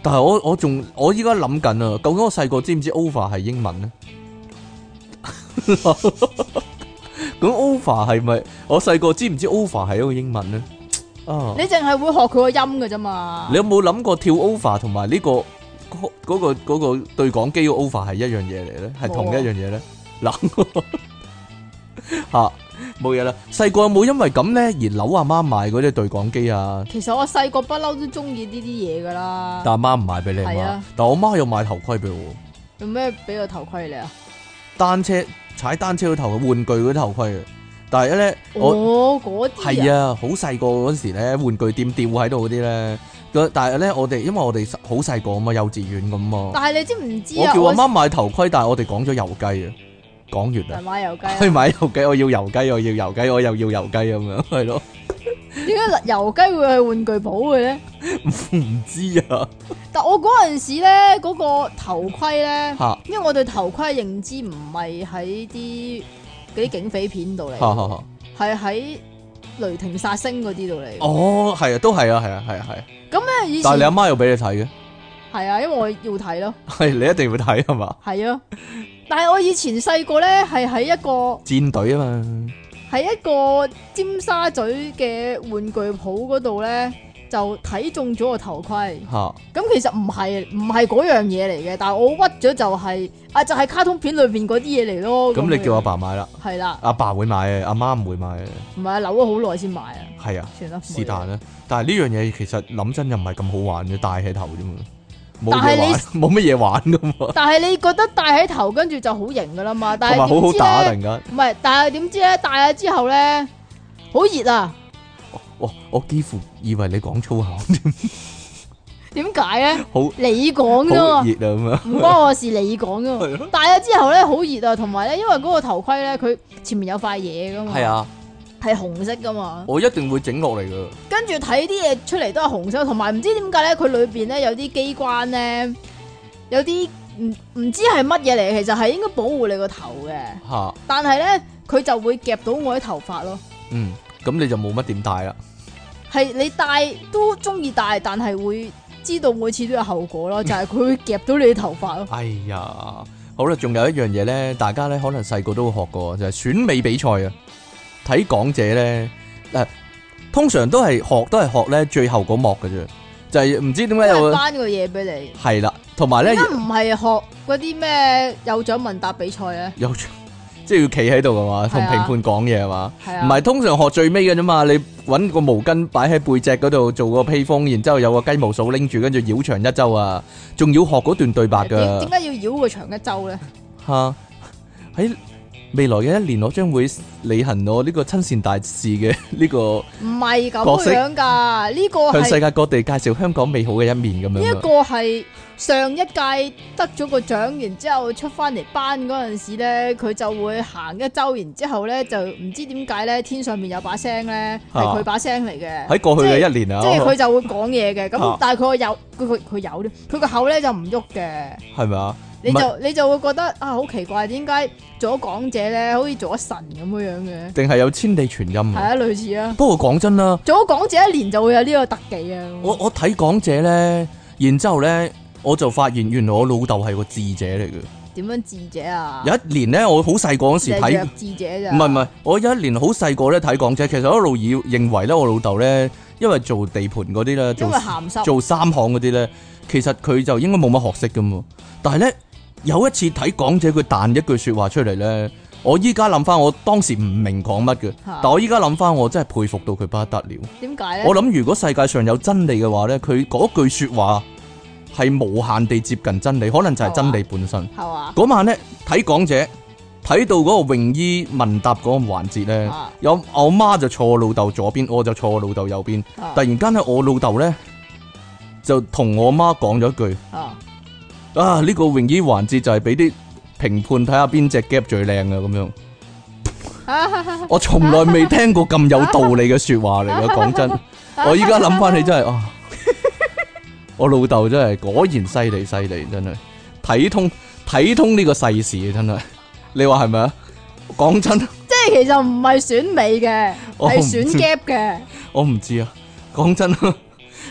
A: 但係我我仲我依家諗緊啊，究竟我細個知唔知 Over 係英文咧？ 咁 Over 係咪我細個知唔知 Over 係一個英文咧？啊！
B: 你淨係會學佢個音嘅啫嘛
A: 你？有冇諗過跳 over 同埋呢個嗰、嗰個嗰、個對講機嘅 over 係一樣嘢嚟咧？係同一樣嘢咧？ 嗱，嚇冇嘢啦。細個有冇因為咁咧而扭阿媽買嗰啲對講機啊？
B: 其實我細個不嬲都中意呢啲嘢噶啦。
A: 但阿媽唔買俾你啊
B: 係
A: 嘛
B: 啊？
A: 但我媽又買頭盔俾我，
B: 做咩俾個頭盔你啊？
A: 單車踩單車嗰頭玩具嗰啲頭盔嘅。但係咧，我。
B: 哦，嗰啲
A: 係啊，好細個嗰時咧，玩具店吊喺度嗰啲咧，個但係咧，我哋因為我哋好細個啊嘛，幼稚園咁啊。
B: 但係你知唔知
A: 我
B: 啊？
A: 叫阿媽買頭盔，但係我哋講咗油雞啊，講完
B: 係
A: 啦，
B: 買油雞啊，
A: 去買油雞，我要油雞，我要油雞，我又要油雞咁樣，係咯，
B: 點解油雞會去玩具鋪嘅咧？
A: 唔知啊，
B: 但我嗰陣時咧，嗰、個頭盔咧，
A: 嚇
B: 因為我對頭盔嘅認知唔係喺啲嗰啲警匪片度嚟，
A: 嚇嚇嚇，
B: 係喺雷霆殺星嗰啲度嚟。
A: 哦，係啊，都係啊，係啊，係啊，係啊，
B: 咁咧以前
A: 但係你阿媽又俾你睇嘅，
B: 係啊，因為我要睇咯，
A: 係你一定會睇係嘛？
B: 係啊。但係我以前細個咧，係喺一個
A: 戰隊啊嘛，
B: 喺一個尖沙咀嘅玩具鋪嗰度咧，就睇中咗個頭盔。
A: 嚇
B: 咁其實唔係唔係嗰樣嘢嚟嘅，但係我屈咗就係、啊，就係、卡通片裏邊嗰啲嘢嚟咯。
A: 咁你叫阿
B: 我
A: 爸買啦，
B: 係啦，
A: 阿爸會買嘅，阿媽唔會買嘅，
B: 唔係啊，扭咗好耐先買啊，
A: 係啊，
B: 算啦，
A: 是
B: 冇嘢
A: 但啦。但係呢樣嘢其實諗真又唔係咁好玩嘅，戴起頭啫嘛，冇
B: 但係
A: 嘢
B: 你
A: 玩，冇乜嘢玩噶嘛，
B: 但係你覺得戴喺頭跟住就好型噶啦嘛，但
A: 同埋
B: 係
A: 好好打突
B: 點
A: 然
B: 知
A: 間。
B: 咧，唔係，但係點知咧戴咗之後咧，好熱啊！
A: 哇！我幾乎以為你講粗口，
B: 點解咧？
A: 好
B: 你講噶
A: 好
B: 嘛，
A: 熱啊咁樣。
B: 唔關我事，你講噶嘛。
A: 係咯，
B: 戴咗之後咧，好熱啊，同埋咧，因為嗰個頭盔咧，佢前面有塊嘢噶嘛，
A: 係，啊，
B: 係紅色噶嘛。
A: 我一定會整落嚟噶。
B: 跟住睇啲嘢出嚟都係紅色，同埋唔知點解咧，佢裏邊咧有啲機關咧，有啲唔唔知係乜嘢嚟，其實係應該保護你個頭嘅，
A: 嚇，
B: 但係咧佢就會夾到我啲頭髮咯。
A: 嗯，咁你就冇乜點戴啦。
B: 係你戴都中意戴，但係會知道每次都有後果咯，就係佢會夾到你啲頭髮咯。
A: 哎呀，好啦，仲有一樣嘢咧，大家咧可能細個都會學過，就係選美比賽啊。睇港姐咧，誒，通常都係學都係學咧最後嗰幕嘅啫，就係唔知點解
B: 有
A: 有
B: 頒個嘢俾你，
A: 係啦，同埋咧
B: 點解唔係學嗰啲咩有獎問答比賽啊咧？
A: 有即係要企喺度嘅嘛，同
B: 係啊
A: 評判講嘢係嘛。
B: 係
A: 唔
B: 啊，
A: 係通常學最尾嘅啫嘛，你揾個毛巾擺喺背脊嗰度做個披風，然之後有個雞毛掃拎住，跟住繞場一周啊，仲要學嗰段對白
B: 點點
A: 噶
B: 解要繞個長一周咧？
A: 嚇。喺未來嘅一年，我將會履行我呢個親善大使嘅 呢個
B: 唔係
A: 角
B: 咁
A: 色
B: 樣㗎，呢個
A: 向
B: 哦係
A: 世。界各地介紹香港美好嘅一面咁
B: 呢一
A: 樣啊。
B: 個係上一屆得咗個獎，然之後出翻嚟班嗰陣時咧，佢就會行一周，然之後咧就唔知點解咧，天上面有把聲咧係
A: 啊
B: 佢把聲嚟嘅，
A: 喺過去嘅一年
B: 即係佢
A: 啊，
B: 就會講嘢嘅。咁、
A: 啊
B: 但係佢個有佢佢佢有啲，佢個口咧就唔喐嘅，
A: 係咪啊？
B: 你
A: 唔係
B: 就你就會覺得啊好奇怪，點解做咗港姐咧好似做咗神咁樣樣嘅？
A: 定係有千里傳音
B: 係
A: 啊？
B: 啊，類似啊，
A: 不過講真啦。
B: 做咗港姐一年就會有呢個特技啊。
A: 我我睇港姐咧，然之後咧，我就發現原來我老豆係個智者嚟嘅，
B: 點樣智者啊？
A: 有一年咧，我好細個嗰時
B: 就係
A: 睇
B: 弱，智者
A: 唔
B: 咋？
A: 係唔係，我有一年好細個咧睇港姐，其實我一路以認為咧，我老豆咧，因為做地盤嗰啲咧，
B: 因
A: 做
B: 為鹹濕，
A: 做三行嗰啲咧，其實佢就應該冇乜學識噶嘛。但係咧，有一次睇港姐佢彈一句説話出嚟咧，我依家諗翻，我當時唔明講乜嘅，
B: 嚇
A: 但我依家諗翻，我真係佩服到佢不得了。
B: 點解
A: 我
B: 咧？
A: 諗如果世界上有真理嘅話咧，佢嗰句説話係無限地接近真理，可能就係真理本身。
B: 係嘛？
A: 嗰晚咧睇港姐，睇到嗰個泳衣問答嗰個環節咧
B: 啊，
A: 有我媽就坐我老豆左邊，我就坐我老豆右邊。
B: 啊
A: 突然間咧，我老豆咧就同我媽講咗一句：
B: 啊
A: 啊，呢、個泳衣環節就係俾啲評判睇下邊只 gap 最靚啊咁樣。我從來未聽過咁有道理嘅説話嚟嘅，講真，我依家諗翻起真係啊， 我老豆真係果然犀利犀利，真係睇通睇通呢個世事，真係，你話係咪啊？講真，
B: 即係其實唔係選美嘅，
A: 我
B: 係
A: 唔
B: 選
A: 知
B: gap 嘅。
A: 我唔知啊，講真， 呢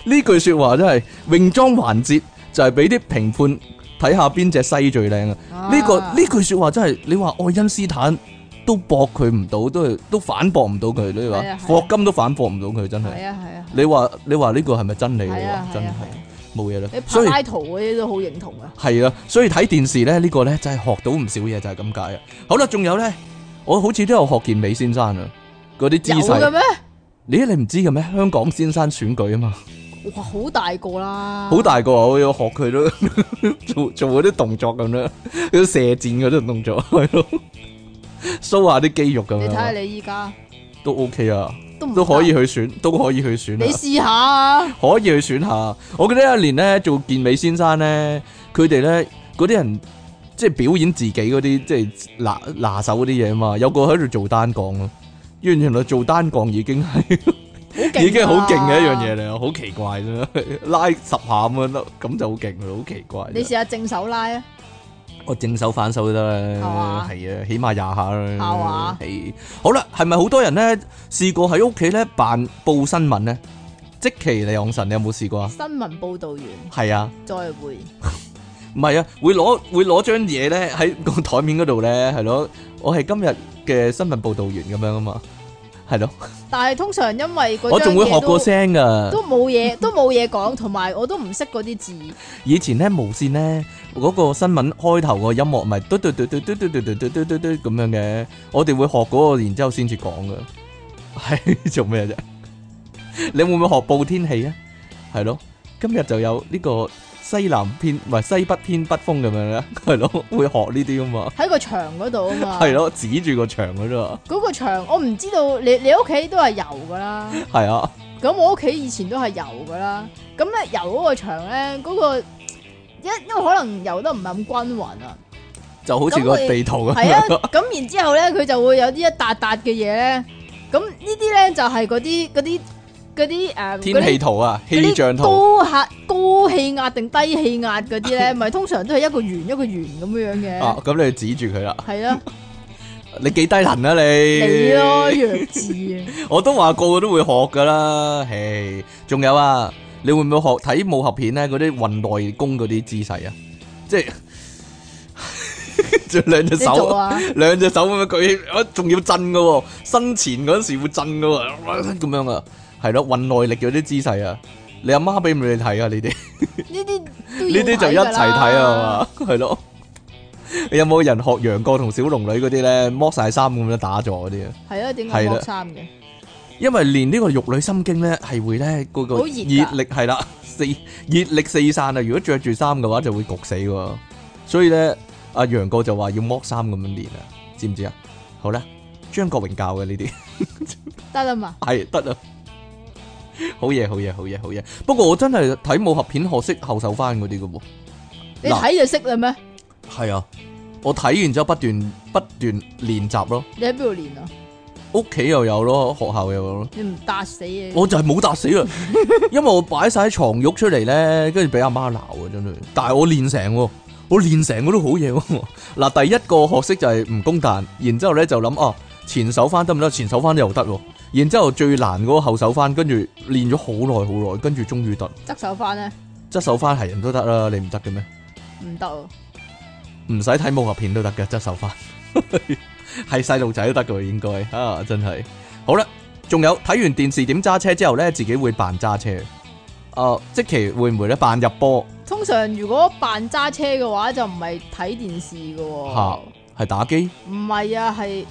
A: 句説話真係泳裝環節就係俾啲評判睇下邊只西最靚啊！
B: 呢
A: 呢、個呢句説話真係，你話愛因斯坦都駁佢唔到，都係都反駁唔到佢。你話
B: 係啊係啊
A: 霍金都反駁唔到佢，真係。
B: 係啊係啊
A: 你話你話呢個係咪真理？你
B: 係啊
A: 話
B: 係
A: 真
B: 啊
A: 係
B: 係啊！
A: 冇嘢啦
B: 你。拍
A: 所以
B: 拉圖嗰啲都好認同啊！
A: 係啦，所以睇電視咧呢個咧真係學到唔少嘢，就係咁解啊。好啦，仲有咧，我好似都有學健美先生啊，嗰啲姿
B: 有嘅
A: 勢。
B: 咩？
A: 咦，你唔知嘅咩？香港先生選舉啊嘛，
B: 哇，好大個啦！
A: 好大個啊！我要學佢咯， 做做嗰啲動作咁樣，嗰啲射箭嗰啲動作係咯，show 下啲肌肉咁
B: 你睇下
A: 樣，
B: 你依家
A: 都 OK 啊，
B: 都唔
A: 都可以
B: 得，
A: 去選，都可以去選啊。
B: 你試下啊！
A: 可以去選下。我記得有一年咧做健美先生咧，佢哋咧嗰啲人即係表演自己嗰啲即係拿拿手嗰啲嘢啊嘛，有個喺度做單槓咯。原原來做單槓已經係
B: 好
A: 已經好勁嘅一樣
B: 嘢。
A: 嘢嚟啊，好奇怪啫！拉十下咁樣咯，咁就好勁啦，好奇怪啫。
B: 你試下正手拉啊！
A: 我正手反手都得
B: 係
A: 啦，
B: 嘛
A: 係啊，起碼廿下
B: 係
A: 啦
B: 嘛。
A: 係好啦，係咪好多人咧試過喺屋企咧扮報新聞咧？即其李昂臣，你有冇試過啊？
B: 新聞報導員
A: 係啊。
B: 再會，
A: 唔係啊，會攞會攞張嘢咧喺個台面嗰度咧，係咯，我係今日嘅新聞報導員咁樣啊嘛，係咯，
B: 但係通常因為嗰
A: 我仲會
B: 張嘢
A: 學過
B: 都
A: 聲噶。
B: 都冇嘢，都冇嘢講，同埋我都唔識嗰啲字。
A: 以前咧無線咧嗰個新聞開頭個音樂咪嘟嘟嘟嘟嘟嘟嘟嘟嘟嘟嘟嘟咁樣嘅，我哋會學嗰個，然之後先至講噶。係 做咩啫？你會唔會學報天氣啊？係咯，今日就有呢個西南偏唔係西北偏北風咁樣咧， 係咯，會學呢啲噶嘛，
B: 喺個牆嗰度啊嘛，
A: 係咯，指住個牆嗰度啊。
B: 嗰個牆我唔知道你你屋企都係油噶啦，
A: 系啊，
B: 咁我屋企以前都係油噶啦，咁咧油嗰個牆咧嗰個因因為可能油得唔係咁均勻 啊，
A: 就好似個地圖咁
B: 係啊
A: 樣咯，，
B: 咁然之後咧佢就會有啲一笪笪嘅嘢咧，咁呢啲咧就係嗰啲嗰啲嗰啲誒
A: 天氣圖啊，
B: 嗰
A: 氣
B: 啲
A: 象圖，
B: 高壓高氣壓定低氣壓嗰啲 咧，咪通常都係一個圓一個圓咁樣樣
A: 啊
B: 嘅，，
A: 咁你指住佢啦，
B: 係啦，
A: 你幾低能啊
B: 你 咯
A: 你？
B: 弱智啊！
A: 我都話個個都會學噶啦，唉，仲有啊，你會唔會學睇武俠片咧？嗰啲運內功嗰啲姿勢啊，即係 就兩隻
B: 你做
A: 手，
B: 啊！
A: 兩隻手咁樣舉起，啊仲要震噶喎，身前嗰陣時會震噶喎，咁樣啊，係咯，運內力嗰啲姿勢啊，你阿媽俾唔俾你睇啊？ 你哋？
B: 呢啲
A: 呢啲就一齊睇啊嘛， 係咯。有冇人學楊過同小龍女嗰啲咧，剝晒衫咁樣打坐嗰啲啊？
B: 嘛，係咯？點
A: 係
B: 解
A: 啦
B: 剝衫嘅？
A: 因為練呢個玉女心經咧，係會咧嗰個
B: 好
A: 熱
B: 熱㗎
A: 力係啦，四熱力四散啊！如果着住衫嘅話，就會焗死喎。所以咧，阿楊過就話要剝衫咁樣練啊，知唔知啊？好啦，張國榮教嘅呢啲。
B: 得啦嘛，
A: 系得啦，好嘢好嘢好嘢好嘢。不過我真係睇武俠片學識後手翻嗰啲嘅喎。
B: 你
A: 嗱
B: 睇就識啦咩？
A: 係啊，我睇完之後不斷不斷練習咯，
B: 你喺邊度練啊？
A: 屋企又有咯，學校又有咯。
B: 你唔搭死嘅，
A: 我就係冇打死啊，因為我擺晒喺床褥出嚟咧，跟住俾阿媽鬧啊，真係。但係我練成喎，我練成嗰都好嘢喎。 嗱，第一個學識就係蜈蚣彈，然之後咧就諗啊，前手翻得唔得？前手翻又得喎。然之後最難嗰個後手翻，跟住練咗好耐好耐，跟住終於得。
B: 側手翻咧
A: 側手翻係人都得啦，你唔得嘅咩？
B: 唔得喎，
A: 唔使睇武俠片都得嘅，執手法 係細路仔都得嘅喎，應該啊，真係好啦。仲有睇完電視點揸車之後咧，自己會扮揸車。啊，即其會唔會咧扮入波
B: 通常如果扮揸車嘅話，就唔係睇電視嘅喎、
A: 嚇？係打機
B: 唔係啊，係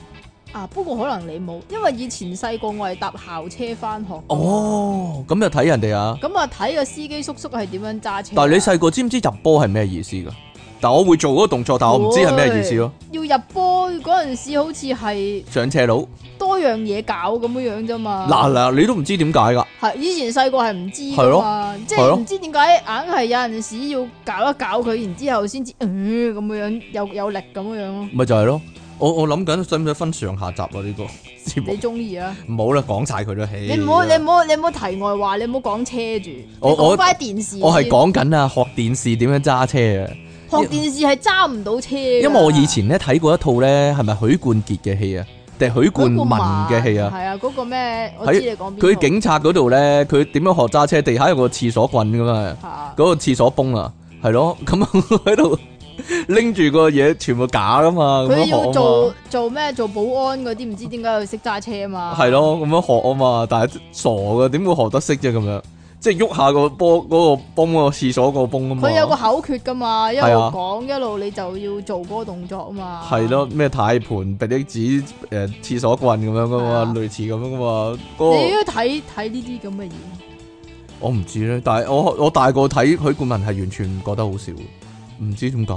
B: 啊，不過可能你冇，因為以前細個我係搭校車翻學。，
A: 哦，咁就睇人哋啊。
B: 咁啊睇個司機叔叔係點樣揸車啊。
A: 但係你細個知唔知入波係咩意思噶？但我會做嗰個動作，但我唔知係咩意思咯。
B: 要入波嗰陣時，好似係
A: 上斜佬
B: 多樣嘢搞咁樣樣啫嘛。
A: 嗱嗱，你都唔知點解噶，
B: 係以前細個係唔知
A: 係
B: 㗎嘛
A: 咯，
B: 即
A: 係
B: 係
A: 咯
B: 唔知點解硬係有陣時要搞一搞佢，然之後先知嗯咁樣樣有有力咁樣樣咯。
A: 咪就係咯。我我諗緊使唔使分上下集啊？呢個節
B: 你
A: 目
B: 中意啊？
A: 唔好啦，講晒佢啦。唉
B: 你唔好你唔好你唔好題外話，你唔好講車住，你
A: 嗯我我
B: 講翻電視先。
A: 我係講緊啊，學電視點樣揸車啊！
B: 學電視係揸唔到車㗎，
A: 因為我以前咧睇過一套咧，係咪許冠傑嘅戲啊？定係許
B: 嗰個
A: 冠文嘅戲啊？
B: 係啊，嗰個咩？我
A: 喺
B: 知你講邊套。
A: 佢警察嗰度咧，佢點樣學揸車？地下有個廁所棍噶嘛，
B: 嚇
A: 嗰個廁所泵啊，係咯，咁 喺度拎住個嘢全部假噶嘛，咁樣
B: 佢要
A: 學啊
B: 做做咩？做保安嗰啲，唔知點解佢識揸車啊嘛。
A: 嘛，係咯，咁樣學啊嘛，但係傻嘅，點會學得識啫咁樣？即係喐下個波嗰個泵個廁所個泵啊嘛，
B: 佢有個口訣噶嘛，一路
A: 係啊
B: 講一路你就要做嗰個動作啊嘛。
A: 係咯，咩太盤、鼻啲紙、誒廁所棍咁樣噶
B: 係啊
A: 嘛，類似咁樣噶嘛，嗰個
B: 你都睇睇呢啲咁嘅嘢，
A: 我唔知咧，但係我我大個睇許冠文係完全唔覺得好笑，唔知點解，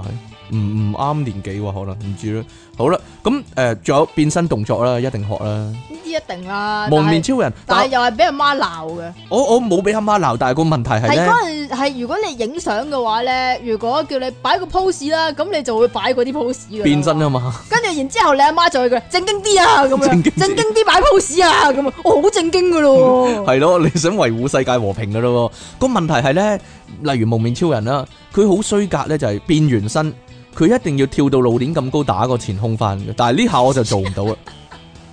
A: 唔唔啱年紀喎，可能唔知咧。好啦，咁誒仲有變身動作啦，一定學啦。
B: 呢啲一定啦。
A: 蒙面
B: 啊但係
A: 超人，
B: 但係
A: 但
B: 又係俾阿媽鬧嘅。
A: 我我冇俾阿媽鬧，但係個問題係
B: 係
A: 咧，
B: 嗰陣係如果你影相嘅話咧，如果叫你擺個 pose 啦，咁你就會擺嗰啲 pose 嘅。
A: 變身啊嘛，
B: 跟住然之後你阿媽就會佢正經 啲啊咁
A: 正經
B: 樣，
A: 啲
B: 正經啲擺 pose 啊咁啊，我好正經噶咯喎。
A: 係咯，你想維護世界和平噶咯喎。個問題係咧，例如蒙面超人啦，佢好衰格咧，就係變完身，佢一定要跳到路鏈咁高打個前空翻嘅，但係呢下我就做唔到啦。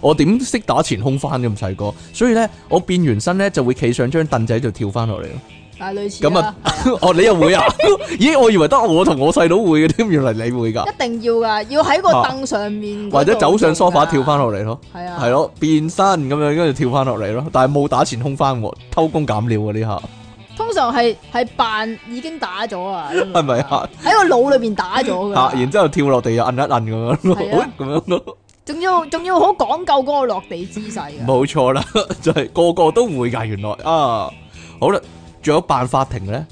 A: 我點識打前空翻咁細個，所以咧我變完身咧就會企上張凳仔就跳翻落嚟咯。
B: 啊，類似
A: 咁
B: 啦
A: 啊， 哦你又會啊？ 咦，我以為得我同我細佬會嘅添，原來你會㗎，
B: 一定要噶，要喺個凳上面，
A: 啊或者走上梳化跳翻，落嚟咯。
B: 係啊，
A: 係咯，變身咁樣跟住跳翻落嚟咯，但係冇打前空翻喎，偷工減料啊呢下。
B: 通常係係扮已經打咗啊，係
A: 係咪啊？
B: 喺個腦裏邊打咗
A: 吓，
B: 噶，
A: 然之后跳落地又摁一摁咁樣咯，
B: 係啊
A: 咁樣咯，
B: 仲要仲要好講究嗰個落地姿勢啊，
A: 冇錯啦， 就係個個都會㗎，原來啊，好啦，仲有辦法庭咧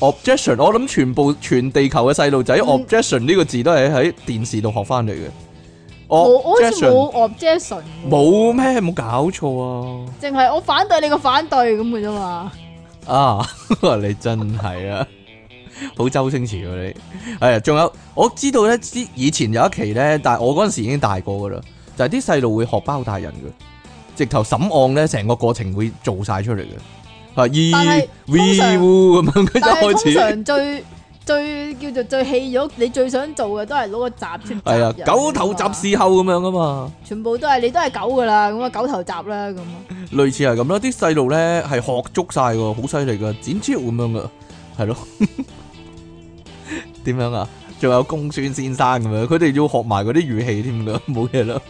A: ，objection，我諗全部全地球嘅細路
B: 嗯
A: 仔，objection 呢個字都係喺電視度學翻嚟嘅
B: 我我好似
A: ，objection
B: 冇 objection，
A: 冇咩冇搞錯
B: 淨係我反對你個反對咁嘅啫嘛，
A: 啊，啊， 你真係啊！好周星馳喎你，係啊，仲有我知道咧，之以前有一期咧，但係我嗰陣時已經大個噶啦，就係啲細路會學包大人嘅，直頭審案咧，成個過程會做晒出嚟嘅，啊
B: 但係
A: e
B: 通
A: v
B: 常
A: u 咁樣跟住
B: 但係通
A: 開始，啊
B: 常最。 最叫做最戲肉，你最想做嘅都係攞個閘出嚟
A: 係啊
B: 閘人，
A: 狗頭鍘事後咁樣噶嘛，
B: 全部都係你都係狗噶啦，咁啊狗頭鍘啦咁啊，
A: 類似係咁咯，啲細路咧係學足晒㗎，好犀利㗎，剪招咁樣噶，係咯， 點樣啊？仲有公孫先生咁樣，佢哋要學埋嗰啲語氣添㗎， 冇嘢啦。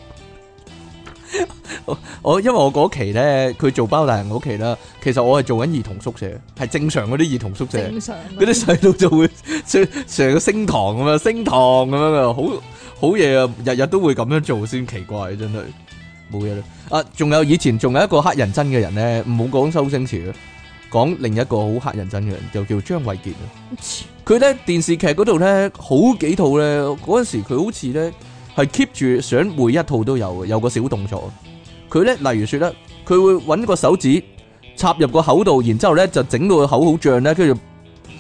A: 我我因為我嗰期咧，佢做包大人嗰期啦，其實我係做緊兒童宿舍，係正常嗰啲兒童宿舍。
B: 正常
A: 嗰啲細路就會成成個升堂咁樣，升堂咁樣啊，好好嘢啊！日日都會咁樣做先奇怪，真係冇嘢啦。啊，仲有以前仲有一個黑人憎嘅人咧，唔好講周星馳啊，講另一個好黑人憎嘅人，就叫張衛健啊。佢咧電視劇嗰度咧好幾套咧，嗰陣時佢好似咧係 keep 住想每一套都有嘅，有個小動作。佢咧例如説咧，佢會揾個手指插入個口度，然之後咧就整到個口好脹咧，跟住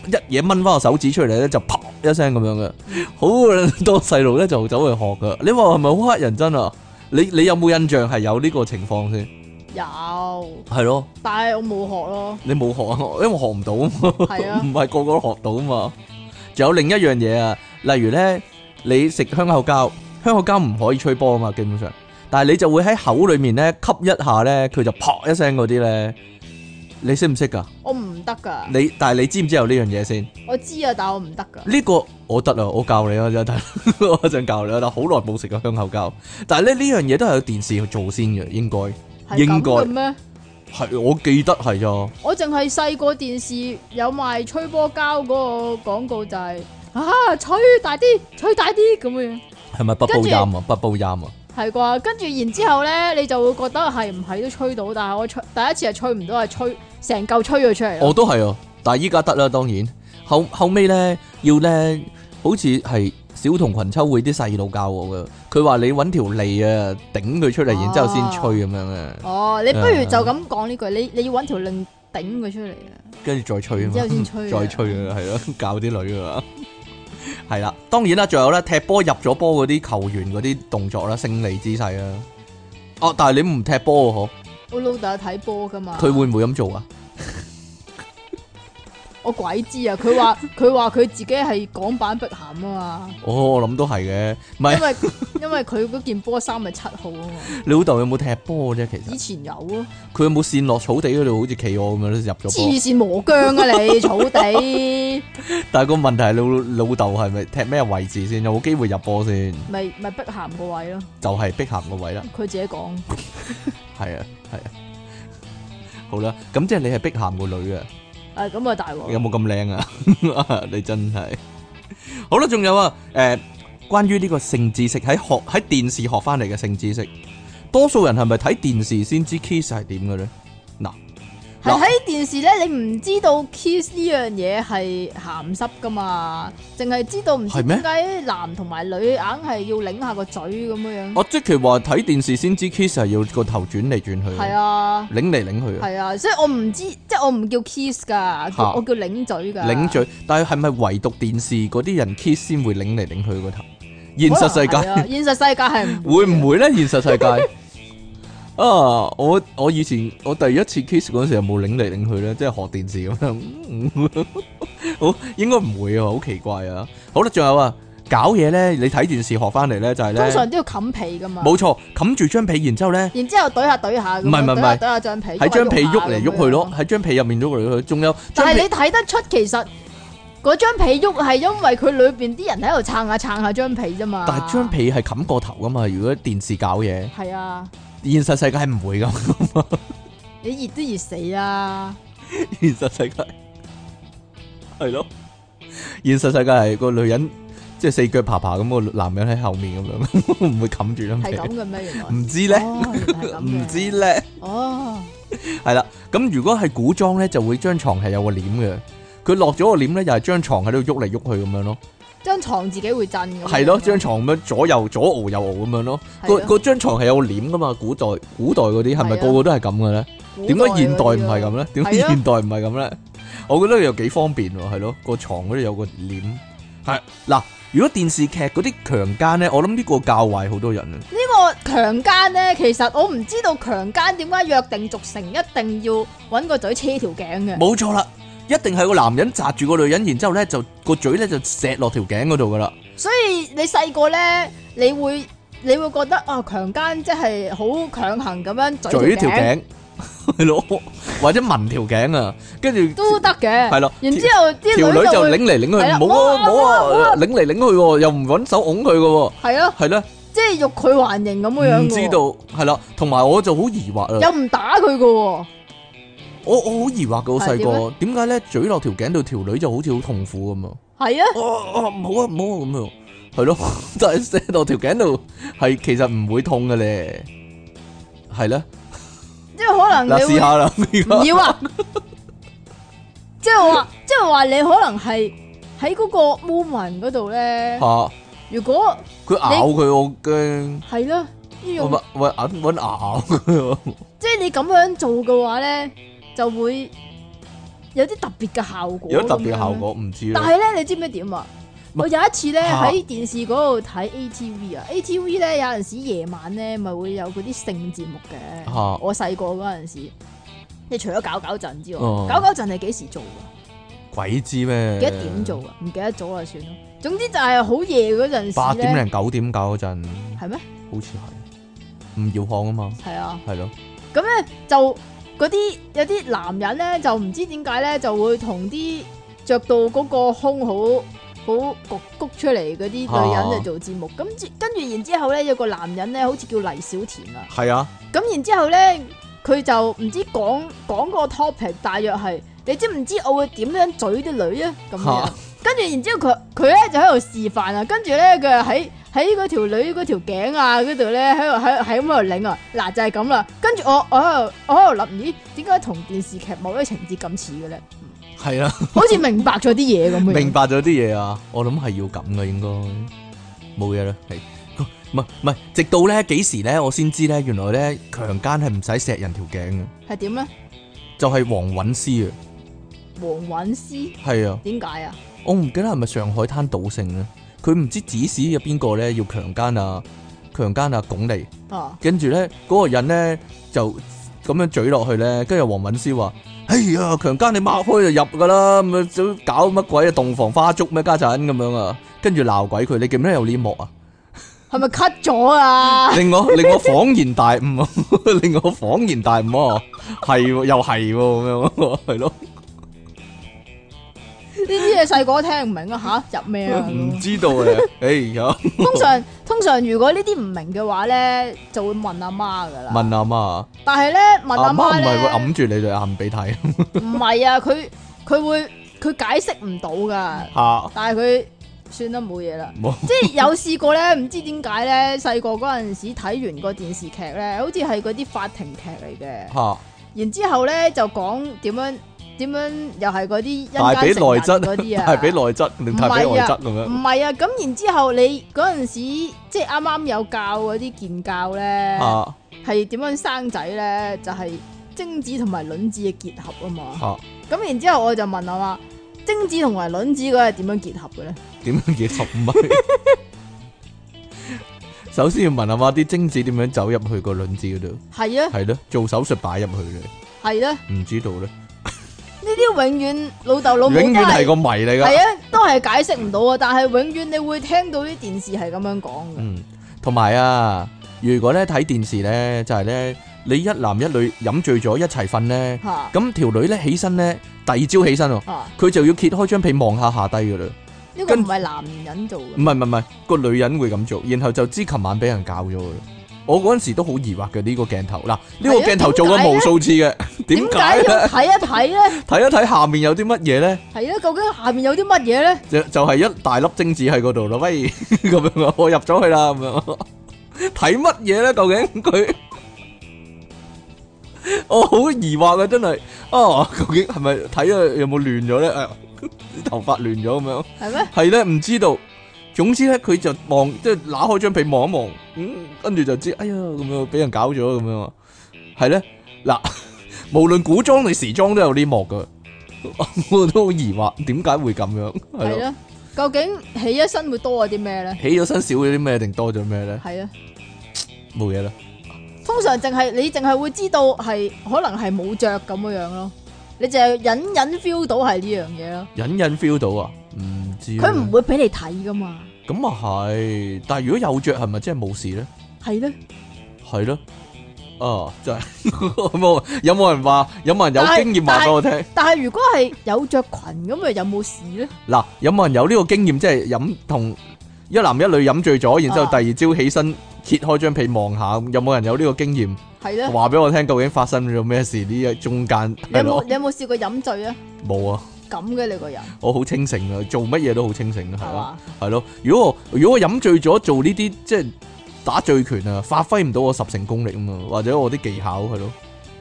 A: 一嘢掹翻個手指出嚟咧，就啪一聲咁樣嘅。好啊 多細路咧就走去學噶。你話係咪好黑人憎啊？你啊你有冇印象係有呢個情況先？
B: 有。
A: 係咯，
B: 但系我冇學咯，
A: 你冇學啊，因為學唔到啊嘛。
B: 係啊
A: 唔，係個個都學到啊嘛。仲有另一樣嘢啊，例如咧，你食香口膠，香口膠唔可以吹波啊嘛，基本上。但係你就會喺口裏面咧吸一下咧，佢就啪一聲嗰啲咧，你識唔識㗎？
B: 我唔得噶，
A: 你但係你知唔知有呢樣嘢先？
B: 我知啊，但我唔得噶。
A: 呢個我得啊，我教你啊，真係 我一陣教你啊，但好耐冇食過香口膠。但係咧呢樣嘢都係有電視去做先嘅，應該
B: 係
A: 應
B: 咁
A: 該
B: 嘅咩？
A: 係我記得係咋。
B: 我淨係細個電視有賣吹波膠嗰個廣告就係、啊，吹大啲，吹大啲咁樣，
A: 係咪不煲
B: 跟住
A: 音啊？不煲音啊？
B: 係啩？跟住然之後咧，你就會覺得係唔係都吹到，但係我吹第一次係吹唔到，係吹成嚿吹咗出嚟
A: 我
B: 咯。
A: 都係啊，但係依家得啦，當然後後尾咧要咧，好似係小童群秋會啲細路教我噶。佢話你揾條脷啊頂佢出嚟，然之後先吹咁樣啊，
B: 哦，你不如就咁講呢句，你你要揾條令頂佢出嚟啊！
A: 跟住再吹啊
B: 然之後先
A: 嘛，
B: 吹啊
A: 再吹啊，係咯， 教啲女啊嘛。係啦，當然啦，仲有咧踢波入咗波嗰啲球員嗰啲動作啦，勝利姿勢啦。哦，但係你唔踢波喎，
B: 我老豆有睇波噶嘛，
A: 嗬佢會唔會咁做啊？
B: 我鬼知啊！佢 話佢話佢自己係港版碧咸啊嘛，
A: 哦，我諗都係嘅，唔係
B: 因為因為佢嗰件波衫係七號啊嘛，
A: 你老豆有冇踢波啫？其實
B: 以。前有啊，
A: 佢有冇跣落草地嗰度，好似企我咁樣入咗波
B: 黐？線磨姜啊你草地，
A: 但係個問題係你老老豆係咪踢咩位置先？有冇機會入波先？
B: 咪咪碧咸個位咯，
A: 就係碧咸個位啦，
B: 佢自己講
A: 係啊，係啊。好啦，咁即係你係碧咸個女啊？
B: 啊咁啊大
A: 有
B: 鑊，
A: 冇咁靚啊？ 你真係好啦，仲有啊，誒、關於呢個性知識喺學喺電視學翻嚟嘅性知識，多數人係咪睇電視先知 kiss 係點嘅咧？嗱，
B: 係喺電視咧，你唔知道 kiss 呢樣嘢係鹹濕噶嘛，淨係知道唔知
A: 係咩
B: 點解男同埋女硬係要擰下個嘴咁樣樣，
A: 我即係話睇電視先知 kiss 係要個頭轉嚟轉去，
B: 係，啊。
A: 擰嚟擰去啊。
B: 系啊，所以我唔知，即系我唔叫 kiss 噶，
A: 嚇
B: 我叫拧嘴噶。
A: 拧嘴，但系係咪唯獨電視嗰啲人 kiss 先會拧嚟拧去個頭？現實世
B: 可能係啊
A: 界
B: 现实世界系
A: 會唔會呢？現實世界 啊，我我以前我第一次 kiss 嗰陣時有冇拧嚟拧去呢？即係學電視咁樣， 嗯好應該唔會啊，好奇怪啊！好啦，仲有啊，搞嘢呢，你睇電視學翻嚟呢，就係
B: 通
A: 呢，
B: 常都要冚被噶嘛。
A: 冇錯，冚住張被，然之後咧。
B: 然之后怼下怼下咁樣，
A: 唔係唔係唔係
B: 懟下怼下张被，
A: 喺張被
B: 下
A: 喐嚟喐去咯
B: 咁樣。，
A: 喺張被入面喐嚟喐去，仲有張
B: 但系
A: 被
B: 你睇得出其实嗰张被喐係因為佢裏边啲人喺度撐下撐下張被啫嘛。
A: 但係張被係冚過頭噶嘛，如果電視搞嘢。
B: 係啊，
A: 現實世界係唔會咁，
B: 你熱都熱死啊！
A: 現實世界係咯，現實世界係個女人即係四腳爬爬咁，個男人喺後面咁樣， 唔會冚住張
B: 係
A: 被
B: 咁，嘅咩？原來
A: 唔知咧，
B: 哦，原來係咁嘅
A: 唔知咧，
B: 哦，
A: 係啦。咁如果係古裝咧，就會張床係有個簾嘅，佢落咗個簾咧，又係張床喺度喐嚟喐去咁樣咯，
B: 張床自己會震咁樣。
A: 係咯，張床咁樣左右左搖右搖咁樣咯。
B: 係
A: 個
B: 咯
A: 個張床係有個簾噶嘛，古代古代嗰啲係咪
B: 係啊
A: 個個都係咁嘅咧？
B: 古
A: 點解現代
B: 嗰
A: 唔
B: 啲咯
A: 係咁咧？點解
B: 係啊
A: 現代唔係咁咧？我覺得又幾方便喎，係咯，個床嗰度有個簾。係嗱，如果電視劇嗰啲強姦咧，我諗呢個教壞好多人啊。
B: 呢個強姦咧，其實我唔知道強姦點解約定俗成一定要揾個嘴車條頸嘅。
A: 冇錯啦，一定係個男人擲住個女人，然之後咧就個嘴咧就錫落條頸嗰度噶啦。
B: 所以你細個咧，你會你會覺得啊，強姦即係好強行咁樣
A: 嘴
B: 嘴條
A: 條
B: 頸
A: 頸 係咯，或者聞條頸啊，跟住
B: 都得嘅。
A: 係咯
B: 然之後
A: 條
B: 啲
A: 女就
B: 會
A: 擰嚟擰
B: 係
A: 去，
B: 啦
A: 唔好啊，唔好啊，擰嚟擰去喎，又唔揾手擁佢嘅喎，
B: 係咯，
A: 係啦，
B: 即係欲拒還迎咁樣
A: 唔
B: 嘅喎
A: 知道係啦，同埋我就好疑惑啊。
B: 又唔打佢嘅喎，
A: 我我好疑惑噶，我細
B: 係點
A: 個點解咧嘴落條頸度條女就好似好痛苦咁啊！
B: 係啊，
A: 哦哦，唔好啊唔好啊咁樣，係咯， 就係錫落條頸度係其實唔會痛嘅咧，係咧，
B: 即係可
A: 嗱
B: 能你
A: 試
B: 會
A: 下啦，而
B: 唔
A: 家
B: 要 啊！即係話，即係話你可能係喺嗰個 moment 嗰度咧。
A: 嚇
B: 如果
A: 佢咬佢我驚，
B: 係咯，呢
A: 我
B: 用
A: 咪喂揾揾咬佢，
B: 即係你咁樣做嘅話咧，就會有啲特別嘅效果。
A: 有特別效。果唔知
B: 但
A: 啦，
B: 係咧，你知唔知點啊？
A: 唔係
B: 我有一次咧
A: 嚇
B: 喺電視嗰度睇 ATV 啊，ATV 咧有陣時夜晚咧咪會有嗰啲性節目嘅。
A: 嚇
B: 我細個嗰陣時，即係除咗搞搞震之外，
A: 哦
B: 搞搞震係幾時做㗎？
A: 鬼知咩？
B: 幾多點做？啊㗎？唔記得咗啦，算啦。總之就係好夜嗰陣
A: 八
B: 時
A: 點
B: 咧，
A: 零九點搞嗰陣，
B: 係咩？
A: 好似係唔要看啊嘛，
B: 係啊。
A: 係咯，
B: 咁咧就嗰啲有啲男人咧就唔知點解咧就會同啲着到嗰個胸好好谷谷出嚟嗰啲女人
A: 啊
B: 就做節目，咁之跟住然之後咧有個男人咧好似叫黎小田啊，
A: 係啊，
B: 咁然之後咧佢就唔知講講個 topic 大約係你知唔知我會點樣嘴啲女啊咁樣
A: 嚇，
B: 跟住然之後佢佢咧就喺度示範啊，跟住咧佢又喺。喺嗰條女嗰條頸啊嗰度咧，喺度喺喺咁喺度擰啊，嗱就係咁啦。跟住我我喺度我喺度諗，咦，點解同電視劇某啲情節咁似 嘅咧？
A: 係啦，
B: 好似明白咗啲嘢咁樣。
A: 明白咗啲嘢啊，我諗係要咁嘅應該冇嘢啦，係。唔係唔係，直到咧幾時咧，我先知咧，原來咧強姦係唔使錫人條頸嘅，
B: 係點咧？
A: 就係、黃韻詩啊，
B: 黃韻詩
A: 係啊。
B: 點解啊？
A: 我唔記得係咪上海灘賭聖咧，佢唔知指使有邊個咧要強姦啊強姦啊鞏俐，
B: 啊，
A: 跟住咧嗰個人咧就咁樣嘴落去咧，跟住黃敏詩話：哎呀，強姦你擘開啊就入噶啦，咁樣搞乜鬼啊洞房花燭咩家陣咁樣啊，跟住鬧鬼佢，你記唔記得有呢幕啊？
B: 係咪 cut 咗 啊？
A: 令我令我恍然大悟啊！令我恍然大悟啊！係喎又係喎咁樣喎，係咯，
B: 呢啲嘢細個聽唔明啊吓，入咩啊？
A: 唔知道啊！哎 呀，
B: 通常通常如果呢啲唔明嘅話咧，就會問阿媽噶啦。
A: 問阿媽。
B: 但係咧問
A: 阿
B: 阿
A: 媽
B: 媽
A: 唔係會
B: 咧，
A: 揞住你對眼俾睇
B: 唔係啊，佢佢會佢解釋唔到噶，
A: 嚇，
B: 但係佢。算啦，冇嘢啦。
A: 冇
B: 即係有試過咧，唔知點解咧，細個嗰陣時睇完個電視劇咧，好似係嗰啲法庭劇嚟嘅。
A: 嚇
B: 然之後咧就講點樣點樣，又係嗰啲
A: 大髀內
B: 陰間
A: 側
B: 成人嗰啲 啊，
A: 大髀內側定大髀
B: 唔
A: 外
B: 係啊
A: 側咁樣
B: 唔係啊，咁然之後你嗰陣時即係啱啱有教嗰啲健教咧，
A: 嚇
B: 係啊點樣生仔咧？就係、精子同埋卵子嘅結合啊嘛。
A: 嚇
B: 咁然之後我就問我媽，精子同埋卵子嗰係點樣結合嘅咧？
A: 點樣幾十五 米？首先要問阿媽啲精子點樣走入去個卵子嗰度，
B: 係啊，
A: 係咯，做手術擺入去咧，
B: 係啦，呢
A: 唔知道咧，
B: 啲永遠老豆老母都
A: 永遠係
B: 係
A: 個謎嚟
B: 係
A: 㗎。
B: 啊，都係解釋唔到啊。但係永遠你會聽到啲電視係咁樣講嘅。
A: 嗯，同埋啊，如果咧睇電視咧，就係咧你一男一女飲醉咗一齊瞓咧，
B: 嚇啊
A: 咁條女咧起身咧，第二朝起身喎，
B: 啊！
A: 佢就要揭開張被望下下低㗎啦。
B: 呢個
A: 跟嗯
B: 唔係男人做
A: 唔
B: 嘅，
A: 係唔係唔係，個女人會咁做，然後就知琴晚俾人搞咗佢。我嗰陣時都好疑惑嘅呢、個鏡頭，嗱呢、個
B: 係啊
A: 鏡頭做過無數次嘅，點
B: 點
A: 解
B: 解
A: 咧？
B: 要睇一睇咧？
A: 睇一睇下面有啲乜嘢咧？
B: 啊係咧，究竟下面有啲乜嘢咧？
A: 就就係一大粒精子喺嗰度咯，喂 咁樣啊我入咗去啦咁樣，睇乜嘢咧？究竟佢？ 我好疑惑啊！真係，哦，究竟係咪睇咗有冇亂咗咧？誒、啲 頭髮亂咗咁樣。
B: 係咩？
A: 系咧，唔知道。總之咧，佢就望即係揦開張被望一望，嗯，跟住就知，哎呀咁樣俾人搞咗咁樣啊。係咧，嗱，無論古裝定時裝都有呢幕噶， 我都好疑惑點解會咁樣。係
B: 係
A: 咯，
B: 咯，究竟起一身會多咗啲咩咧？
A: 起咗身少咗啲咩定多咗咩咧？
B: 係啊，
A: 冇嘢啦，
B: 通常淨係你淨係會知道係可能係冇着咁樣樣咯，你就係隱隱 feel 到係呢樣嘢咯。
A: 隱隱 feel 到啊，唔知啊
B: 佢唔會俾你睇噶嘛，
A: 咁啊係，但係如果有着係咪真係冇事咧？
B: 係咧。
A: 係咯，啊真係 有冇有冇人話有冇人
B: 但係
A: 有經驗話俾我聽？
B: 但係如果係有着裙咁啊，有冇事咧？
A: 嗱，有冇人有呢個經驗，即係飲同一男一女飲醉咗，然之後
B: 啊
A: 第二朝起身揭開張被望下，有冇人有呢個經驗？
B: 係咧。
A: 話俾我聽，究竟發生咗咩事？呢一中間
B: 你有
A: 係
B: 冇
A: 咯，
B: 你有冇試過飲醉啊？
A: 冇啊！
B: 咁嘅你個人
A: 我好清醒啊，做乜嘢都好清醒啊，係
B: 係
A: 啊，
B: 嘛？
A: 係咯。如果我如果我飲醉咗做呢啲即係打醉拳啊，發揮唔到我十成功力啊嘛，或者我啲技巧係咯，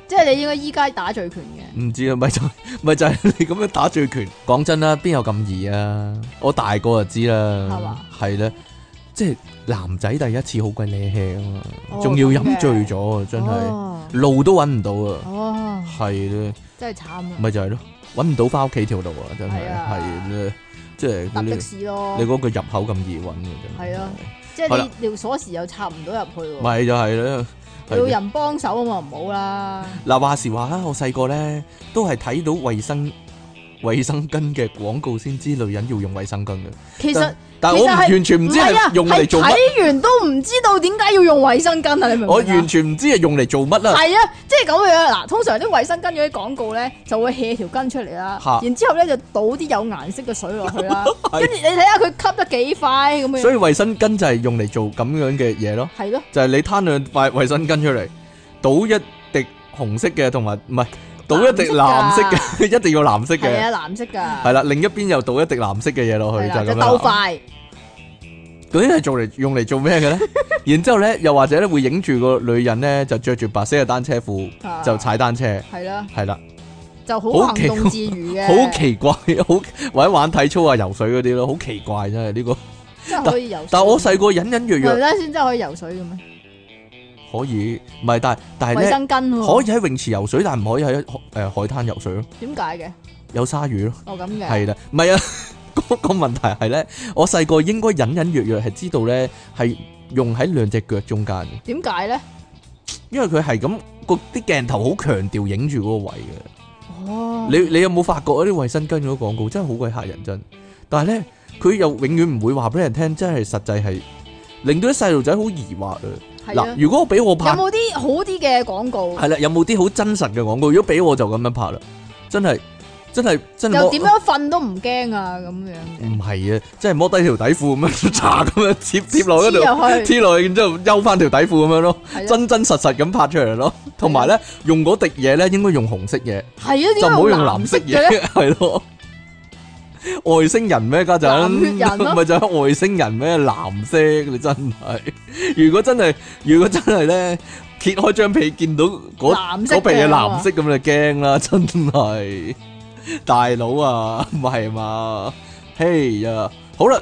B: 即係你應該依家打醉拳嘅。
A: 唔知啊，咪就咪就係你咁樣打醉拳。講真啦，邊有咁易啊？我大個就知
B: 係
A: 啦
B: 嘛，
A: 係啦，即係男仔第一次好鬼瀨氣啊嘛，
B: 哦
A: 仲要
B: 咁嘅
A: 飲醉咗啊，真係
B: 哦
A: 路都揾唔到啊，
B: 哦，
A: 係咧，
B: 真係慘啊！
A: 咪就係咯，揾唔到翻屋企條路啊，真係
B: 係啊
A: 係咧，即係
B: 搭
A: 嗰
B: 的
A: 啲
B: 士咯
A: 你，嗰個入口咁易揾嘅真
B: 係啊即
A: 係
B: 係
A: 啦
B: 你條鎖匙又插唔到入去喎，
A: 咪就係啦，係
B: 要
A: 咧
B: 人 幫手啊嘛，唔好啦。
A: 嗱話時話啦，我細個咧都係睇到衞生衛生巾嘅廣告先知女人要用衛生巾嘅。
B: 其實
A: 但我唔
B: 其實係
A: 完全唔知
B: 係啊
A: 係用嚟做
B: 係
A: 乜，
B: 睇完都唔知道點解要用衛生巾啊！你明唔明啊
A: 我完全唔知係用嚟做乜啦。
B: 係啊，即係咁樣嗱。通常啲衛生巾嗰啲廣告咧，就會 hea 條巾出嚟啦
A: 嚇，
B: 然之後咧就倒啲有顏色嘅水落去啦，
A: 係
B: 跟住你睇下佢吸得幾快咁樣，
A: 所以衛生巾就係用嚟做咁樣嘅嘢咯，
B: 係咯。
A: 就係你攤兩塊衛生巾出嚟，倒一滴紅色嘅同埋唔係倒一滴藍
B: 藍
A: 色
B: 色
A: 嘅，一定要藍色
B: 係
A: 嘅，
B: 啊，藍色㗎，
A: 係啦。另一邊又倒一滴藍色嘅嘢落去，
B: 係
A: 就係
B: 啦，就
A: 咁樣
B: 鬥
A: 啦。
B: 快，
A: 究竟係做嚟用嚟做 咩嘅咧？然之後咧，又或者咧會影住個女人咧就着住白色嘅單車褲
B: 啊
A: 就踩單車，
B: 係啦，
A: 係啦，
B: 就好
A: 好
B: 行
A: 奇
B: 動自如嘅，
A: 好奇怪，好或者玩體操啊、游水嗰啲咯，好奇怪真係呢個。
B: 真係可以游水。
A: 但係我細個隱隱約
B: 係
A: 約
B: 啦，先真係可以游水嘅咩？
A: 可以，唔係但係但係
B: 衛
A: 咧
B: 生巾
A: 可
B: 喎，
A: 以喺泳池游水，但唔可以喺誒海灘游水咯，
B: 點解嘅？
A: 有鯊魚咯，
B: 哦咁嘅，
A: 係啦，唔係啊。 嗰個問題係咧，我細個應該隱隱約約係知道咧，係用喺兩隻腳中間嘅。
B: 點解咧？
A: 因為佢係咁個啲鏡頭好強調影住嗰個位嘅。
B: 哦，
A: 你你有冇發覺嗰啲衛生巾嗰個廣告真係好鬼嚇人真？但係咧，佢又永遠唔會話俾人聽，真係實際係令到啲細路仔好疑惑啊！
B: 係啊
A: 嗱，如果我俾我
B: 有
A: 拍，
B: 冇啲好啲嘅廣告？
A: 係啦，啊有冇啲好真實嘅廣告？如果俾我就咁樣拍啦，真係真係真係
B: 又點
A: 摸。
B: 樣瞓都唔驚啊？咁樣
A: 唔係啊，真係摸低條底褲咁樣， 查咁樣貼貼落嗰度，
B: 黐入去，
A: 貼落去，然之後休翻條底褲咁樣咯，
B: 係啊
A: 真真實實咁拍出嚟咯。同埋咧，用嗰滴嘢咧，應該用紅色嘢。
B: 係啊，點
A: 就
B: 解
A: 唔好用
B: 藍
A: 藍色
B: 嘅咧？
A: 嘢， 係咯。外星人咩家陣？
B: 藍血 人啊咯
A: 咪就係外星人咩？藍色你真係，如果真係，如果真係咧，揭開張被見到嗰
B: 藍色啊
A: 嗰
B: 嘅
A: 鼻嘢藍色咁，你驚 啦，真係大佬啊，唔係嘛？嘿呀，好啦，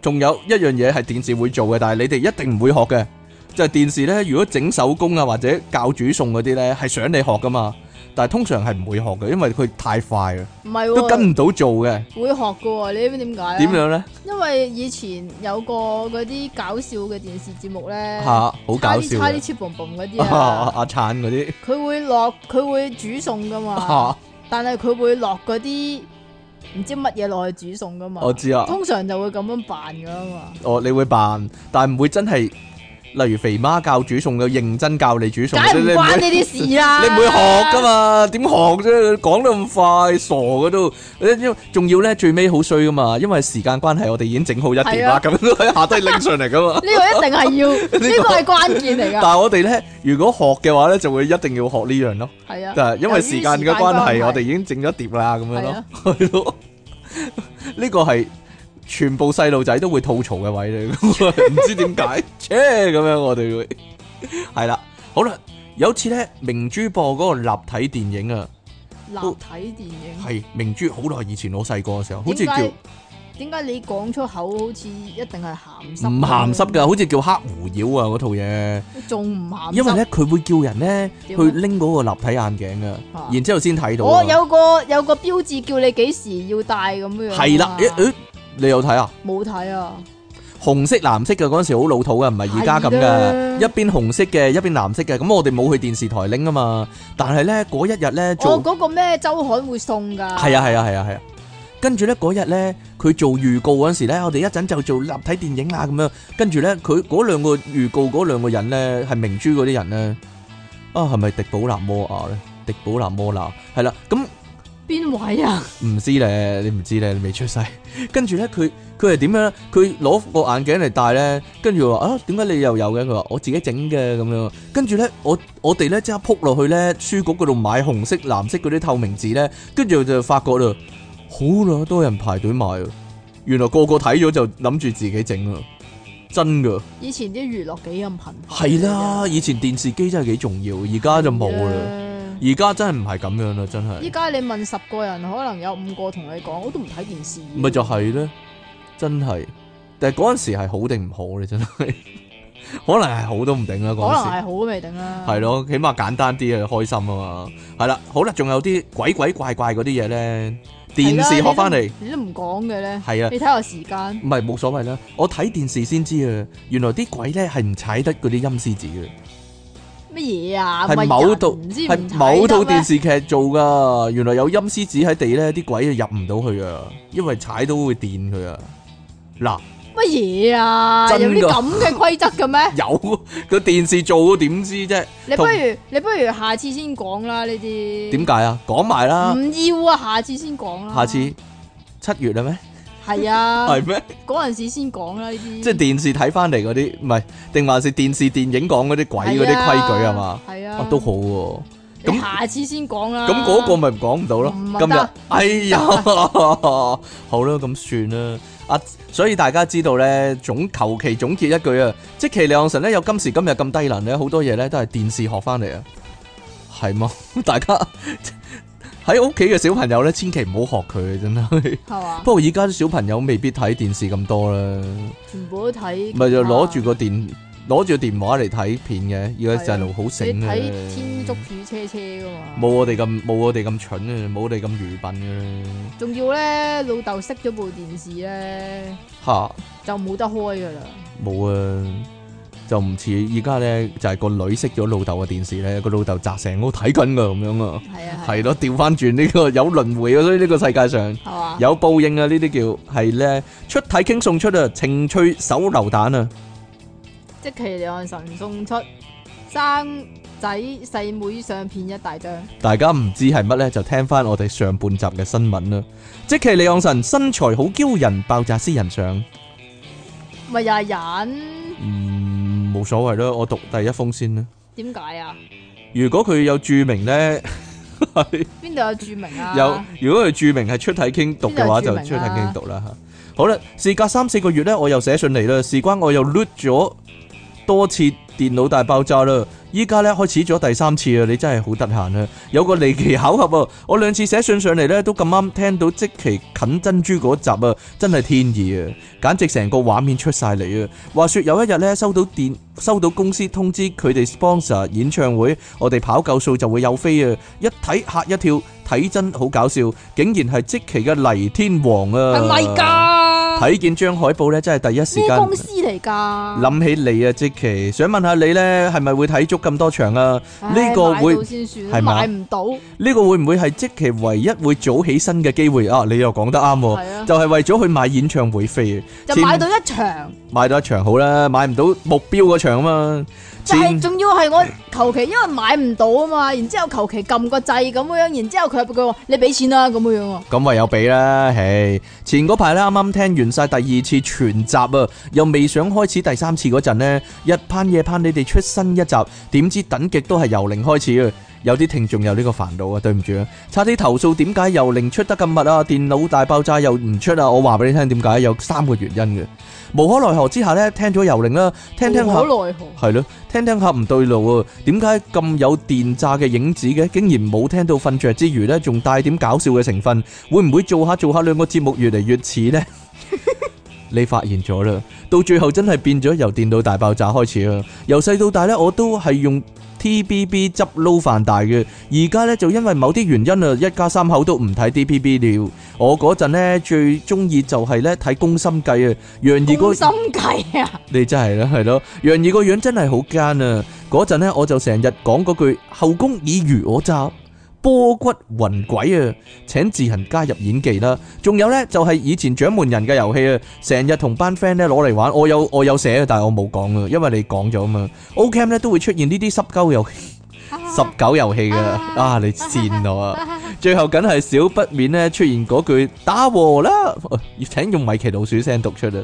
A: 仲有一樣嘢係電視會做嘅，但係你哋一定唔會學嘅，就係電視咧。如果整手工啊或者教煮餸嗰啲咧，係想你學噶嘛，但係通常係唔會學嘅，因為佢太快啦，
B: 唔係
A: 都
B: 喎，
A: 跟唔到做嘅。
B: 會學嘅喎。你知唔知點解咧？啊
A: 點？樣咧？
B: 因為以前有個嗰啲搞笑嘅電視節目咧，
A: 嚇，好搞笑
B: 差啲
A: 嘅
B: 切嘣嘣嗰啲
A: 啊
B: 啊，
A: 阿燦嗰啲
B: 佢會落佢會煮餸噶嘛，
A: 嚇，
B: 但係佢會落嗰啲唔知乜嘢落去煮餸噶嘛。
A: 我知啊。
B: 通常就會咁樣扮噶嘛。
A: 哦，你會扮，但唔會真係，例如肥媽教煮餸嘅，認真教你煮餸嗰啲，
B: 梗係唔
A: 你唔
B: 關
A: 會，
B: 呢啲事 啦。
A: 你唔會學噶？嘛？點學啫？講得咁快，傻嘅都，誒因為仲要咧最尾好衰噶嘛，因為時間關係，我哋已經整好一碟
B: 係
A: 啦
B: 啊，
A: 咁都喺下低拎上嚟噶嘛。
B: 呢個一 定 係要，啊呢個係關鍵嚟
A: 但
B: 㗎。
A: 係我哋咧，如果學嘅話咧，就會一定要學呢樣咯，
B: 係啊，
A: 就係因為時間嘅關
B: 由於時間關
A: 係，
B: 係
A: 我哋已經整咗碟啦，咁樣
B: 係
A: 咯
B: 啊，
A: 係咯， 呢個係。全部細路仔都會吐槽嘅位嚟， 咁啊唔知點解，切咁樣我哋會係啦。好啦，有次咧明珠播嗰個立體電影啊，
B: 立體電影。
A: 係明珠好耐以前我細個嘅時候，好似
B: 點
A: 叫
B: 解
A: 唔
B: 點解你講出口好似一定係鹹濕？
A: 鹹濕，㗎，好似叫黑狐妖啊嗰套嘢，
B: 仲唔鹹濕？
A: 因為咧佢會叫人咧
B: 點
A: 去
B: 啊
A: 拎嗰個立體眼鏡啊，
B: 啊
A: 然之後先睇到
B: 我
A: 啊。
B: 有個有個標誌叫你幾時要戴咁樣。
A: 係啦，誒誒，你有睇啊？
B: 冇睇啊，
A: 紅色藍色嘅嗰陣時好老土嘅，唔係而家咁
B: 係啊啦
A: 嘅，一邊紅色嘅，一邊藍色嘅。咁我哋冇去電視台拎啊嘛，但係咧嗰一日咧
B: 我
A: 做，
B: 嗰個咩周刊會送㗎。
A: 係啊係啊係啊係啊，跟住咧嗰日咧佢做預告嗰陣時咧，我哋一陣就做立體電影啦咁樣，跟住咧佢嗰兩個預告嗰兩個人咧係明珠嗰啲人咧，啊係咪迪寶藍摩亞咧？迪寶藍摩娜係啦，咁。
B: 邊位啊？
A: 唔知咧，你唔知咧，你未出世。 跟住咧，佢佢係點樣咧？佢攞個眼鏡嚟戴咧，跟住話啊，點解你又有嘅？佢話我自己整嘅咁樣。跟住咧，我我哋咧即刻撲落去咧書局嗰度買紅色、藍色嗰啲透明紙咧，跟住就發覺啦，好啦，多人排隊買啊！原來個個睇咗就諗住自己整啊，真噶
B: 以前啲娛樂幾咁貧。
A: 係啦！，以前電視機真係幾重要，而家就冇啦。
B: 啦。
A: 而家真係唔係咁樣啦，真係。
B: 依家你問十個人，可能有五個同你講，我都唔睇電視。
A: 咪就係咧，真係。但係嗰陣時係好定唔好咧，真係 可能係好都唔定啦。
B: 可能
A: 嗰陣時
B: 係好嗯都未定啦。
A: 係咯，起碼簡單啲啊，開心啊嘛。係啦，好啦，仲有啲鬼鬼怪怪嗰啲嘢咧，電視學翻嚟
B: 你都唔講嘅咧。
A: 係啊，
B: 你睇下時間，
A: 唔係冇所謂啦。我睇電視先知啊，原來啲鬼咧係唔踩得嗰啲陰司紙嘅，
B: 乜嘢啊？
A: 係
B: 咪
A: 某套
B: 人唔知唔
A: 係
B: 睇
A: 某套
B: 得咩
A: 電視劇做噶，原來有陰司紙喺地咧，啲鬼啊入唔到去啊，因為踩到會電佢啊。嗱，
B: 乜嘢啊？
A: 真㗎？
B: 有啲咁嘅規則嘅咩
A: 有個電視做點知啫？
B: 你不
A: 同
B: 如你不如下次先講啦呢啲。
A: 點解啊？講埋啦，
B: 唔要啊，下次先講啦。
A: 下次七月啦咩？
B: 係 啊，
A: 係咩？
B: 嗰陣時先講啦呢啲。
A: 即係電視睇翻嚟嗰啲，唔係定還是電視電影講嗰啲鬼嗰啲規矩係嘛？？
B: 係啊
A: 啊，，都好喎。
B: 你
A: 咁
B: 下次先講啦。
A: 咁嗰個咪唔講唔到咯
B: 唔。係
A: 今日
B: 得，
A: 哎呀， 好啦，咁算啦。啊，所以大家知道咧，總求其總結一句啊，即其李昂臣咧有今時今日咁低能咧，好多嘢咧都係電視學翻嚟啊，係嘛？ 大家喺屋企嘅小朋友咧，千祈唔好學佢啊，真係。
B: 係嘛？
A: 不過而家啲小朋友未必睇電視咁多啦，
B: 全部都睇。啊
A: 咪就攞住個電攞住個電話嚟睇片嘅，而家細路好
B: 啊你
A: 醒嘅。
B: 睇天竺鼠車車噶嘛？
A: 冇我哋咁冇我哋咁蠢嘅，冇我哋咁愚笨嘅
B: 仲要咧，老豆熄咗部電視咧，
A: 吓
B: 就冇得開噶啦。
A: 冇啊，就唔似而家咧，就係、個女熄咗老豆嘅電視咧，個老豆砸成屋睇緊噶咁樣啊，
B: 係啊，
A: 係咯，調翻轉呢個有輪迴啊，所以呢個世界上
B: 係嘛？
A: 有報應啊，呢啲叫係咧出體傾送出啊，情趣手榴彈啊，
B: 即其兩神送出生仔細妹相片一大張，
A: 大家唔知係乜咧，就聽翻我哋上半集嘅新聞啦。即其李昂臣身材好驕人，爆炸私人相。
B: 咪又係人？
A: 嗯，冇所謂啦，我讀第一封先啦。
B: 點解啊？
A: 如果佢有注明 咧，係
B: 邊度有注明啊？
A: 有如果佢注明係出體傾讀嘅話，
B: 邊
A: 就
B: 有註明啊
A: 出體傾讀啦吓。好啦，事隔三四個月咧，我又寫信嚟啦，事關我又 loot 咗多次電腦大爆炸啦。依家咧開始咗第三次啊！你真係好得閒啊！有個離奇巧合啊！我兩次寫信上嚟咧，都咁啱聽到即期啃珍珠嗰集啊，真係天意啊！簡直成個畫面出晒嚟啊！話說有一日咧，收到電收到公司通知佢哋 sponsor 演唱會，我哋跑夠數就會有飛啊！一睇嚇一跳，睇真好搞笑，竟然係即期嘅黎天王啊！
B: 係咪？㗎？
A: 呃睇見張海報咧，真係第一時
B: 咩
A: 間
B: 公司嚟㗎？
A: 諗起你啊，即期想問下你呢，係咪會睇足咁多場啊？
B: 唉
A: 呢個
B: 買
A: 會
B: 到先算啦，
A: 係嘛哦
B: 買唔到
A: 呢個會唔會係即期唯一會早起身嘅機會啊？你又講得啱喎，
B: 係啊
A: 就係為咗去買演唱會飛，
B: 就
A: 前
B: 買到一場，
A: 買到一場好啦，買唔到目標嗰場啊嘛。
B: 就係
A: 前
B: 仲要係我求其，因為買唔到啊嘛，然之後求其撳個掣咁樣，然之後佢佢話你俾錢啦咁樣喎，
A: 咁唯有俾啦，唉！前嗰排咧，啱啱聽完晒第二次全集啊，又未想開始第三次嗰陣呢，日盼夜盼你哋出新一集，點知等極都係由零開始啊！有啲聽眾有呢個煩惱啊，對唔住啊，差啲投訴點解由零出得咁密啊，電腦大爆炸又唔出啊！我話俾你聽點解，有三個原因嘅。無可奈何之下呢，聽咗由零啦，聽聽下。
B: 無可奈何。
A: 係咯，聽聽下唔對路啊！點解咁有電炸嘅影子嘅？竟然冇聽到瞓着之餘呢，仲帶點搞笑嘅成分，會唔會做下做下兩個節目越嚟越似呢？你發現咗啦，到最後真係變咗由電腦大爆炸開始啊！由細到大呢，我都係用 TBB 執撈飯大嘅，而家呢，就因為某啲原因啊，一家三口都唔睇 DPB 了。我嗰陣呢，最中意就係呢睇《宮心計》啊，楊怡嗰
B: 攻。心計啊！
A: 你真係啦，係咯，楊怡個樣真係好奸啊！嗰陣呢，我就成日講嗰句後宮已如我襲，波骨雲鬼啊！請自行加入演技啦。仲有呢，就係、以前掌門人嘅遊戲啊，成日同班 friend 咧攞嚟玩。我有我有寫啊，但係我冇講啊，因為你講咗啊嘛。O Cam 咧都會出現呢啲濕鳩遊戲、十九遊戲嘅啊！你賤我啊！最後梗係少不免咧出現嗰句打和啦，哦請用米奇老鼠聲讀出啊！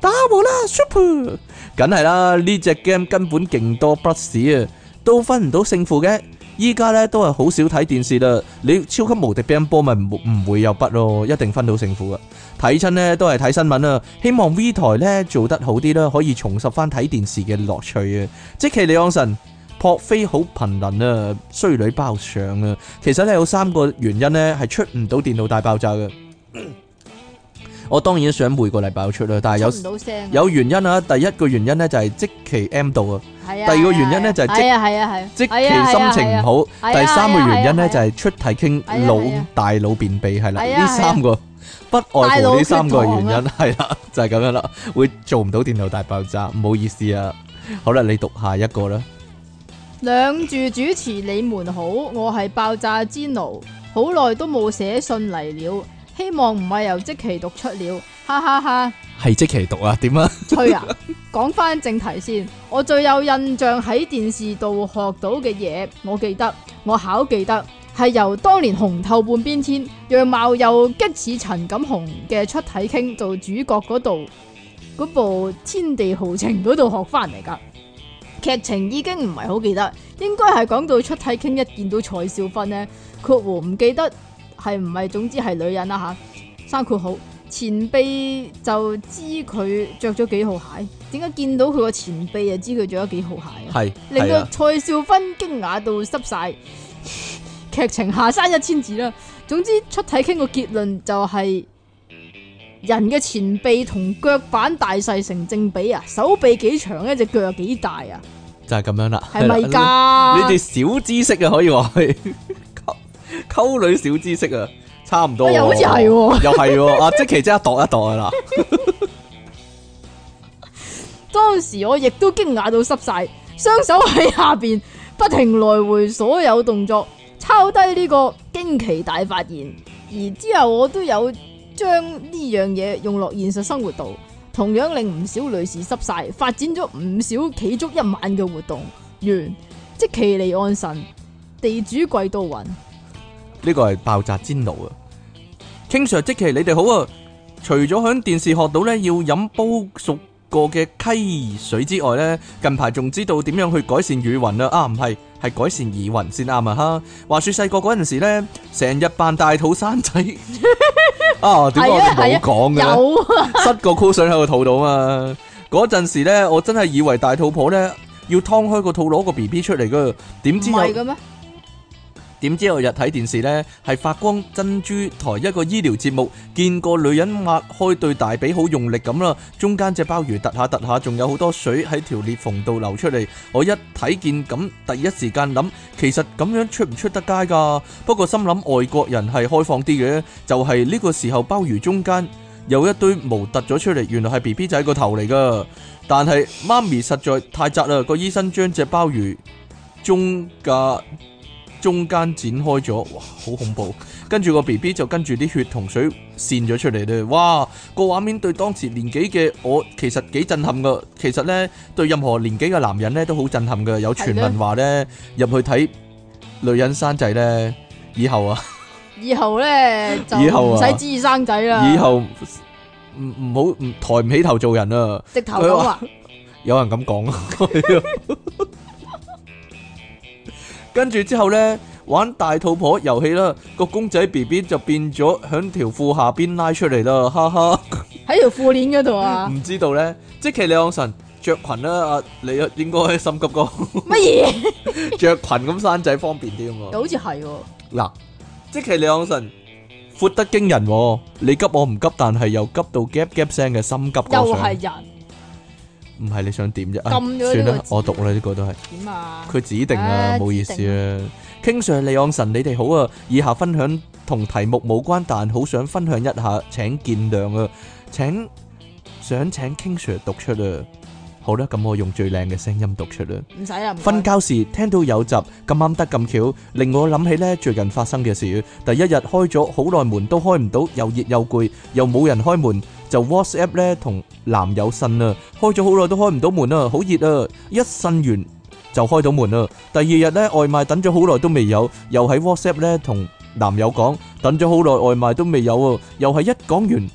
A: 打和啦，super，梗係啦，呢只 game 根本勁多 b 屎啊，都分唔到勝負嘅。依家咧都係好少睇電視啦，你超級無敵乒乓波咪唔唔會有筆咯，一定分到勝負噶。啊睇親呢都係睇新聞啊，希望 V 台呢做得好啲啦，可以重拾翻睇電視嘅樂趣啊！即其李昂臣撲飛好頻能啊，衰女包上啊！其實咧有三個原因咧係出唔到電腦大爆炸 嘅。我當然想每個禮拜有出啦，但係
B: 出唔
A: 有
B: 到聲啊，
A: 有原因啊。第一個原因咧就係即其 M 度啊，
B: 係啊
A: 第二個原因呢就係即
B: 係啊係啊係啊，
A: 即其
B: 係啊
A: 心情唔。好。
B: 係啊
A: 第三個原因咧就
B: 係啊
A: 係出體傾
B: 係啊係
A: 腦
B: 啊
A: 大腦便秘係啦，
B: 係啊
A: 呢三個不外乎呢三個
B: 啊
A: 原因係啦， 就係咁樣啦，會做唔到電腦大爆炸，唔好意思啊。好啦，你讀下一個啦，
B: 係兩住主持你們好，我係爆炸之奴，好耐都冇寫信嚟了，希望唔係由即期讀出了，哈哈 哈
A: 係即其讀啊？點啊？
B: 吹啊！講翻正題先，我最有印象喺電視度學到嘅嘢，我記得，我考記得，係由當年紅透半邊天，樣貌又激似陳錦鴻嘅出體傾做主角嗰度，嗰部《天地豪情》嗰度學翻嚟噶。劇情已經唔係好記得，應該係講到出體傾一見到蔡少芬呢，括弧唔記得係唔係，總之係女人啦吓。生括號前臂就知佢着咗幾號鞋，點解見到佢個前臂就知佢着咗幾號鞋啊？
A: 係
B: 令
A: 係
B: 到
A: 啊，
B: 蔡少芬驚訝到濕晒。劇情下山一千字啦。總之出體傾個結論就係、人嘅前臂同腳板大細成正比啊，手臂幾長咧，隻腳有幾大啊，
A: 就係咁樣啦。
B: 係咪
A: 係啦？
B: 㗎？
A: 你哋小知識啊，可以話 係溝溝女小知識啊，差唔多
B: 啊
A: 喎。
B: 又好似係喎
A: 又係喎。啊，即其即刻度一度啊啦。
B: 當時我亦都驚訝到濕晒，雙手喺下邊不停來回所有動作，抄低呢個驚奇大發現。而之後我都有將呢樣嘢用落現實生活度，同樣令唔少女士濕晒，發展咗唔少企足一晚嘅活動。完，即其離岸神，地主貴到暈。
A: 呢個係爆炸煎爐啊！King Sir 即其你哋好啊！除咗喺電視學到咧要飲煲熟過嘅溪水之外咧，近排仲知道點樣去改善雨雲啦。啊，唔係，係改善耳雲先啱啊！哈，話說細個嗰陣時咧，成日扮大肚生仔 啊，點解我哋冇講嘅咧？
B: 有啊，
A: 塞個 c 水喺個肚度啊嘛！嗰陣時咧，我真係以為大肚婆咧要劏開個肚攞個 B B 出嚟噶，點
B: 唔
A: 知有
B: 係。嘅咩？
A: 點知有日睇電視呢，係發光珍珠台一個醫療節目，見個女人擘開對大髀好用力咁啦，中間隻鮑魚突下突下，仲有好多水喺條裂縫度流出嚟。我一睇見咁，第一時間諗，其實咁樣出唔出得街㗎？不過心諗外國人係開放啲嘅，就係、呢個時候鮑魚中間有一堆毛突咗出嚟，原來係 B B 仔個頭嚟㗎。但係媽咪實在太窄啦，個醫生將隻鮑魚中架中間剪開咗，哇，好恐怖！跟住個 B B 就跟住啲血同水滲咗出嚟咧，哇！個畫面對當時年紀嘅我其實幾震撼噶，其實呢，對任何年紀嘅男人呢都好震撼噶。有傳
B: 係
A: 聞
B: 咩
A: 話呢，入去睇女人生仔呢，以後啊，
B: 以後咧就
A: 以後
B: 唔
A: 啊
B: 使知生仔啦，
A: 以後唔唔好唔抬唔起頭做人啊！
B: 直頭咁
A: 佢
B: 話。
A: 有人咁講啊。 跟住之後呢，玩大肚婆遊戲啦，個公仔 B B 就變咗響條褲下邊拉出嚟啦，哈哈！
B: 喺條褲鏈嗰度啊？
A: 唔知道呢，即其李昂臣着裙啦，啊你應該心 急過
B: 乜嘢？
A: 着裙咁生仔方便啲啊嘛。
B: 又好似係喎，
A: 嗱，即其李昂臣闊得驚人、喎，你急我唔急，但係又急到 gap gap 聲嘅心急過
B: 又
A: 上，
B: 係人
A: 唔係你想點啫？唉
B: 撳咗呢
A: 算
B: 個
A: 啦，
B: 字
A: 我讀啦呢個都係。
B: 點啊？
A: 佢指定啊，
B: 啊
A: 冇意思啊。King Sir、李昂臣，你哋好啊！以下分享同題目冇關，但好想分享一下，請見諒啊！請想請 King Sir 讀出啊！好啦，咁我用最靚嘅聲音讀出啦。
B: 唔使啦，唔該
A: 瞓覺時聽到有集咁啱得咁巧，令我諗起呢最近發生嘅事。第一日開咗好耐門都開唔到，又熱又攰，又冇人開門，就 WhatsApp 呢同男友呻啊，開咗好耐都開唔到門啊，好熱啊，一呻完就開到門啦。第二日呢外賣等咗好耐都未有，又喺 WhatsApp 呢同男友講等咗好耐外賣都未有啊，又係一講完。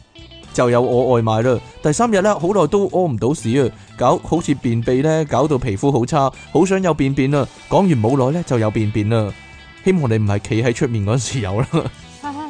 A: 就有我外賣啦。第三日呢，好耐都屙唔到屎啊，搞好似便秘呢，搞到皮膚好差，好想有便便啊。講完冇耐呢，就有便便啦。希望你唔係企喺出面嗰時有啦。
B: 哈哈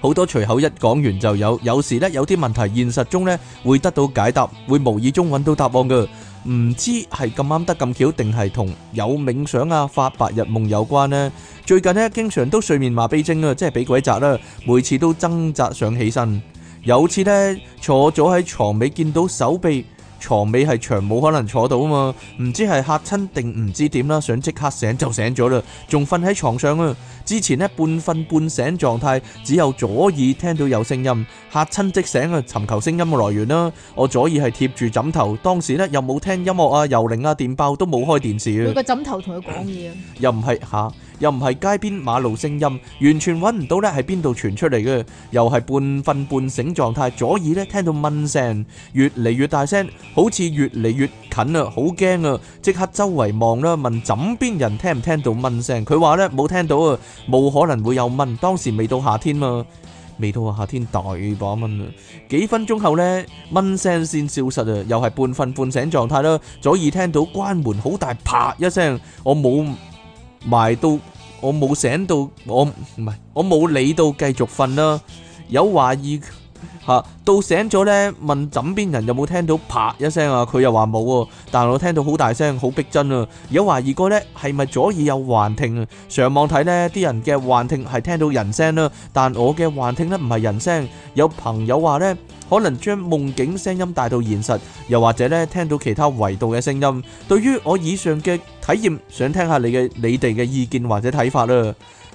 A: 好多隨口一講完就有，有時呢，有啲問題現實中呢會得到解答，會無意中揾到答案嘅。唔知係咁啱得咁巧，定係同有冥想啊、發白日夢有關呢？最近呢，經常都睡眠麻痹症啊，即係俾鬼砸啦，每次都掙扎想起身。有次呢，坐咗喺床尾，見到手臂床尾係長，冇可能坐到啊嘛。唔知係嚇親定唔知點啦，想即刻醒就醒咗啦，仲瞓喺床上啊。之前呢，半瞓半醒狀態，只有左耳聽到有聲音，嚇親即醒啊，尋求聲音嘅來源啦。我左耳係貼住枕頭，當時呢，又冇聽音樂啊、遊靈啊、電爆都冇開電視啊。
B: 佢個枕頭同佢講嘢，
A: 又唔係吓，又唔係街邊馬路聲音，完全揾唔到呢係邊度傳出嚟嘅，又係半瞓半醒狀態，左耳呢聽到蚊聲，越嚟越大聲，好似越嚟越近啊，好驚啊！即刻周圍望啦，問枕邊人聽唔聽到蚊聲，佢話呢冇聽到啊，冇可能會有蚊，當時未到夏天嘛。未到啊夏天大把蚊啊！幾分鐘後呢，蚊聲先消失啊，又係半瞓半醒狀態啦。左耳聽到關門好大啪一聲，我冇埋到我冇醒到，我唔係我冇理到，繼續瞓啦。有懷疑嚇、到醒咗呢，問枕邊人有冇聽到啪一聲啊？佢又話冇喎，但我聽到好大聲，好逼真啊！有懷疑過呢係咪左耳有幻聽啊？上網睇呢啲人嘅幻聽係聽到人聲啦，但我嘅幻聽呢唔係人聲。有朋友話呢，可能將夢境聲音帶到現實，又或者呢聽到其他維度嘅聲音。對於我以上嘅體驗，想聽下你嘅你哋嘅意見或者睇法啦。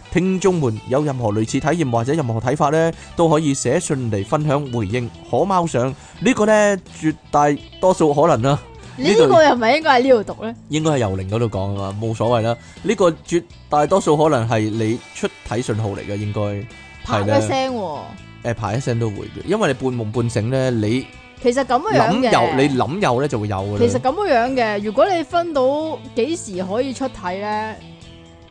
A: 聽眾們有任何類似體驗或者任何睇法呢，都可以寫信嚟分享回應。可貓上呢、個呢，絕大多數可能啦，
B: 呢
A: 呢度
B: 個又唔係應該喺呢度讀咧？
A: 應該係由零嗰度講啊嘛，冇所謂啦。呢、個絕大多數可能係你出體信號嚟嘅，應該
B: 啪
A: 係
B: 一
A: 咧
B: 聲喎，
A: 誒排一聲都會嘅，因為你半夢半醒呢，你
B: 其實咁樣
A: 諗有
B: 嘅。
A: 你諗有呢就會有嘅啦。
B: 其實咁樣嘅，如果你分到幾時可以出體咧，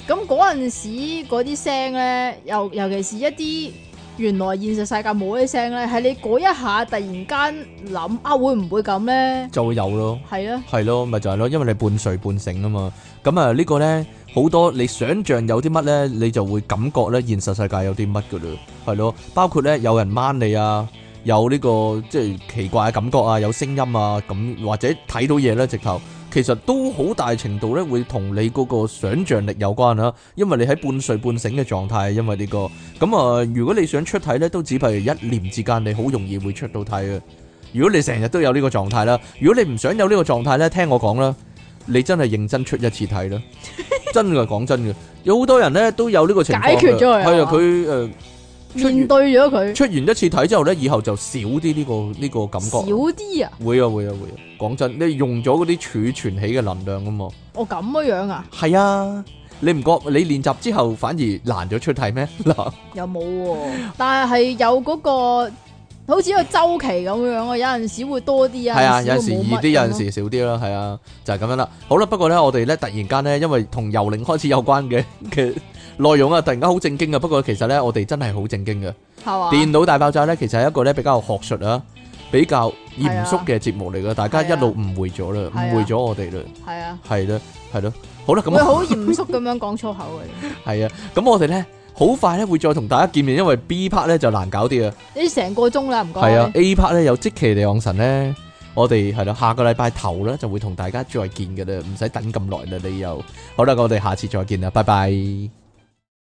B: 咁嗰陣時嗰啲聲咧，尤尤其是一啲原來現實世界冇啲聲咧，係你嗰一下突然間諗啊，會唔會咁咧？
A: 就會有咯。
B: 係啊，
A: 係咯，咪就係咯，因為你半睡半醒啊嘛。咁啊，呢個呢，好多你想像有啲乜呢，你就會感覺呢現實世界有啲乜噶啦。係咯，包括呢有人掹你啊，有呢、個即係奇怪嘅感覺啊，有聲音啊，咁或者睇到嘢呢，直頭其實都好大程度呢會同你嗰個想像力有關啦、因為你喺半睡半醒嘅狀態，因為呢、個咁啊，如果你想出體呢，都只係一念之間，你好容易會出到體嘅。如果你成日都有呢個狀態啦，如果你唔想有呢個狀態呢，聽我講啦，你真係認真出一次 睇啦，真嘅講真嘅，有好多人呢都有呢個情況嘅，
B: 解決咗佢啊
A: 係啊，佢誒出完
B: 面對咗佢
A: 出完一次睇之後呢，以後就少啲呢、個呢、個感
B: 少
A: 覺，
B: 啲啊，
A: 會啊會啊會啊，講真，你用咗嗰啲儲存起嘅能量啊嘛，
B: 我咁樣啊，
A: 係啊，你唔覺你練習之後反而難咗出體咩？ 嗱，
B: 又冇喎，但係有嗰、個好似一個周期咁樣啊，有陣時會多啲啊，
A: 係啊，有
B: 陣
A: 陣時
B: 時會
A: 易
B: 冇乜
A: 啲，有
B: 咁
A: 陣
B: 咯
A: 時少啲啦，係啊，就係、咁樣啦。好啦，不過呢，我哋呢突然間呢，因為同游靈開始有關嘅嘅內容啊，突然間好正經啊。不過其實呢，我哋真係好正經嘅。
B: 係嘛，
A: 電腦大爆炸呢，其實係一個呢比較學術啊、比較嚴肅嘅節目嚟噶，大家一路誤會咗啦，
B: 係啊
A: 誤會咗我哋啦，
B: 係啊，
A: 係啦，係咯，好啦，
B: 會
A: 咁
B: 好嚴肅咁樣講粗口嘅。
A: 係啊，咁我哋呢，好快呢會再同大家見面，因為 B part 呢就難搞啲啊，
B: 你成個鐘啦，唔該。
A: 係啊，A part 呢有即期地昂神呢，我哋係啦，下個禮拜頭呢就會同大家再見嘅啦，唔使等咁耐啦，你又好啦，我哋下次再見啦，拜拜。